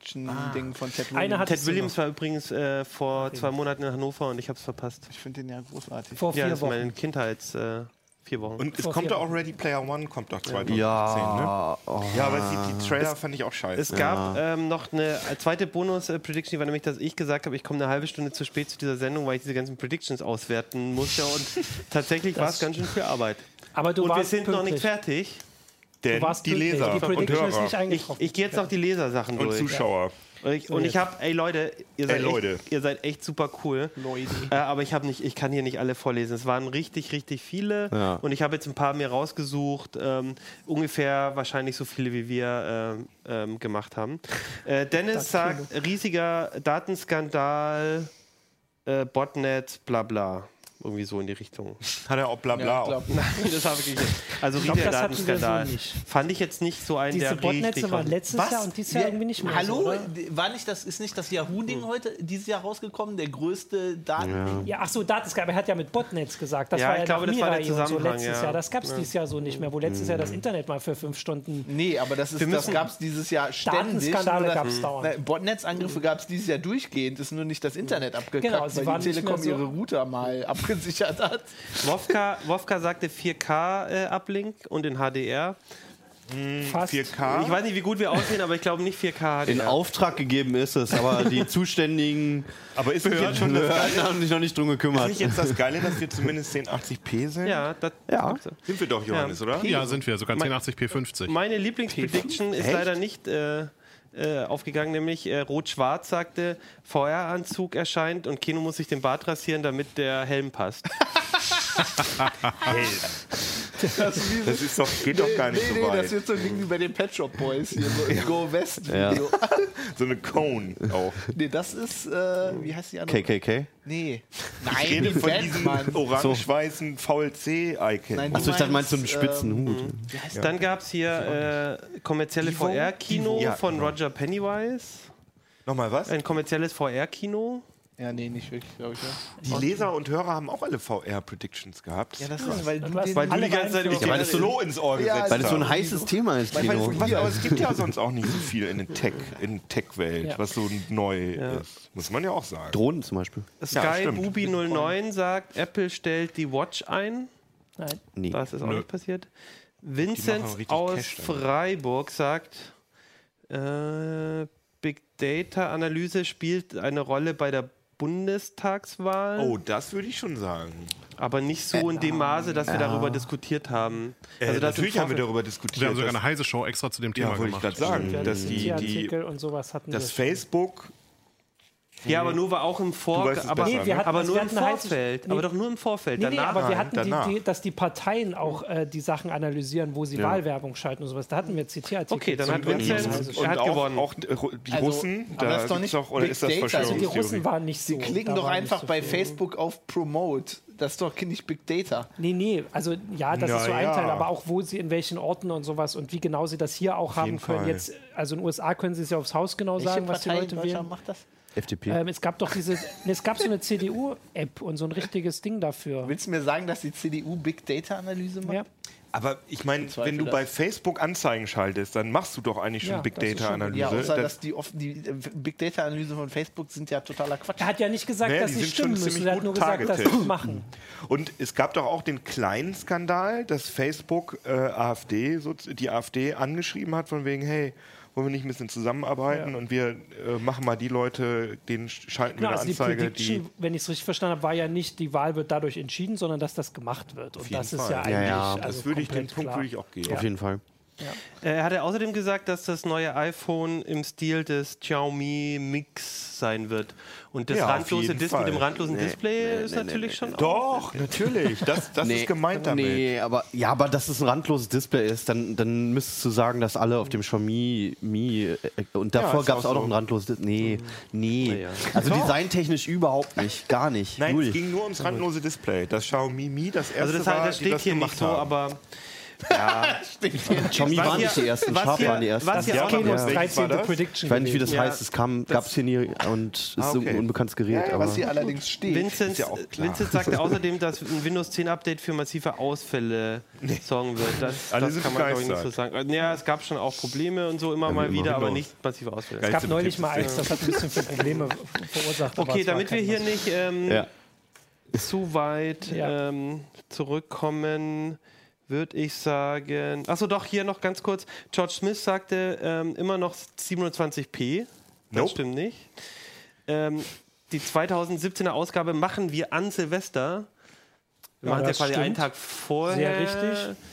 Science-Fiction-Ding von Ted Williams. Einer hat Ted Williams war übrigens äh, vor zwei Monaten in Hannover und ich habe es verpasst. ich finde den ja großartig. vor Ja, vier das ist Wochen. meine Kindheits... Äh, Vier Wochen. Und es Vor kommt vier doch auch Ready Player One, kommt doch 2010, ne? Ja. Oh. Ja, aber die, die Trailer fand ich auch scheiße. Es gab ähm, noch eine zweite Bonus-Prediction, die war nämlich, dass ich gesagt habe, ich komme eine halbe Stunde zu spät zu dieser Sendung, weil ich diese ganzen Predictions auswerten musste. Und tatsächlich war es ganz schön viel Arbeit. Aber du und wir warst sind noch nicht pünktlich. fertig. Denn Du warst die pünktlich. Leser Die und Prediction ist nicht Hörer Ich, eingetroffen. ich gehe jetzt noch die Lesersachen und durch. Zuschauer. Und ich, und ich habe, ey Leute, ihr seid, Leute. Echt, ihr seid echt super cool. Äh, aber ich habe nicht, ich kann hier nicht alle vorlesen. Es waren richtig, richtig viele. Ja. Und ich habe jetzt ein paar mir rausgesucht, ähm, ungefähr wahrscheinlich so viele wie wir ähm, ähm, gemacht haben. Äh, Dennis sagt riesiger Datenskandal, äh, Botnet, bla bla. Irgendwie so in die Richtung. Hat er auch Blabla Ich auf. glaub, Nein, das habe ich nicht. Also glaub, riesiger das hatten wir so Datenskandal. nicht. Fand ich jetzt nicht so einen, Diese der richtig Botnetze waren letztes Was? Jahr und dieses Jahr Wir- irgendwie nicht mehr. so, Hallo? oder? War nicht das, ist nicht das Yahoo-Ding heute dieses Jahr rausgekommen? Der größte Daten. Ja, ach so, Datenskandal. Er hat ja mit Botnetz gesagt. Das Ja, war ich ja glaube, nach das war der Mirai und so Zusammenhang, letztes ja. Mhm. Jahr. Das gab es dieses Jahr so nicht mehr, wo letztes Jahr das Internet mal für fünf Stunden. Nee, aber das, ist, Wir das müssen- gab es dieses Jahr ständig. Datenskandale Oder- gab es Na, dauernd. Botnetzangriffe gab es dieses Jahr durchgehend, ist nur nicht das Internet abgekackt, Genau, sie weil waren die nicht Telekom mehr so- ihre Router mal abgesichert hat. Wofka, Wofka sagte 4K-Uplink und in HDR. Mhm. Fast. 4K. Ich weiß nicht, wie gut wir aussehen, aber ich glaube nicht 4K HDR. In Auftrag gegeben ist es, aber die zuständigen aber ist das jetzt schon das Behörden haben sich noch nicht drum gekümmert. nicht jetzt das Geile, dass wir zumindest 1080p sind? ja, das Ja. Sind wir doch, Johannes, oder? Ja, sind wir. Sogar 1080p50. Meine Lieblingsprediction ist leider nicht äh, äh, aufgegangen, nämlich äh, Rot-Schwarz sagte, VR-Anzug erscheint und Keno muss sich den Bart rasieren, damit der Helm passt. Das ist doch, geht doch gar nicht nee, so nee, das weit. ist so ein Ding wie bei den Pet Shop Boys hier, so im Go West Video. So eine Cone auch. Nee, das ist, äh, wie heißt die andere? KKK? Nee. Ich Nein, rede die von Band, diesem Oh. Mann. orange-weißen Nein, VLC-Icon. die Achso, ich dachte, meinst du einen meinst, spitzen Hut? Wie heißt Dann gab es hier äh, kommerzielles VR-Kino Ja, von genau. Roger Pennywise. Nochmal was? Ein kommerzielles VR-Kino. äh, Ja, nee, nicht wirklich, glaube ich. Ja, Die Leser und Hörer haben auch alle VR-Predictions gehabt. ja das Hm, ist, weil du den weil du alle die ganze Zeit beeinflusst. nämlich Ja, weil den das so- Slow ins Ohr gesetzt Weil es so ein hast. heißes Thema ist, Weil- Kino. weil- was, aber es gibt ja sonst auch nicht so viel in den Tech, in der Tech-Welt, Ja. was so neu ist. Muss man ja auch sagen. Drohnen zum Beispiel. Ja, Sky stimmt. Bubi 09 sagt, Apple stellt die Watch ein. Nein. Nee. Das ist auch Nö. nicht passiert. machen aber Vinzenz richtig aus Cash damit. Freiburg sagt, äh, Big Data Analyse spielt eine Rolle bei der Bundestagswahl, Oh, das würde ich schon sagen. Also aber nicht so in dem Maße, dass wir darüber diskutiert haben. Also das natürlich im haben wir Vorfeld- darüber Wir haben diskutiert. sogar eine dass- heiße Show extra zu dem Thema ja, wollte ich gemacht. gerade sagen, dass die, die, Artikel und sowas hatten das wir. Facebook Ja, aber nur war auch im Du Vorfeld. weißt es Aber, besser, ne? Nee, wir hatten- aber das- nur wir im hatten heiß- Vorfeld. Nee. Aber doch nur im Vorfeld. Nee, nee, Danach. aber wir hatten danach. die, die, dass die Parteien auch äh, die Sachen analysieren, wo sie Wahlwerbung schalten und sowas. Da hatten wir CT-Artikel. Okay, dann zu. hat Vinzenz- Also, Er hat auch, gewonnen. auch die Also, Russen, aber da das ist doch gibt's nicht doch, oder Big ist das Data, also die Russen Verschwörungstheorie? waren nicht so. Sie klicken da doch war nicht einfach so bei viel. Facebook auf Promote. Das ist doch nicht Big Data. Nee, nee, also ja, das ist so ein Naja. Teil, aber auch wo sie in welchen Orten und sowas und wie genau sie das hier auch haben jeden können. Fall. Jetzt, also in den USA können sie es ja aufs Haus genau sagen, was die Leute wählen. macht das? FDP. Ähm, es gab doch diese, nee, es gab so eine CDU-App und so ein richtiges Ding dafür. Willst du mir sagen, dass die CDU Big Data Analyse macht? Ja. Aber ich meine, Zweifel wenn du das. bei Facebook Anzeigen schaltest, dann machst du doch eigentlich schon Ja, Big das ist schon- Data-Analyse. Ja, außer Das- dass die, off- die äh, Big Data Analyse von Facebook sind ja totaler Quatsch. Er hat ja nicht gesagt, Naja, dass die sie sind schon stimmen müssen, ziemlich er hat gut nur gesagt, dass sie targeted. es machen. Und es gab doch auch den kleinen Skandal, dass Facebook äh, AfD, so, die AfD angeschrieben hat, von wegen, hey, wollen wir nicht ein bisschen zusammenarbeiten und wir äh, machen mal die Leute, denen sch- schalten wir Genau, eine also die Anzeige, die. Prediction, wenn ich es richtig verstanden habe, war ja nicht, die Wahl wird dadurch entschieden, sondern dass das gemacht wird. Und jeden das ist Fall. ja eigentlich. Ja, ja. Also Das würde ich, den komplett Punkt klar. würde ich auch geben. Auf jeden Fall. Äh, hat er außerdem gesagt, dass das neue iPhone im Stil des Xiaomi Mix sein wird. Und das Ja, auf randlose jeden Dis Fall. mit dem randlosen Display nee, ist nee, natürlich nee, schon auch. Doch, natürlich. Das, das ist gemeint damit. Nee, aber, ja, aber dass es ein randloses Display ist, dann, dann müsstest du sagen, dass alle auf dem Xiaomi Mi. Äh, und davor ist gab es auch auch noch so. ein randloses Display. Nee, nee. ja. Also designtechnisch überhaupt nicht. Gar nicht. Nein, Null. es ging nur ums randlose Display. Das Xiaomi Mi, das erste Also das, war, das die steht das hier gemacht nicht so, haben. aber Xiaomi was hier- waren nicht die ersten. was Sharp hier- waren die ersten. was Das hier ist Ja, ja, aber Kenos welches war 13. das? Prediction. Ich weiß nicht, wie gewesen. das Ja, heißt. Es kam, gab es hier nie und es ist Ah, so okay. ein unbekanntes Gerät. Ja, aber was hier allerdings steht. Vincent, ja auch klar. Vincent sagte außerdem, dass ein Windows 10 Update für massive Ausfälle sorgen wird. Das, Alle das sind kann man glaube ich nicht so begeistert. sagen. Ja, es gab schon auch Probleme und so immer mal immer wieder, aber Windows. nicht massive Ausfälle. Geil. Es gab Vincent neulich tippt mal das Ding. eins, das hat ein bisschen für Probleme ver- verursacht. aber Okay, es war damit wir kein hier Maß. nicht ähm, Ja. zu weit ne? Ja. ähm, zurückkommen, würde ich sagen. Achso, doch, hier noch ganz kurz. George Smith sagte ähm, immer noch 27p. Das Nope. stimmt nicht. Ähm, die 2017er Ausgabe machen wir an Silvester. Wir Ja, machen es das ja quasi einen stimmt. Tag vorher. Sehr richtig.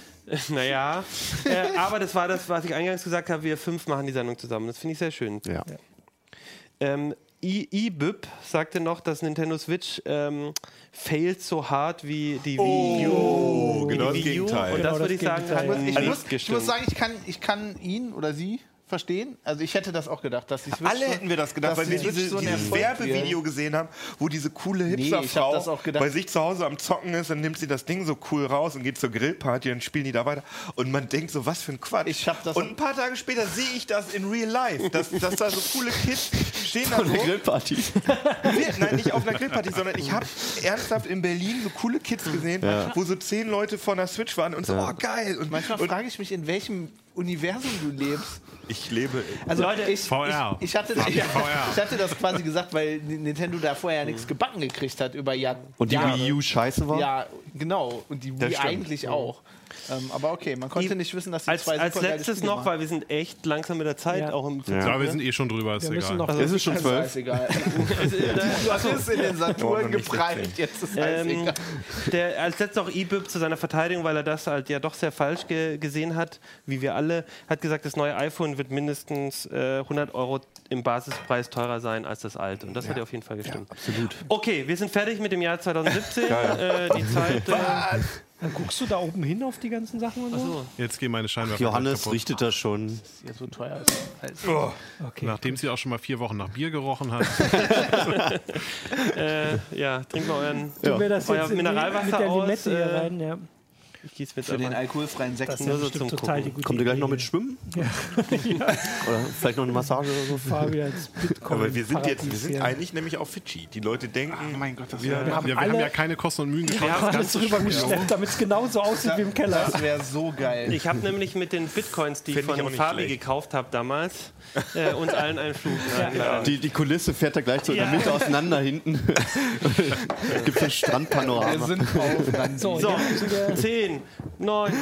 Naja, äh, aber das war das, was ich eingangs gesagt habe, wir fünf machen die Sendung zusammen. Das finde ich sehr schön. Ja. Ähm, I- IBIP sagte noch, dass Nintendo Switch ähm, failed so hart wie die Wii U. Oh, genau das die Wii U. Gegenteil. Und Genau das würde das ich sagen, Gegenteil. hat Ich nicht ich, muss, ich gestimmt. muss sagen, ich kann, ich kann ihn oder sie verstehen. Also ich hätte das auch gedacht, dass die Switch Alle so- hätten wir das gedacht, dass weil die wir Switch diese, ein dieses Erfolg Werbevideo gesehen haben, wo diese coole ich hab Hipsterfrau das auch gedacht. bei sich zu Hause am Zocken ist, dann nimmt sie das Ding so cool raus und geht zur Grillparty und spielen die da weiter. Und man denkt so, was für ein Quatsch. Ich hab das- und ein paar Tage später sehe ich das in real life, dass, dass da so coole Kids stehen da eine rum. Grillparty. Wir- Nein, nicht auf einer Grillparty, sondern ich habe ernsthaft in Berlin so coole Kids gesehen, wo so zehn Leute vor einer Switch waren und so, oh geil. Und Manchmal frage ich mich, in welchem Universum du lebst. ich lebe. Also ich, VR. Ich, ich, hatte, ich, VR. ich hatte das quasi gesagt, weil Nintendo da vorher ja nichts gebacken gekriegt hat über Jahr. Und die Jahre. Wii U scheiße war? Ja, genau. Und die Wii stimmt. eigentlich auch. Ähm, aber okay, man konnte nicht wissen, dass die als, zwei als supergeile letztes Spiele noch, machen. weil wir sind echt langsam mit der Zeit, Ja. auch im ne? Ja, wir sind eh schon drüber, ist Wir müssen egal. noch Es ist schon Das ist zwölf. scheißegal. Du hast es in den Oh, noch Saturn nicht gepreist, jetzt ist alles Ähm, egal. der, als letztes auch Ibib zu seiner Verteidigung, weil er das halt ja doch sehr falsch ge gesehen hat, wie wir alle, hat gesagt, das neue iPhone wird mindestens äh, 100 Euro im Basispreis teurer sein als das alte. Und das hat ja auf jeden Fall gestimmt. absolut. Okay, wir sind fertig mit dem Jahr 2017. äh, die Zeit. Äh, Dann Also guckst du da oben hin auf die ganzen Sachen und so? Jetzt gehen meine Scheinwerfer Johannes kaputt. richtet das schon. Ja, so teuer ist es halt. Nachdem sie auch schon mal vier Wochen nach Bier gerochen hat. äh, ja, trinkt mal euren. Tun wir das Euer jetzt in die, Mineralwasser mit der aus, Limette äh, hier rein, ja. Ich gieße mir jetzt Für den einfach. alkoholfreien Sekt. Das ist Nur ja so bestimmt zum total Gucken. die gute Kommt ihr gleich noch Idee. mit Schwimmen? Oder vielleicht noch eine Massage Also oder so? Fabians Bitcoin. Aber wir sind jetzt, wir Paradies sind hier. eigentlich nämlich auf Fidschi. Die Leute denken, Oh mein Gott, das Wir wäre haben Ja, wir alle haben ja keine Kosten und Mühen geschaut. Ja, das alles Ganze drüber zu spielen. geschleppt, damit es genauso aussieht wie im Keller. Das wäre so geil. Ich habe nämlich mit den Bitcoins, die ich Find ich auch von nicht Fabi schlecht. gekauft habe damals, äh, uns allen einen Flug eingeladen. Die, die Kulisse fährt da gleich so in Ja. der Mitte auseinander hinten. Gibt so ein Wir Strandpanorama. sind auf Land. So, So, jetzt wieder- 10, 9,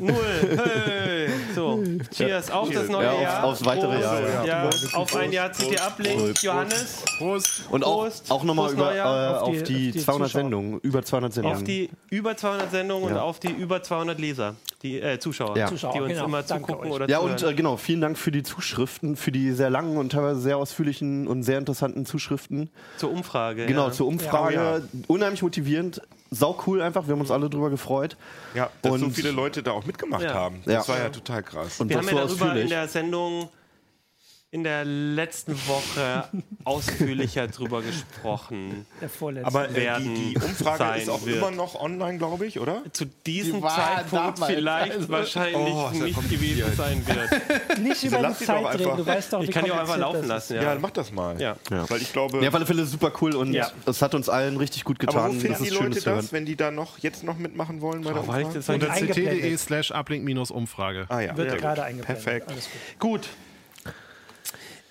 0, hey. So, cheers, auf das neue Ja, auf- Jahr. aufs weitere Prost. Jahr, ja. Ja, auf ein Jahr zieht ihr ablehnt, Prost. Johannes. Prost. Und auch, Prost. auch nochmal Prost, über Neujahr. äh, auf, die, 200 Zuschauer. Sendungen. Über 200 Sendungen. Auf die über 200 Sendungen und Ja. auf die über 200 Leser, die äh, Zuschauer, Ja. die Zuschauer, uns genau. immer Danke zugucken euch. oder ja, zuhören. und äh, genau, vielen Dank für die Zuschriften, für die sehr langen und teilweise sehr ausführlichen und sehr interessanten Zuschriften. zur Umfrage. Genau, ja. zur Umfrage. Ja. Unheimlich motivierend. Sau cool einfach, wir haben uns alle drüber gefreut. ja, dass so Und- viele Leute da auch mitgemacht Ja. haben. Das Ja. war ja total krass. Und Wir das haben ja so darüber in ausführlich. der Sendung in der letzten Woche ausführlicher drüber gesprochen. Der vorletzte. Aber äh, werden die, die Umfrage sein ist auch wird. immer noch online, glaube ich, oder? Zu diesem Die war Zeitpunkt damals, vielleicht also- wahrscheinlich Oh, ist ja nicht kompliziert. gewesen sein wird. nicht über lass die sie doch Zeit reden, einfach. du weißt doch, Ich wie kann die auch einfach kompliziert laufen das lassen. Ja, Ja. mach das mal. Ja. Ja. Weil ich glaube. Ja, auf alle Fälle super cool und Ja. es hat uns allen richtig gut getan. aber wo finden das ist die schön, Leute zu hören. das, wenn die da noch jetzt noch mitmachen wollen bei der Oh, war ich Umfrage? das war Unter ich- ct.de e slash uplink-umfrage. Ah ja, Wird sehr gerade gut. eingeblendet. Perfekt. Alles gut. Gut.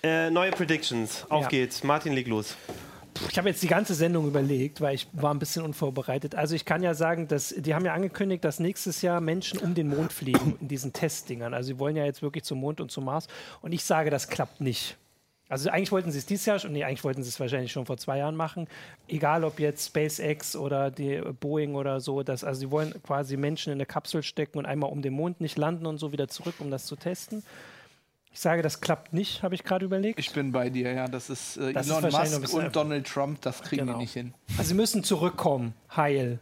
Äh, neue Predictions. Auf Ja. geht's. Martin, leg los. Ich habe jetzt die ganze Sendung überlegt, weil ich war ein bisschen unvorbereitet. Also ich kann ja sagen, dass die haben ja angekündigt, dass nächstes Jahr Menschen um den Mond fliegen in diesen Testdingern. Also sie wollen ja jetzt wirklich zum Mond und zum Mars. Und ich sage, das klappt nicht. Also eigentlich wollten sie es dieses Jahr schon, nee, eigentlich wollten sie es wahrscheinlich schon vor zwei Jahren machen. Egal ob jetzt SpaceX oder die äh, Boeing oder so, dass, also sie wollen quasi Menschen in eine Kapsel stecken und einmal um den Mond nicht landen und so wieder zurück, um das zu testen. Ich sage, das klappt nicht, habe ich gerade überlegt. Ich bin bei dir, ja. Das ist äh, Das ist Elon wahrscheinlich noch ein Musk bisschen und einfach. Donald Trump, das kriegen Genau. die nicht hin. Also sie müssen zurückkommen, heil.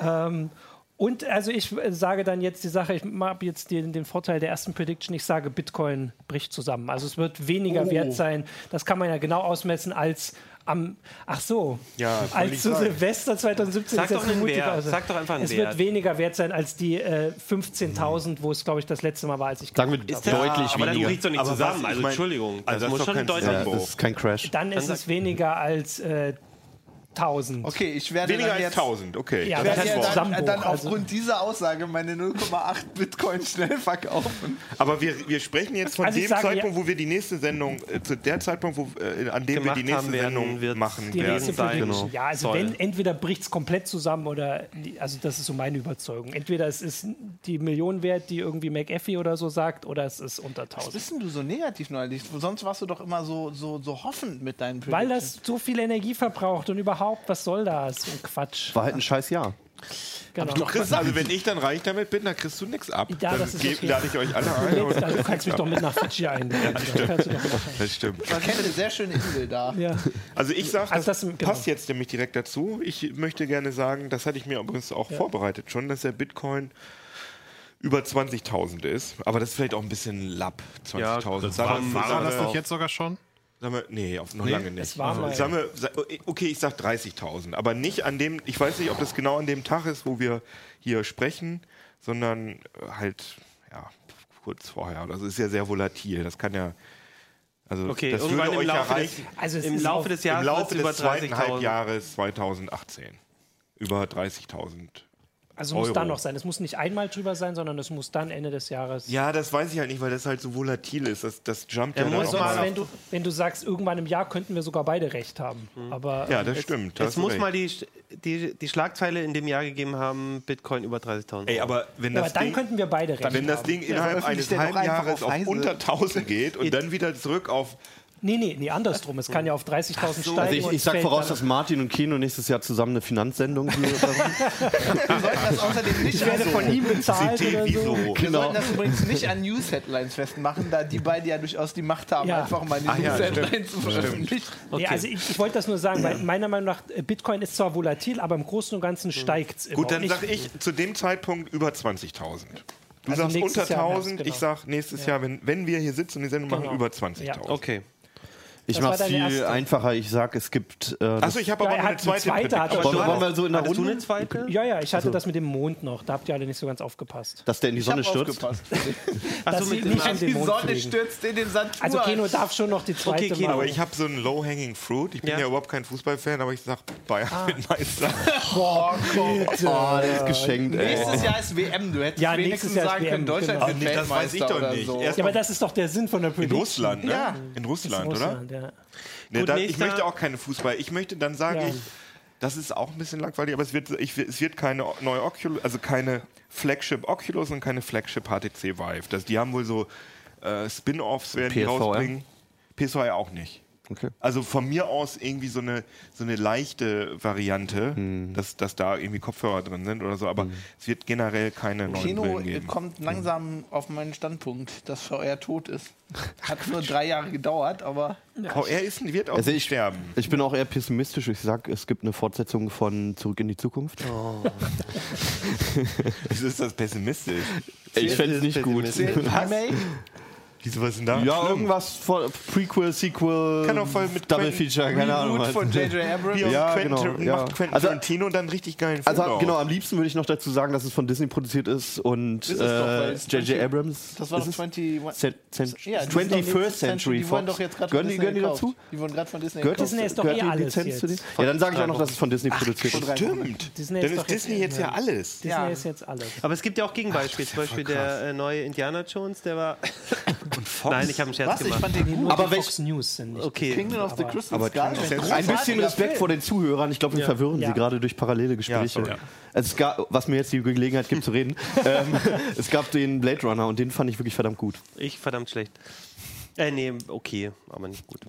ähm, und also ich äh, sage dann jetzt die Sache, ich habe jetzt den, den Vorteil der ersten Prediction, ich sage, Bitcoin bricht zusammen. Also es wird Oh. weniger wert sein. Das kann man ja genau ausmessen als am, ach so, Ja, wollte ich als zu sagen. Silvester 2017. Sag ist jetzt doch einen vermutlich Wert. also- Sag doch einfach einen Es Wert. wird weniger wert sein als die äh, 15.000, wo es, glaube ich, das letzte Mal war, als ich Sagen wir deutlich Aber dann weniger. bricht's doch nicht Aber was- zusammen. ich Also mein, Entschuldigung. Das, also das muss ist doch schon kein deutlich. Ja, Bobo. das ist kein Crash. Dann ist es weniger als äh, 1000. Okay, ich werde Weniger dann als jetzt, 1000, okay. Ja, werde Das ist ja ein dann, Zusammenbruch, dann also- aufgrund dieser Aussage meine 0,8 Bitcoin schnell verkaufen. Aber wir, wir sprechen jetzt von Also ich dem sage, Zeitpunkt, wo wir die nächste Sendung, äh, zu der Zeitpunkt, wo, äh, an dem wir Gemacht die nächste haben werden, Sendung wird's machen die Die werden nächste sein. werden. Prediction. Genau. Ja, also Soll. wenn, entweder bricht es komplett zusammen oder, also das ist so meine Überzeugung. Entweder es ist die Million wert, die irgendwie McAfee oder so sagt, oder es ist unter Was 1000. bist denn du so negativ neulich? Sonst warst du doch immer so, so, so hoffend mit deinen Weil Predictions. das so viel Energie verbraucht und überhaupt, was soll das? Und Quatsch. War halt ein scheiß Jahr. Genau. Du kriegst, also wenn ich dann reich damit bin, dann kriegst du nichts ab. Ja, dann das ist geb- okay. lade ich euch alle ein. Jetzt, Und, also, du kannst mich doch mit nach Fidschi einladen. Ja, kannst du doch machen. das stimmt. Man kennt eine sehr schöne Insel da. ja. Also ich sage, Also das, das- genau. passt jetzt nämlich direkt dazu. Ich möchte gerne sagen, das hatte ich mir übrigens auch vorbereitet schon, dass der Bitcoin über 20.000 ist. Aber das ist vielleicht auch ein bisschen lapp, 20.000. Ja, das Sag mal, war- sag War mal- das nicht jetzt sogar schon? Sagen wir, nee, auf, noch lange nicht. es war mal- sagen wir, sa- okay, ich sag 30.000, aber nicht an dem, ich weiß nicht, ob das genau an dem Tag ist, wo wir hier sprechen, sondern äh, halt, ja, kurz vorher. Das ist ja sehr volatil, das kann ja, also Okay, das irgendwann würde im euch Laufe erreichen Also es Im ist Laufe auch- des im Jahres Laufe wird's des zweiten über 30.000. Halbjahres 2018. Über 30.000. also muss Euro. da noch sein. Es muss nicht einmal drüber sein, sondern es muss dann Ende des Jahres. Ja, das weiß ich halt nicht, weil das halt so volatil ist, das, das jumpt ja, Er dann muss auch mal- Sonst, mal. Also wenn du, wenn du sagst, irgendwann im Jahr könnten wir sogar beide recht haben. Mhm. Aber Ja, ähm, das jetzt- stimmt. da Es hast du muss recht. mal die, die, die Schlagzeile in dem Jahr gegeben haben, Bitcoin über 30.000. Ey, aber wenn Aber das dann Ding, könnten wir beide recht Wenn das Ding innerhalb eines veröffentlicht der doch halben einfach Jahres auf auf Heise. unter 1000 geht und dann wieder zurück auf. Nee, nee, nee, andersrum. Es kann ja auf 30.000 steigen. Also ich, und ich sag fällt voraus, dann- dass Martin und Keno nächstes Jahr zusammen eine Finanzsendung führen. Wir sollten das außerdem nicht ich werde von ihm bezahlt oder so. Genau. wieso? Wir sollten das übrigens nicht an News-Headlines festmachen, da die beiden ja durchaus die Macht haben, Ja. einfach mal die Ah ja, News-Headlines zu veröffentlichen. Nee, also ich, ich wollte das nur sagen, weil meiner Meinung nach, äh, Bitcoin ist zwar volatil, aber im Großen und Ganzen steigt es immer. Mhm. Gut, dann Und sage ich zu dem Zeitpunkt über 20.000. Du Also sagst nächstes unter Jahr im 1000, Herbst, genau. ich sag nächstes Jahr, wenn, wenn wir hier sitzen und die Sendung machen, Genau. über 20.000. Okay. Ich Das war mach's deine viel erste. einfacher. Ich sag, es gibt. Äh, Achso, ich habe Ja, aber noch eine er hat eine zweite. Also zweite, Pick. hat er Aber schon. du wollen hast- wir so in der Hattest du Runde, eine zweite? Ja, ja, ich hatte das mit dem Mond noch. Da habt ihr alle nicht so ganz aufgepasst. dass der in die Sonne stürzt. Ach so, dass mit sie dem nicht in den Die Mond Sonne fliegen. stürzt in den Sand. Also Keno darf schon noch die zweite Okay, Keno, machen. aber ich habe so einen Low-Hanging Fruit. Ich bin Ja. ja. überhaupt kein Fußballfan, aber ich sag Bayern Ah. wird Meister. Boah, komm. Oh, der ist geschenkt, ey. Nächstes Jahr ist WM, du hättest Ja, nächstes wenigstens Jahr ist sagen können, WM, Deutschland genau. wird Aber nicht, Ah, das weiß ich Weltmeister doch oder nicht. So. Erst ja, aber das ist doch der Sinn von der In Prediction. Russland, ne? Ja. In Russland, oder? Russland, ja. Ne, Gut, da, ich nächster- möchte auch keine Fußball. Ich möchte, dann sage Ja. ich, das ist auch ein bisschen langweilig, aber es wird, ich, es wird keine O- neue Oculus, also keine Flagship Oculus und keine Flagship HTC Vive. Das, die haben wohl so äh, Spin-Offs, werden die PSVR? rausbringen. PSVR auch nicht. Okay. Also von mir aus irgendwie so eine, so eine leichte Variante, Hm. dass, dass da irgendwie Kopfhörer drin sind oder so, aber es wird generell keine neuen Keno Brillen geben. äh, kommt langsam auf meinen Standpunkt, dass VR tot ist. Hat nur drei Jahre gedauert, aber VR ist, wird auch Also nicht ich- sterben. Ich bin auch eher pessimistisch. Ich sag, es gibt eine Fortsetzung von Zurück in die Zukunft. Wieso ist das pessimistisch? ich fände es nicht gut. zählt Remake. Wieso was ist denn da? Ja, schlimm? irgendwas von Prequel, Sequel, Kann auch voll mit Double Quentin- Feature, keine Ahnung. Reboot was. von J.J. Abrams. Wie Ja, ja, Quentin, genau, macht ja. Quentin Also- Tarantino dann richtig geilen Film Also drauf. genau, am liebsten würde ich noch dazu sagen, dass es von Disney produziert ist und es doch, weil äh, es J.J. Abrams. Das war ist doch es? 20, Cent- Cent- ja, die sind doch 21st jetzt- Century Die wurden Fox. doch jetzt gerade von Gönn die, Disney gönn die gekauft. dazu? Die wurden gerade von Disney Gehört gekauft. Disney ist doch gehört eh die alles Lizenz zu jetzt. denen? Ja, dann sage ich auch noch, dass es von Disney produziert ist. Stimmt. Disney dann ist ist doch jetzt Disney jetzt ja alles. Disney Ja. ist jetzt alles. Aber es gibt ja auch Gegenbeispiele. Zum Beispiel der äh, neue Indiana Jones, der war. Nein, ich habe einen Scherz Was? Ich gemacht. fand den gut. Nur Aber die welch- Fox News sind nicht. Okay. Kingdom of the Crystal Skull. Ein bisschen Respekt vor den Zuhörern. Ich glaube, wir verwirren Ja. sie gerade durch parallele Gespräche. sorry. Also es gab, was mir jetzt die Gelegenheit gibt zu reden. ähm, es gab den Blade Runner und den fand ich wirklich verdammt gut. Ich verdammt schlecht. Äh, nee, okay, aber nicht gut.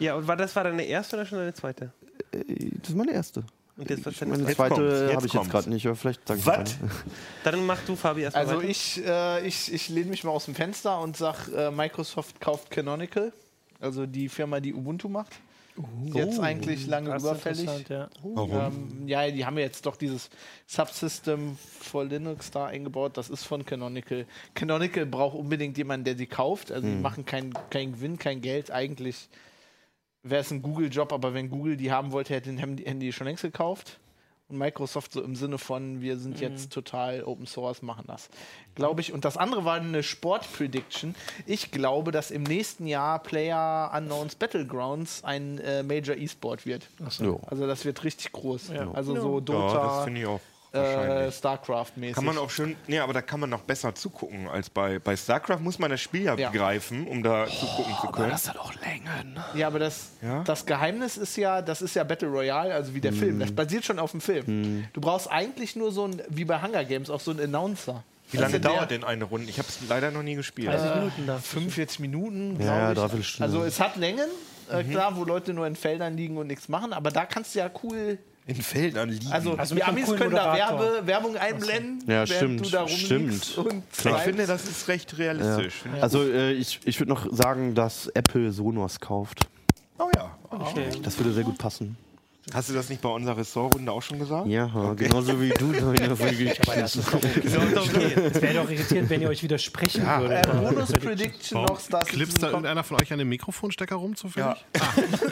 Ja, und war das war deine erste oder schon deine zweite? Äh, Das ist meine erste. Und jetzt was Meine deine Jetzt kommt's, zweite jetzt habe ich kommt's. jetzt gerade nicht, aber vielleicht sage ich Was? meine. Dann mach du, Fabi, erstmal. Also weiter. ich, äh, ich, ich lehne mich mal aus dem Fenster und sag, äh, Microsoft kauft Canonical, also die Firma, die Ubuntu macht. Oh. Jetzt eigentlich lange Das ist überfällig. interessant, Ja. Ähm, ja, die haben ja jetzt doch dieses Subsystem for Linux da eingebaut. Das ist von Canonical. Canonical braucht unbedingt jemanden, der sie kauft. Also die machen keinen keinen Gewinn, kein Geld. Eigentlich wäre es ein Google-Job, aber wenn Google die haben wollte, hätte den Handy- Handy schon längst gekauft. Und Microsoft so im Sinne von, wir sind jetzt total Open Source, machen das. Glaube ich. Und das andere war eine Sport-Prediction. Ich glaube, dass im nächsten Jahr Player Unknowns Battlegrounds ein äh, Major E-Sport wird. Jo. Also das wird richtig groß. Ja. Also so Ja, das Dota, finde ich auch äh, wahrscheinlich. Starcraft-mäßig. Kann man auch schön, nee, aber da kann man noch besser zugucken als bei, bei StarCraft. Muss man das Spiel ja, Ja. begreifen, um da zugucken zu können. hat auch Längen. Ja, aber das, Ja? das Geheimnis ist ja, das ist ja Battle Royale, also wie der Hm. Film. Das basiert schon auf dem Film. Du brauchst eigentlich nur so ein, wie bei Hunger Games, auch so einen Announcer. Also Wie lange dauert denn eine Runde? Ich habe es leider noch nie gespielt. 30 Minuten da. 45 Minuten, glaube Ja, ich. dreiviertel Stunde. Mhm. Also es hat Längen, äh, klar, wo Leute nur in Feldern liegen und nichts machen, aber da kannst du ja cool. In Feldern liegen. Also, Also mit die einem Amis coolen können da Moderator. Werbe, Werbung einblenden, Ja, stimmt, du da rumliegst stimmt. und ich treibst. äh, finde, das ist recht realistisch. Finde Also äh, ich, ich würde noch sagen, dass Apple Sonos kauft. ich- Oh ja. Das würde sehr gut passen. Hast du das nicht bei unserer Ressortrunde auch schon gesagt? Ja, genauso wie du da in der Folge geschissen hast. Ist auch okay. Es wäre doch irritierend, wenn ihr euch widersprechen würdet. äh, Bonus Prediction Warum noch Star klipst da Citizen, kommt, irgendeiner von euch an dem Mikrofonstecker rum zufällig? Oh,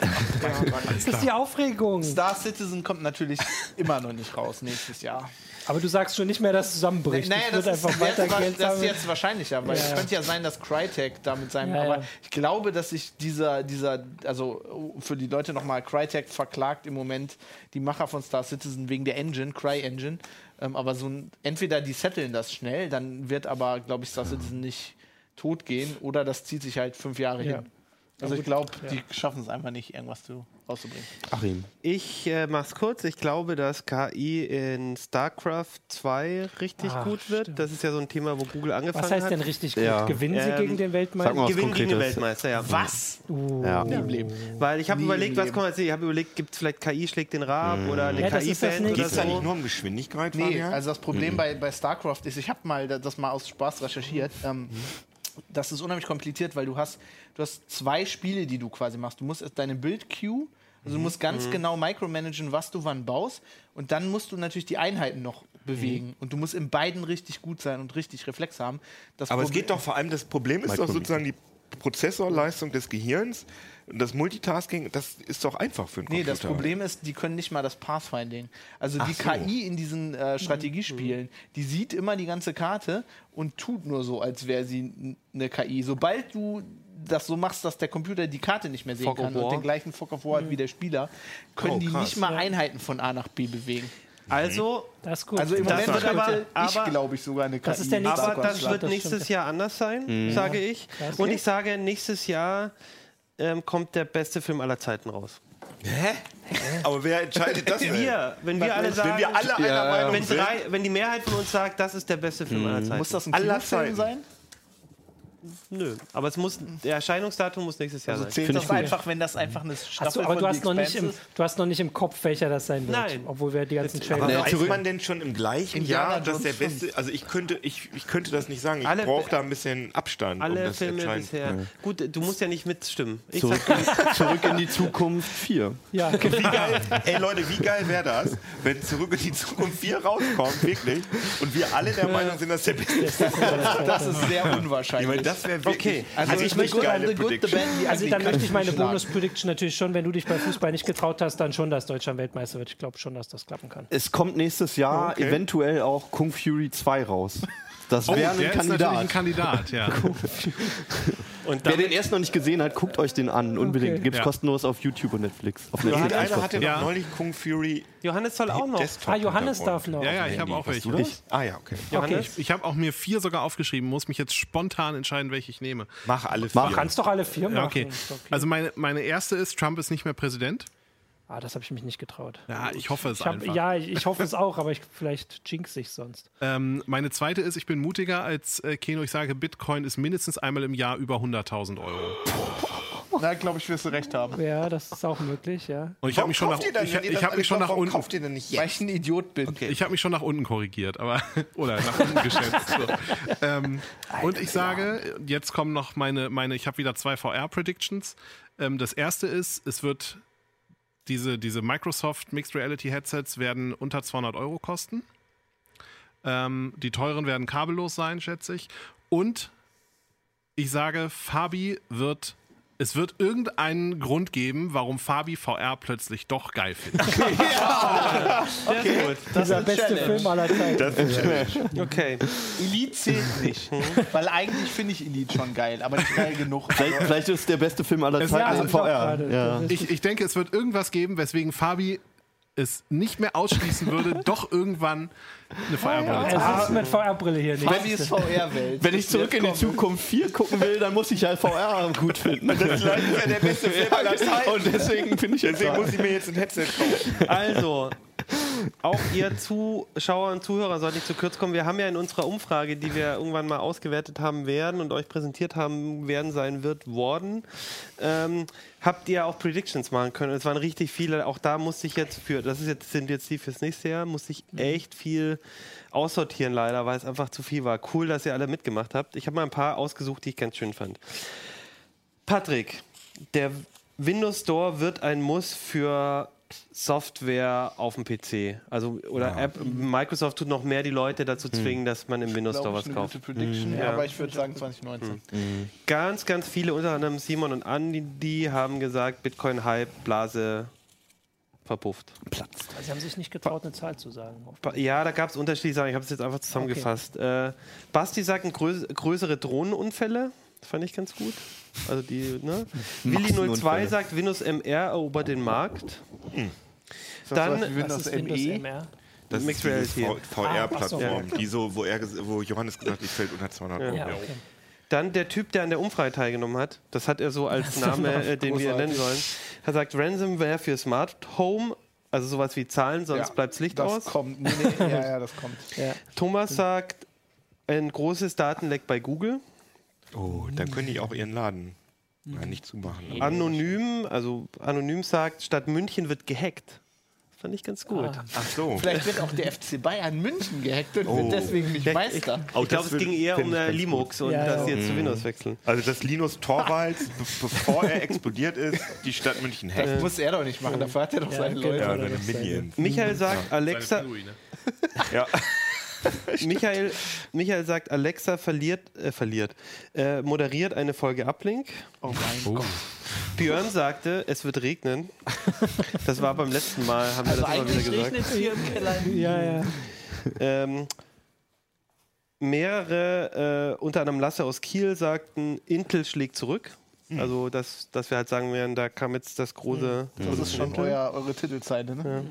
Das ist die Aufregung. Star Citizen kommt natürlich immer noch nicht raus nächstes Jahr. Aber du sagst schon nicht mehr, dass es zusammenbricht. Naja, Es das, wird ist, einfach das, weiter ist, Geld jetzt- das ist sammeln. jetzt wahrscheinlicher, weil es könnte ja sein, dass Crytek da mit seinem. Ja, aber ja. ich glaube, dass sich dieser, dieser, also oh, für die Leute nochmal, Crytek verklagt im Moment die Macher von Star Citizen wegen der Engine, Cry Engine. Ähm, aber so ein, entweder die setteln das schnell, dann wird aber, glaube ich, Star Citizen nicht tot gehen oder das zieht sich halt fünf Jahre Ja. hin. Also ich glaube, die schaffen es einfach nicht, irgendwas zu, rauszubringen. Achim. Ich äh, mach's kurz. Ich glaube, dass KI in StarCraft 2 richtig Ach, gut wird. Das ist ja so ein Thema, wo Google angefangen Was heißt hat. denn richtig gut? Ja. Gewinnen sie Ähm, gegen den Sag mal Weltmeister? was Gewinn gegen den Konkretes. Weltmeister, ja. Was? Ja. Weil ich habe überlegt, was kann man erzählen? Ich habe überlegt, gibt es vielleicht KI schlägt den Rab Mm. oder eine Ja, das ist das KI-Band Nächste. oder Geht es da nicht so? nur um Geschwindigkeit, Nee, Fabian? also das Problem Mhm. bei, bei StarCraft ist, ich habe mal da- das mal aus Spaß recherchiert. Mhm. Ähm, das ist unheimlich kompliziert, weil du hast, du hast zwei Spiele, die du quasi machst. Du musst erst deine Build-Queue, also Mhm. du musst ganz genau micromanagen, was du wann baust. Und dann musst du natürlich die Einheiten noch Mhm. bewegen. Und du musst in beiden richtig gut sein und richtig Reflex haben. Das Aber es Problem- geht doch vor allem, das Problem ist doch sozusagen die Prozessorleistung des Gehirns, das Multitasking, das ist doch einfach für einen Nee, Computer. das Problem ist, die können nicht mal das Pathfinding. Also die so. KI in diesen Mhm, äh, Strategiespielen, die sieht immer die ganze Karte und tut nur so, als wäre sie eine KI. Sobald du das so machst, dass der Computer die Karte nicht mehr sehen Fog of kann und War. den gleichen Fog of Mhm. War hat wie der Spieler, können Oh, die krass. nicht mal Einheiten von A nach B bewegen. Also, Das ist gut. Also im Das Moment wird aber- könnte ich, aber- glaube ich, sogar eine KI. Das ist der nächste aber Gott, das Schlacht, wird das nächstes stimmt. Jahr anders Mm. sein, sage ich. Das Und geht. ich sage, nächstes Jahr ähm, kommt der beste Film aller Zeiten raus. Aber wer entscheidet das denn? Wir, wenn wir alle sagen, Wenn wir alle einer Meinung wenn, sind, drei, wenn die Mehrheit von uns sagt, das ist der beste Film Mm. aller Zeiten. Muss das ein Aller Zeiten. Kinofilm sein? Nö, aber es muss, der Erscheinungsdatum muss nächstes Jahr Also sein. zählt Find ich das gut. einfach, wenn das einfach eine Hast du, Staffel aber von du The hast, noch nicht Expanse im, ist? du hast noch nicht im Kopf, welcher das sein wird. Nein. Obwohl wir die ganzen Aber Trailer Nee, weiß zurück- man denn schon im gleichen Indiana Jahr, dass Jones der beste, also ich könnte, ich, ich könnte das nicht sagen, ich Alle- brauche da ein bisschen Abstand, um Alle das Filme entscheiden zu bisher. Gut, du musst ja nicht mitstimmen. Ich Zurück, sag, zurück in die Zukunft 4. Ja, Wie geil, ey Leute, wie geil wäre das, wenn Zurück in die Zukunft 4 rauskommt, wirklich, und wir alle der Meinung sind, dass der beste ist. Das ist sehr Ich unwahrscheinlich. meine, das wäre wirklich Okay. Also, ich möchte geile The Good, The Prediction. Bad, The also Ugly dann möchte ich Katzen meine schlagen. Bonus-Prediction natürlich schon, wenn du dich bei Fußball nicht getraut hast, dann schon, dass Deutschland Weltmeister wird. Ich glaube schon, dass das klappen kann. Es kommt nächstes Jahr Okay. eventuell auch Kung Fury 2 raus. Das wäre ein Oh, der ist natürlich ein Kandidat. Kandidat, ja. und Wer damit den ersten noch nicht gesehen hat, guckt euch den an, unbedingt. Okay. Gibt's Ja. kostenlos auf YouTube und Netflix. Auf Netflix Irgendeiner einfach. hatte Ja. doch neulich Kung Fury Johannes soll auch noch. Desktop. Ah, Johannes darf noch. Ja, ja, ich habe auch welche. Ich, Ah ja, okay. Okay. Johannes? Ich habe auch mir vier sogar aufgeschrieben, muss mich jetzt spontan entscheiden, welche ich nehme. Mach alle Mach Du vier. kannst doch alle vier machen. Ja, okay. Ist okay. Also meine, meine erste ist, Trump ist nicht mehr Präsident. ah, das habe ich mich nicht getraut. Ja, ich hoffe es Ich hab, einfach. ja, ich, ich hoffe es auch, aber ich, vielleicht jinx ich sonst. Ähm, meine zweite ist, ich bin mutiger als äh, Keno. Ich sage, Bitcoin ist mindestens einmal im Jahr über 100.000 Euro. Na, glaube ich, wirst du recht haben. Ja, das ist auch möglich, ja. Und ich habe mich schon nach, kauft ihr denn, ich, wenn ihr ich das hab mich alles schon kauft? nach Warum unten Kauft ihr denn nicht Weil jetzt? ich ein Idiot bin. Ich habe mich schon nach unten korrigiert, aber oder nach unten geschätzt. So. ähm, und ich sage, jetzt kommen noch meine, meine ich habe wieder zwei VR-Predictions. Ähm, das erste ist, es wird diese, diese Microsoft Mixed Reality Headsets werden unter 200 Euro kosten. Ähm, die teuren werden kabellos sein, schätze ich. Und ich sage, Fabi wird, es wird irgendeinen Grund geben, warum Fabi VR plötzlich doch geil findet. Sehr gut. Das ist der beste Film aller Zeiten. Okay. Elite zählt nicht. Weil eigentlich finde ich Elite schon geil, aber nicht geil genug. vielleicht, vielleicht ist der beste Film aller Es- Zeiten ja, in ich glaub VR. also gerade, Ja. das Ich, ich denke, es wird irgendwas geben, weswegen Fabi es nicht mehr ausschließen würde, doch irgendwann eine Feierbrille zu Er sitzt also mit VR-Brille hier nicht. Fabi Also, ist VR-Welt. Wenn ich zurück in die Zukunft 4 gucken will, dann muss ich ja VR gut finden. Das ist ja genau. der beste Film aller Zeiten. Und deswegen finde ich jetzt Deswegen da- muss ich mir jetzt ein Headset kaufen. Also, auch ihr Zuschauer und Zuhörer sollt nicht zu kurz kommen. Wir haben ja in unserer Umfrage, die wir irgendwann mal ausgewertet haben werden und euch präsentiert haben werden sein wird, worden, ähm, habt ihr auch Predictions machen können. Es waren richtig viele. Auch da musste ich jetzt für, das ist jetzt, sind jetzt die fürs nächste Jahr, musste ich echt viel aussortieren leider, weil es einfach zu viel war. Cool, dass ihr alle mitgemacht habt. Ich habe mal ein paar ausgesucht, die ich ganz schön fand. Patrick, der Windows Store wird ein Muss für Software auf dem PC. Also oder App, Microsoft tut noch mehr die Leute dazu zwingen, dass man im Windows Store glaube was ich, eine kauft. gute Prediction, aber ich würde sagen 2019. Ganz, ganz viele, unter anderem Simon und Andi, die haben gesagt, Bitcoin Hype, Blase verpufft. Also Sie haben sich nicht getraut, eine Zahl zu sagen. Ba- Ja, da gab es unterschiedliche Sachen. Ich habe es jetzt einfach zusammengefasst. Äh, Basti sagt größ größere Drohnenunfälle. Fand ich ganz gut. Also die, ne? Willi02 Massenunfälle. sagt, Windows MR erobert den Markt. Dann, sowas wie Windows E. ME? MR? Das Mixed ist die Reality. Ah, VR-Plattform, ach so. die so, wo, er, ges- wo Johannes gesagt hat, die fällt unter 200 Euro. Ja, okay. Dann der Typ, der an der Umfrage teilgenommen hat, das hat er so als Name, äh, den wir nennen sollen. Er sagt Ransomware für Smart Home, also sowas wie Zahlen, sonst Ja, bleibt's Licht das aus. kommt. Nee, nee, ja, ja, das kommt. Thomas sagt ein großes Datenleck bei Google. Oh, dann können Mhm. die auch ihren Laden ja, nicht zumachen. aber- Anonym, also anonym sagt, Stadt München wird gehackt. Fand ich ganz gut. Ach so. Vielleicht wird auch der FC Bayern München gehackt und wird deswegen nicht Ja, ich Meister. ich glaube, das es würd- ging eher fänd um ich äh, ganz Linux und Ja, dass ja. sie jetzt zu Windows wechseln. Also, dass Linus Torvalds, be bevor er explodiert ist, die Stadt Äh, München Das hackt. muss er doch nicht machen, dafür hat er doch seine genau. Leute. Ja, seine Minions. Michael sagt, Alexa, Seine Pinguine. Ja. Michael, Michael sagt, Alexa verliert, äh, verliert, äh, moderiert eine Folge Uplink. Oh mein Oh. Björn sagte, es wird regnen. Das war beim letzten Mal, haben wir Also das immer wieder gesagt. hier im Keller. Ja, ja. Ähm, mehrere, äh, unter anderem Lasse aus Kiel, sagten, Intel schlägt zurück. Hm. Also, dass, dass wir halt sagen werden, da kam jetzt das große. Das ist schon euer, eure Titelzeile, ne?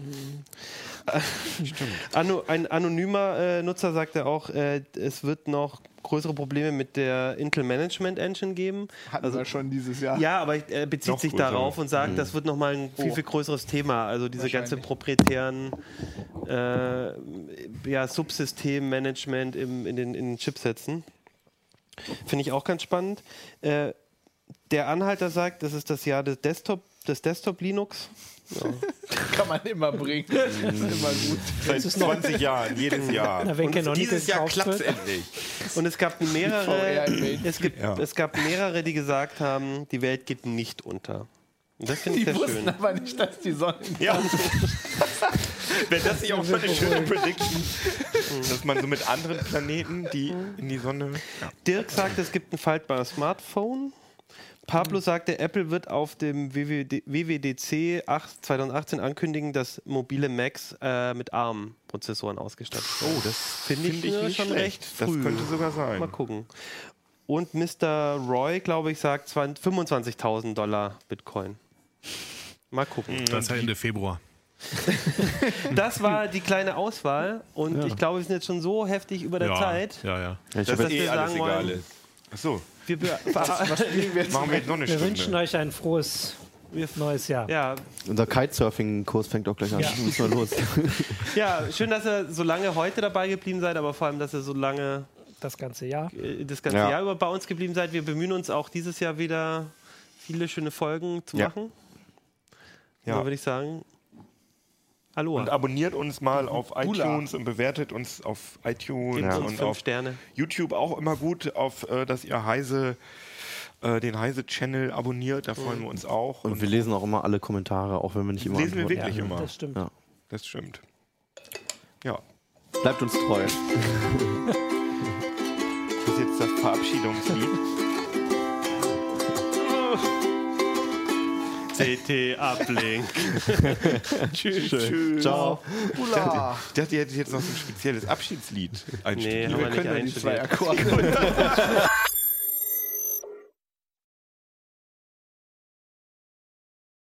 Ano, ein anonymer äh, Nutzer sagte auch, äh, es wird noch größere Probleme mit der Intel Management Engine geben. Hatten Also- wir schon dieses Jahr. Ja, aber er bezieht Noch Mhm. sich größere. darauf und sagt, das wird nochmal ein viel, Oh. viel größeres Thema. Also diese ganzen Wahrscheinlich. proprietären äh, ja, Subsystemmanagement im, in, den, in den Chipsätzen. Finde ich auch ganz spannend. Äh, der Anhalter sagt, das ist das Jahr des Desktop, des Desktop Linux. Kann man immer bringen. Das ist immer gut. Seit 20 Jahren, jedes Jahr. Genau. Na, wenn Canonical Dieses Jahr gekauft klappt's wird. endlich. Und es gab mehrere, VR-Event. es gibt, Ja. es gab mehrere, die gesagt haben, die Welt geht nicht unter. Und das finde ich Die sehr wussten schön. aber nicht, dass die Sonne. Ja. Also- Wäre das nicht auch so eine schöne Prediction? Dass man so mit anderen Planeten, die in die Sonne. Dirk sagte, es gibt ein faltbares Smartphone. Pablo sagte, Apple wird auf dem WWD WWDC 8 2018 ankündigen, dass mobile Macs äh, mit ARM-Prozessoren ausgestattet werden. Oh, das finde ich, äh, schon recht Das früh. könnte sogar sein. Mal gucken. Und Mr. Roy, glaube ich, sagt 20 25.000 Dollar Bitcoin. Mal gucken. Das ist ja Ende Februar. Das war die kleine Auswahl und ich glaube, wir sind jetzt schon so heftig über der ja, Zeit. Ja, ja. Ich Dass hab das jetzt, wir eh alles sagen wollen- egal ist. Achso, Wir, be- machen wir jetzt noch eine Wir Stunde. wünschen euch ein frohes neues Jahr. ja, unser Kitesurfing-Kurs fängt auch gleich an. Ja. Müssen wir los. Ja, schön, dass ihr so lange heute dabei geblieben seid, aber vor allem, dass ihr so lange Das ganze Jahr. äh, das ganze Ja. Jahr über bei uns geblieben seid. Wir bemühen uns auch dieses Jahr wieder viele schöne Folgen zu Ja. machen. Ja. Ja. Dann würde ich sagen, hallo. Und abonniert uns mal auf Gula. iTunes und bewertet uns auf iTunes Gebt uns und fünf auf Sterne. YouTube auch immer gut, auf, äh, dass ihr Heise, äh, den Heise-Channel abonniert. Da freuen wir uns Mhm. auch. Und wir lesen auch immer alle Kommentare, auch wenn wir nicht immer lesen wir antworten. wirklich immer. Das stimmt. Ja. Das stimmt. Ja, Bleibt uns treu. das ist jetzt das Verabschiedungslied. CT Uplink. Tschüss. Tschüss. Ciao. Ich dachte, ich dachte, ihr hättet jetzt noch so ein spezielles Abschiedslied einspielen. Nee, haben wir nicht Können wir die zwei einstudiert. Akkorde?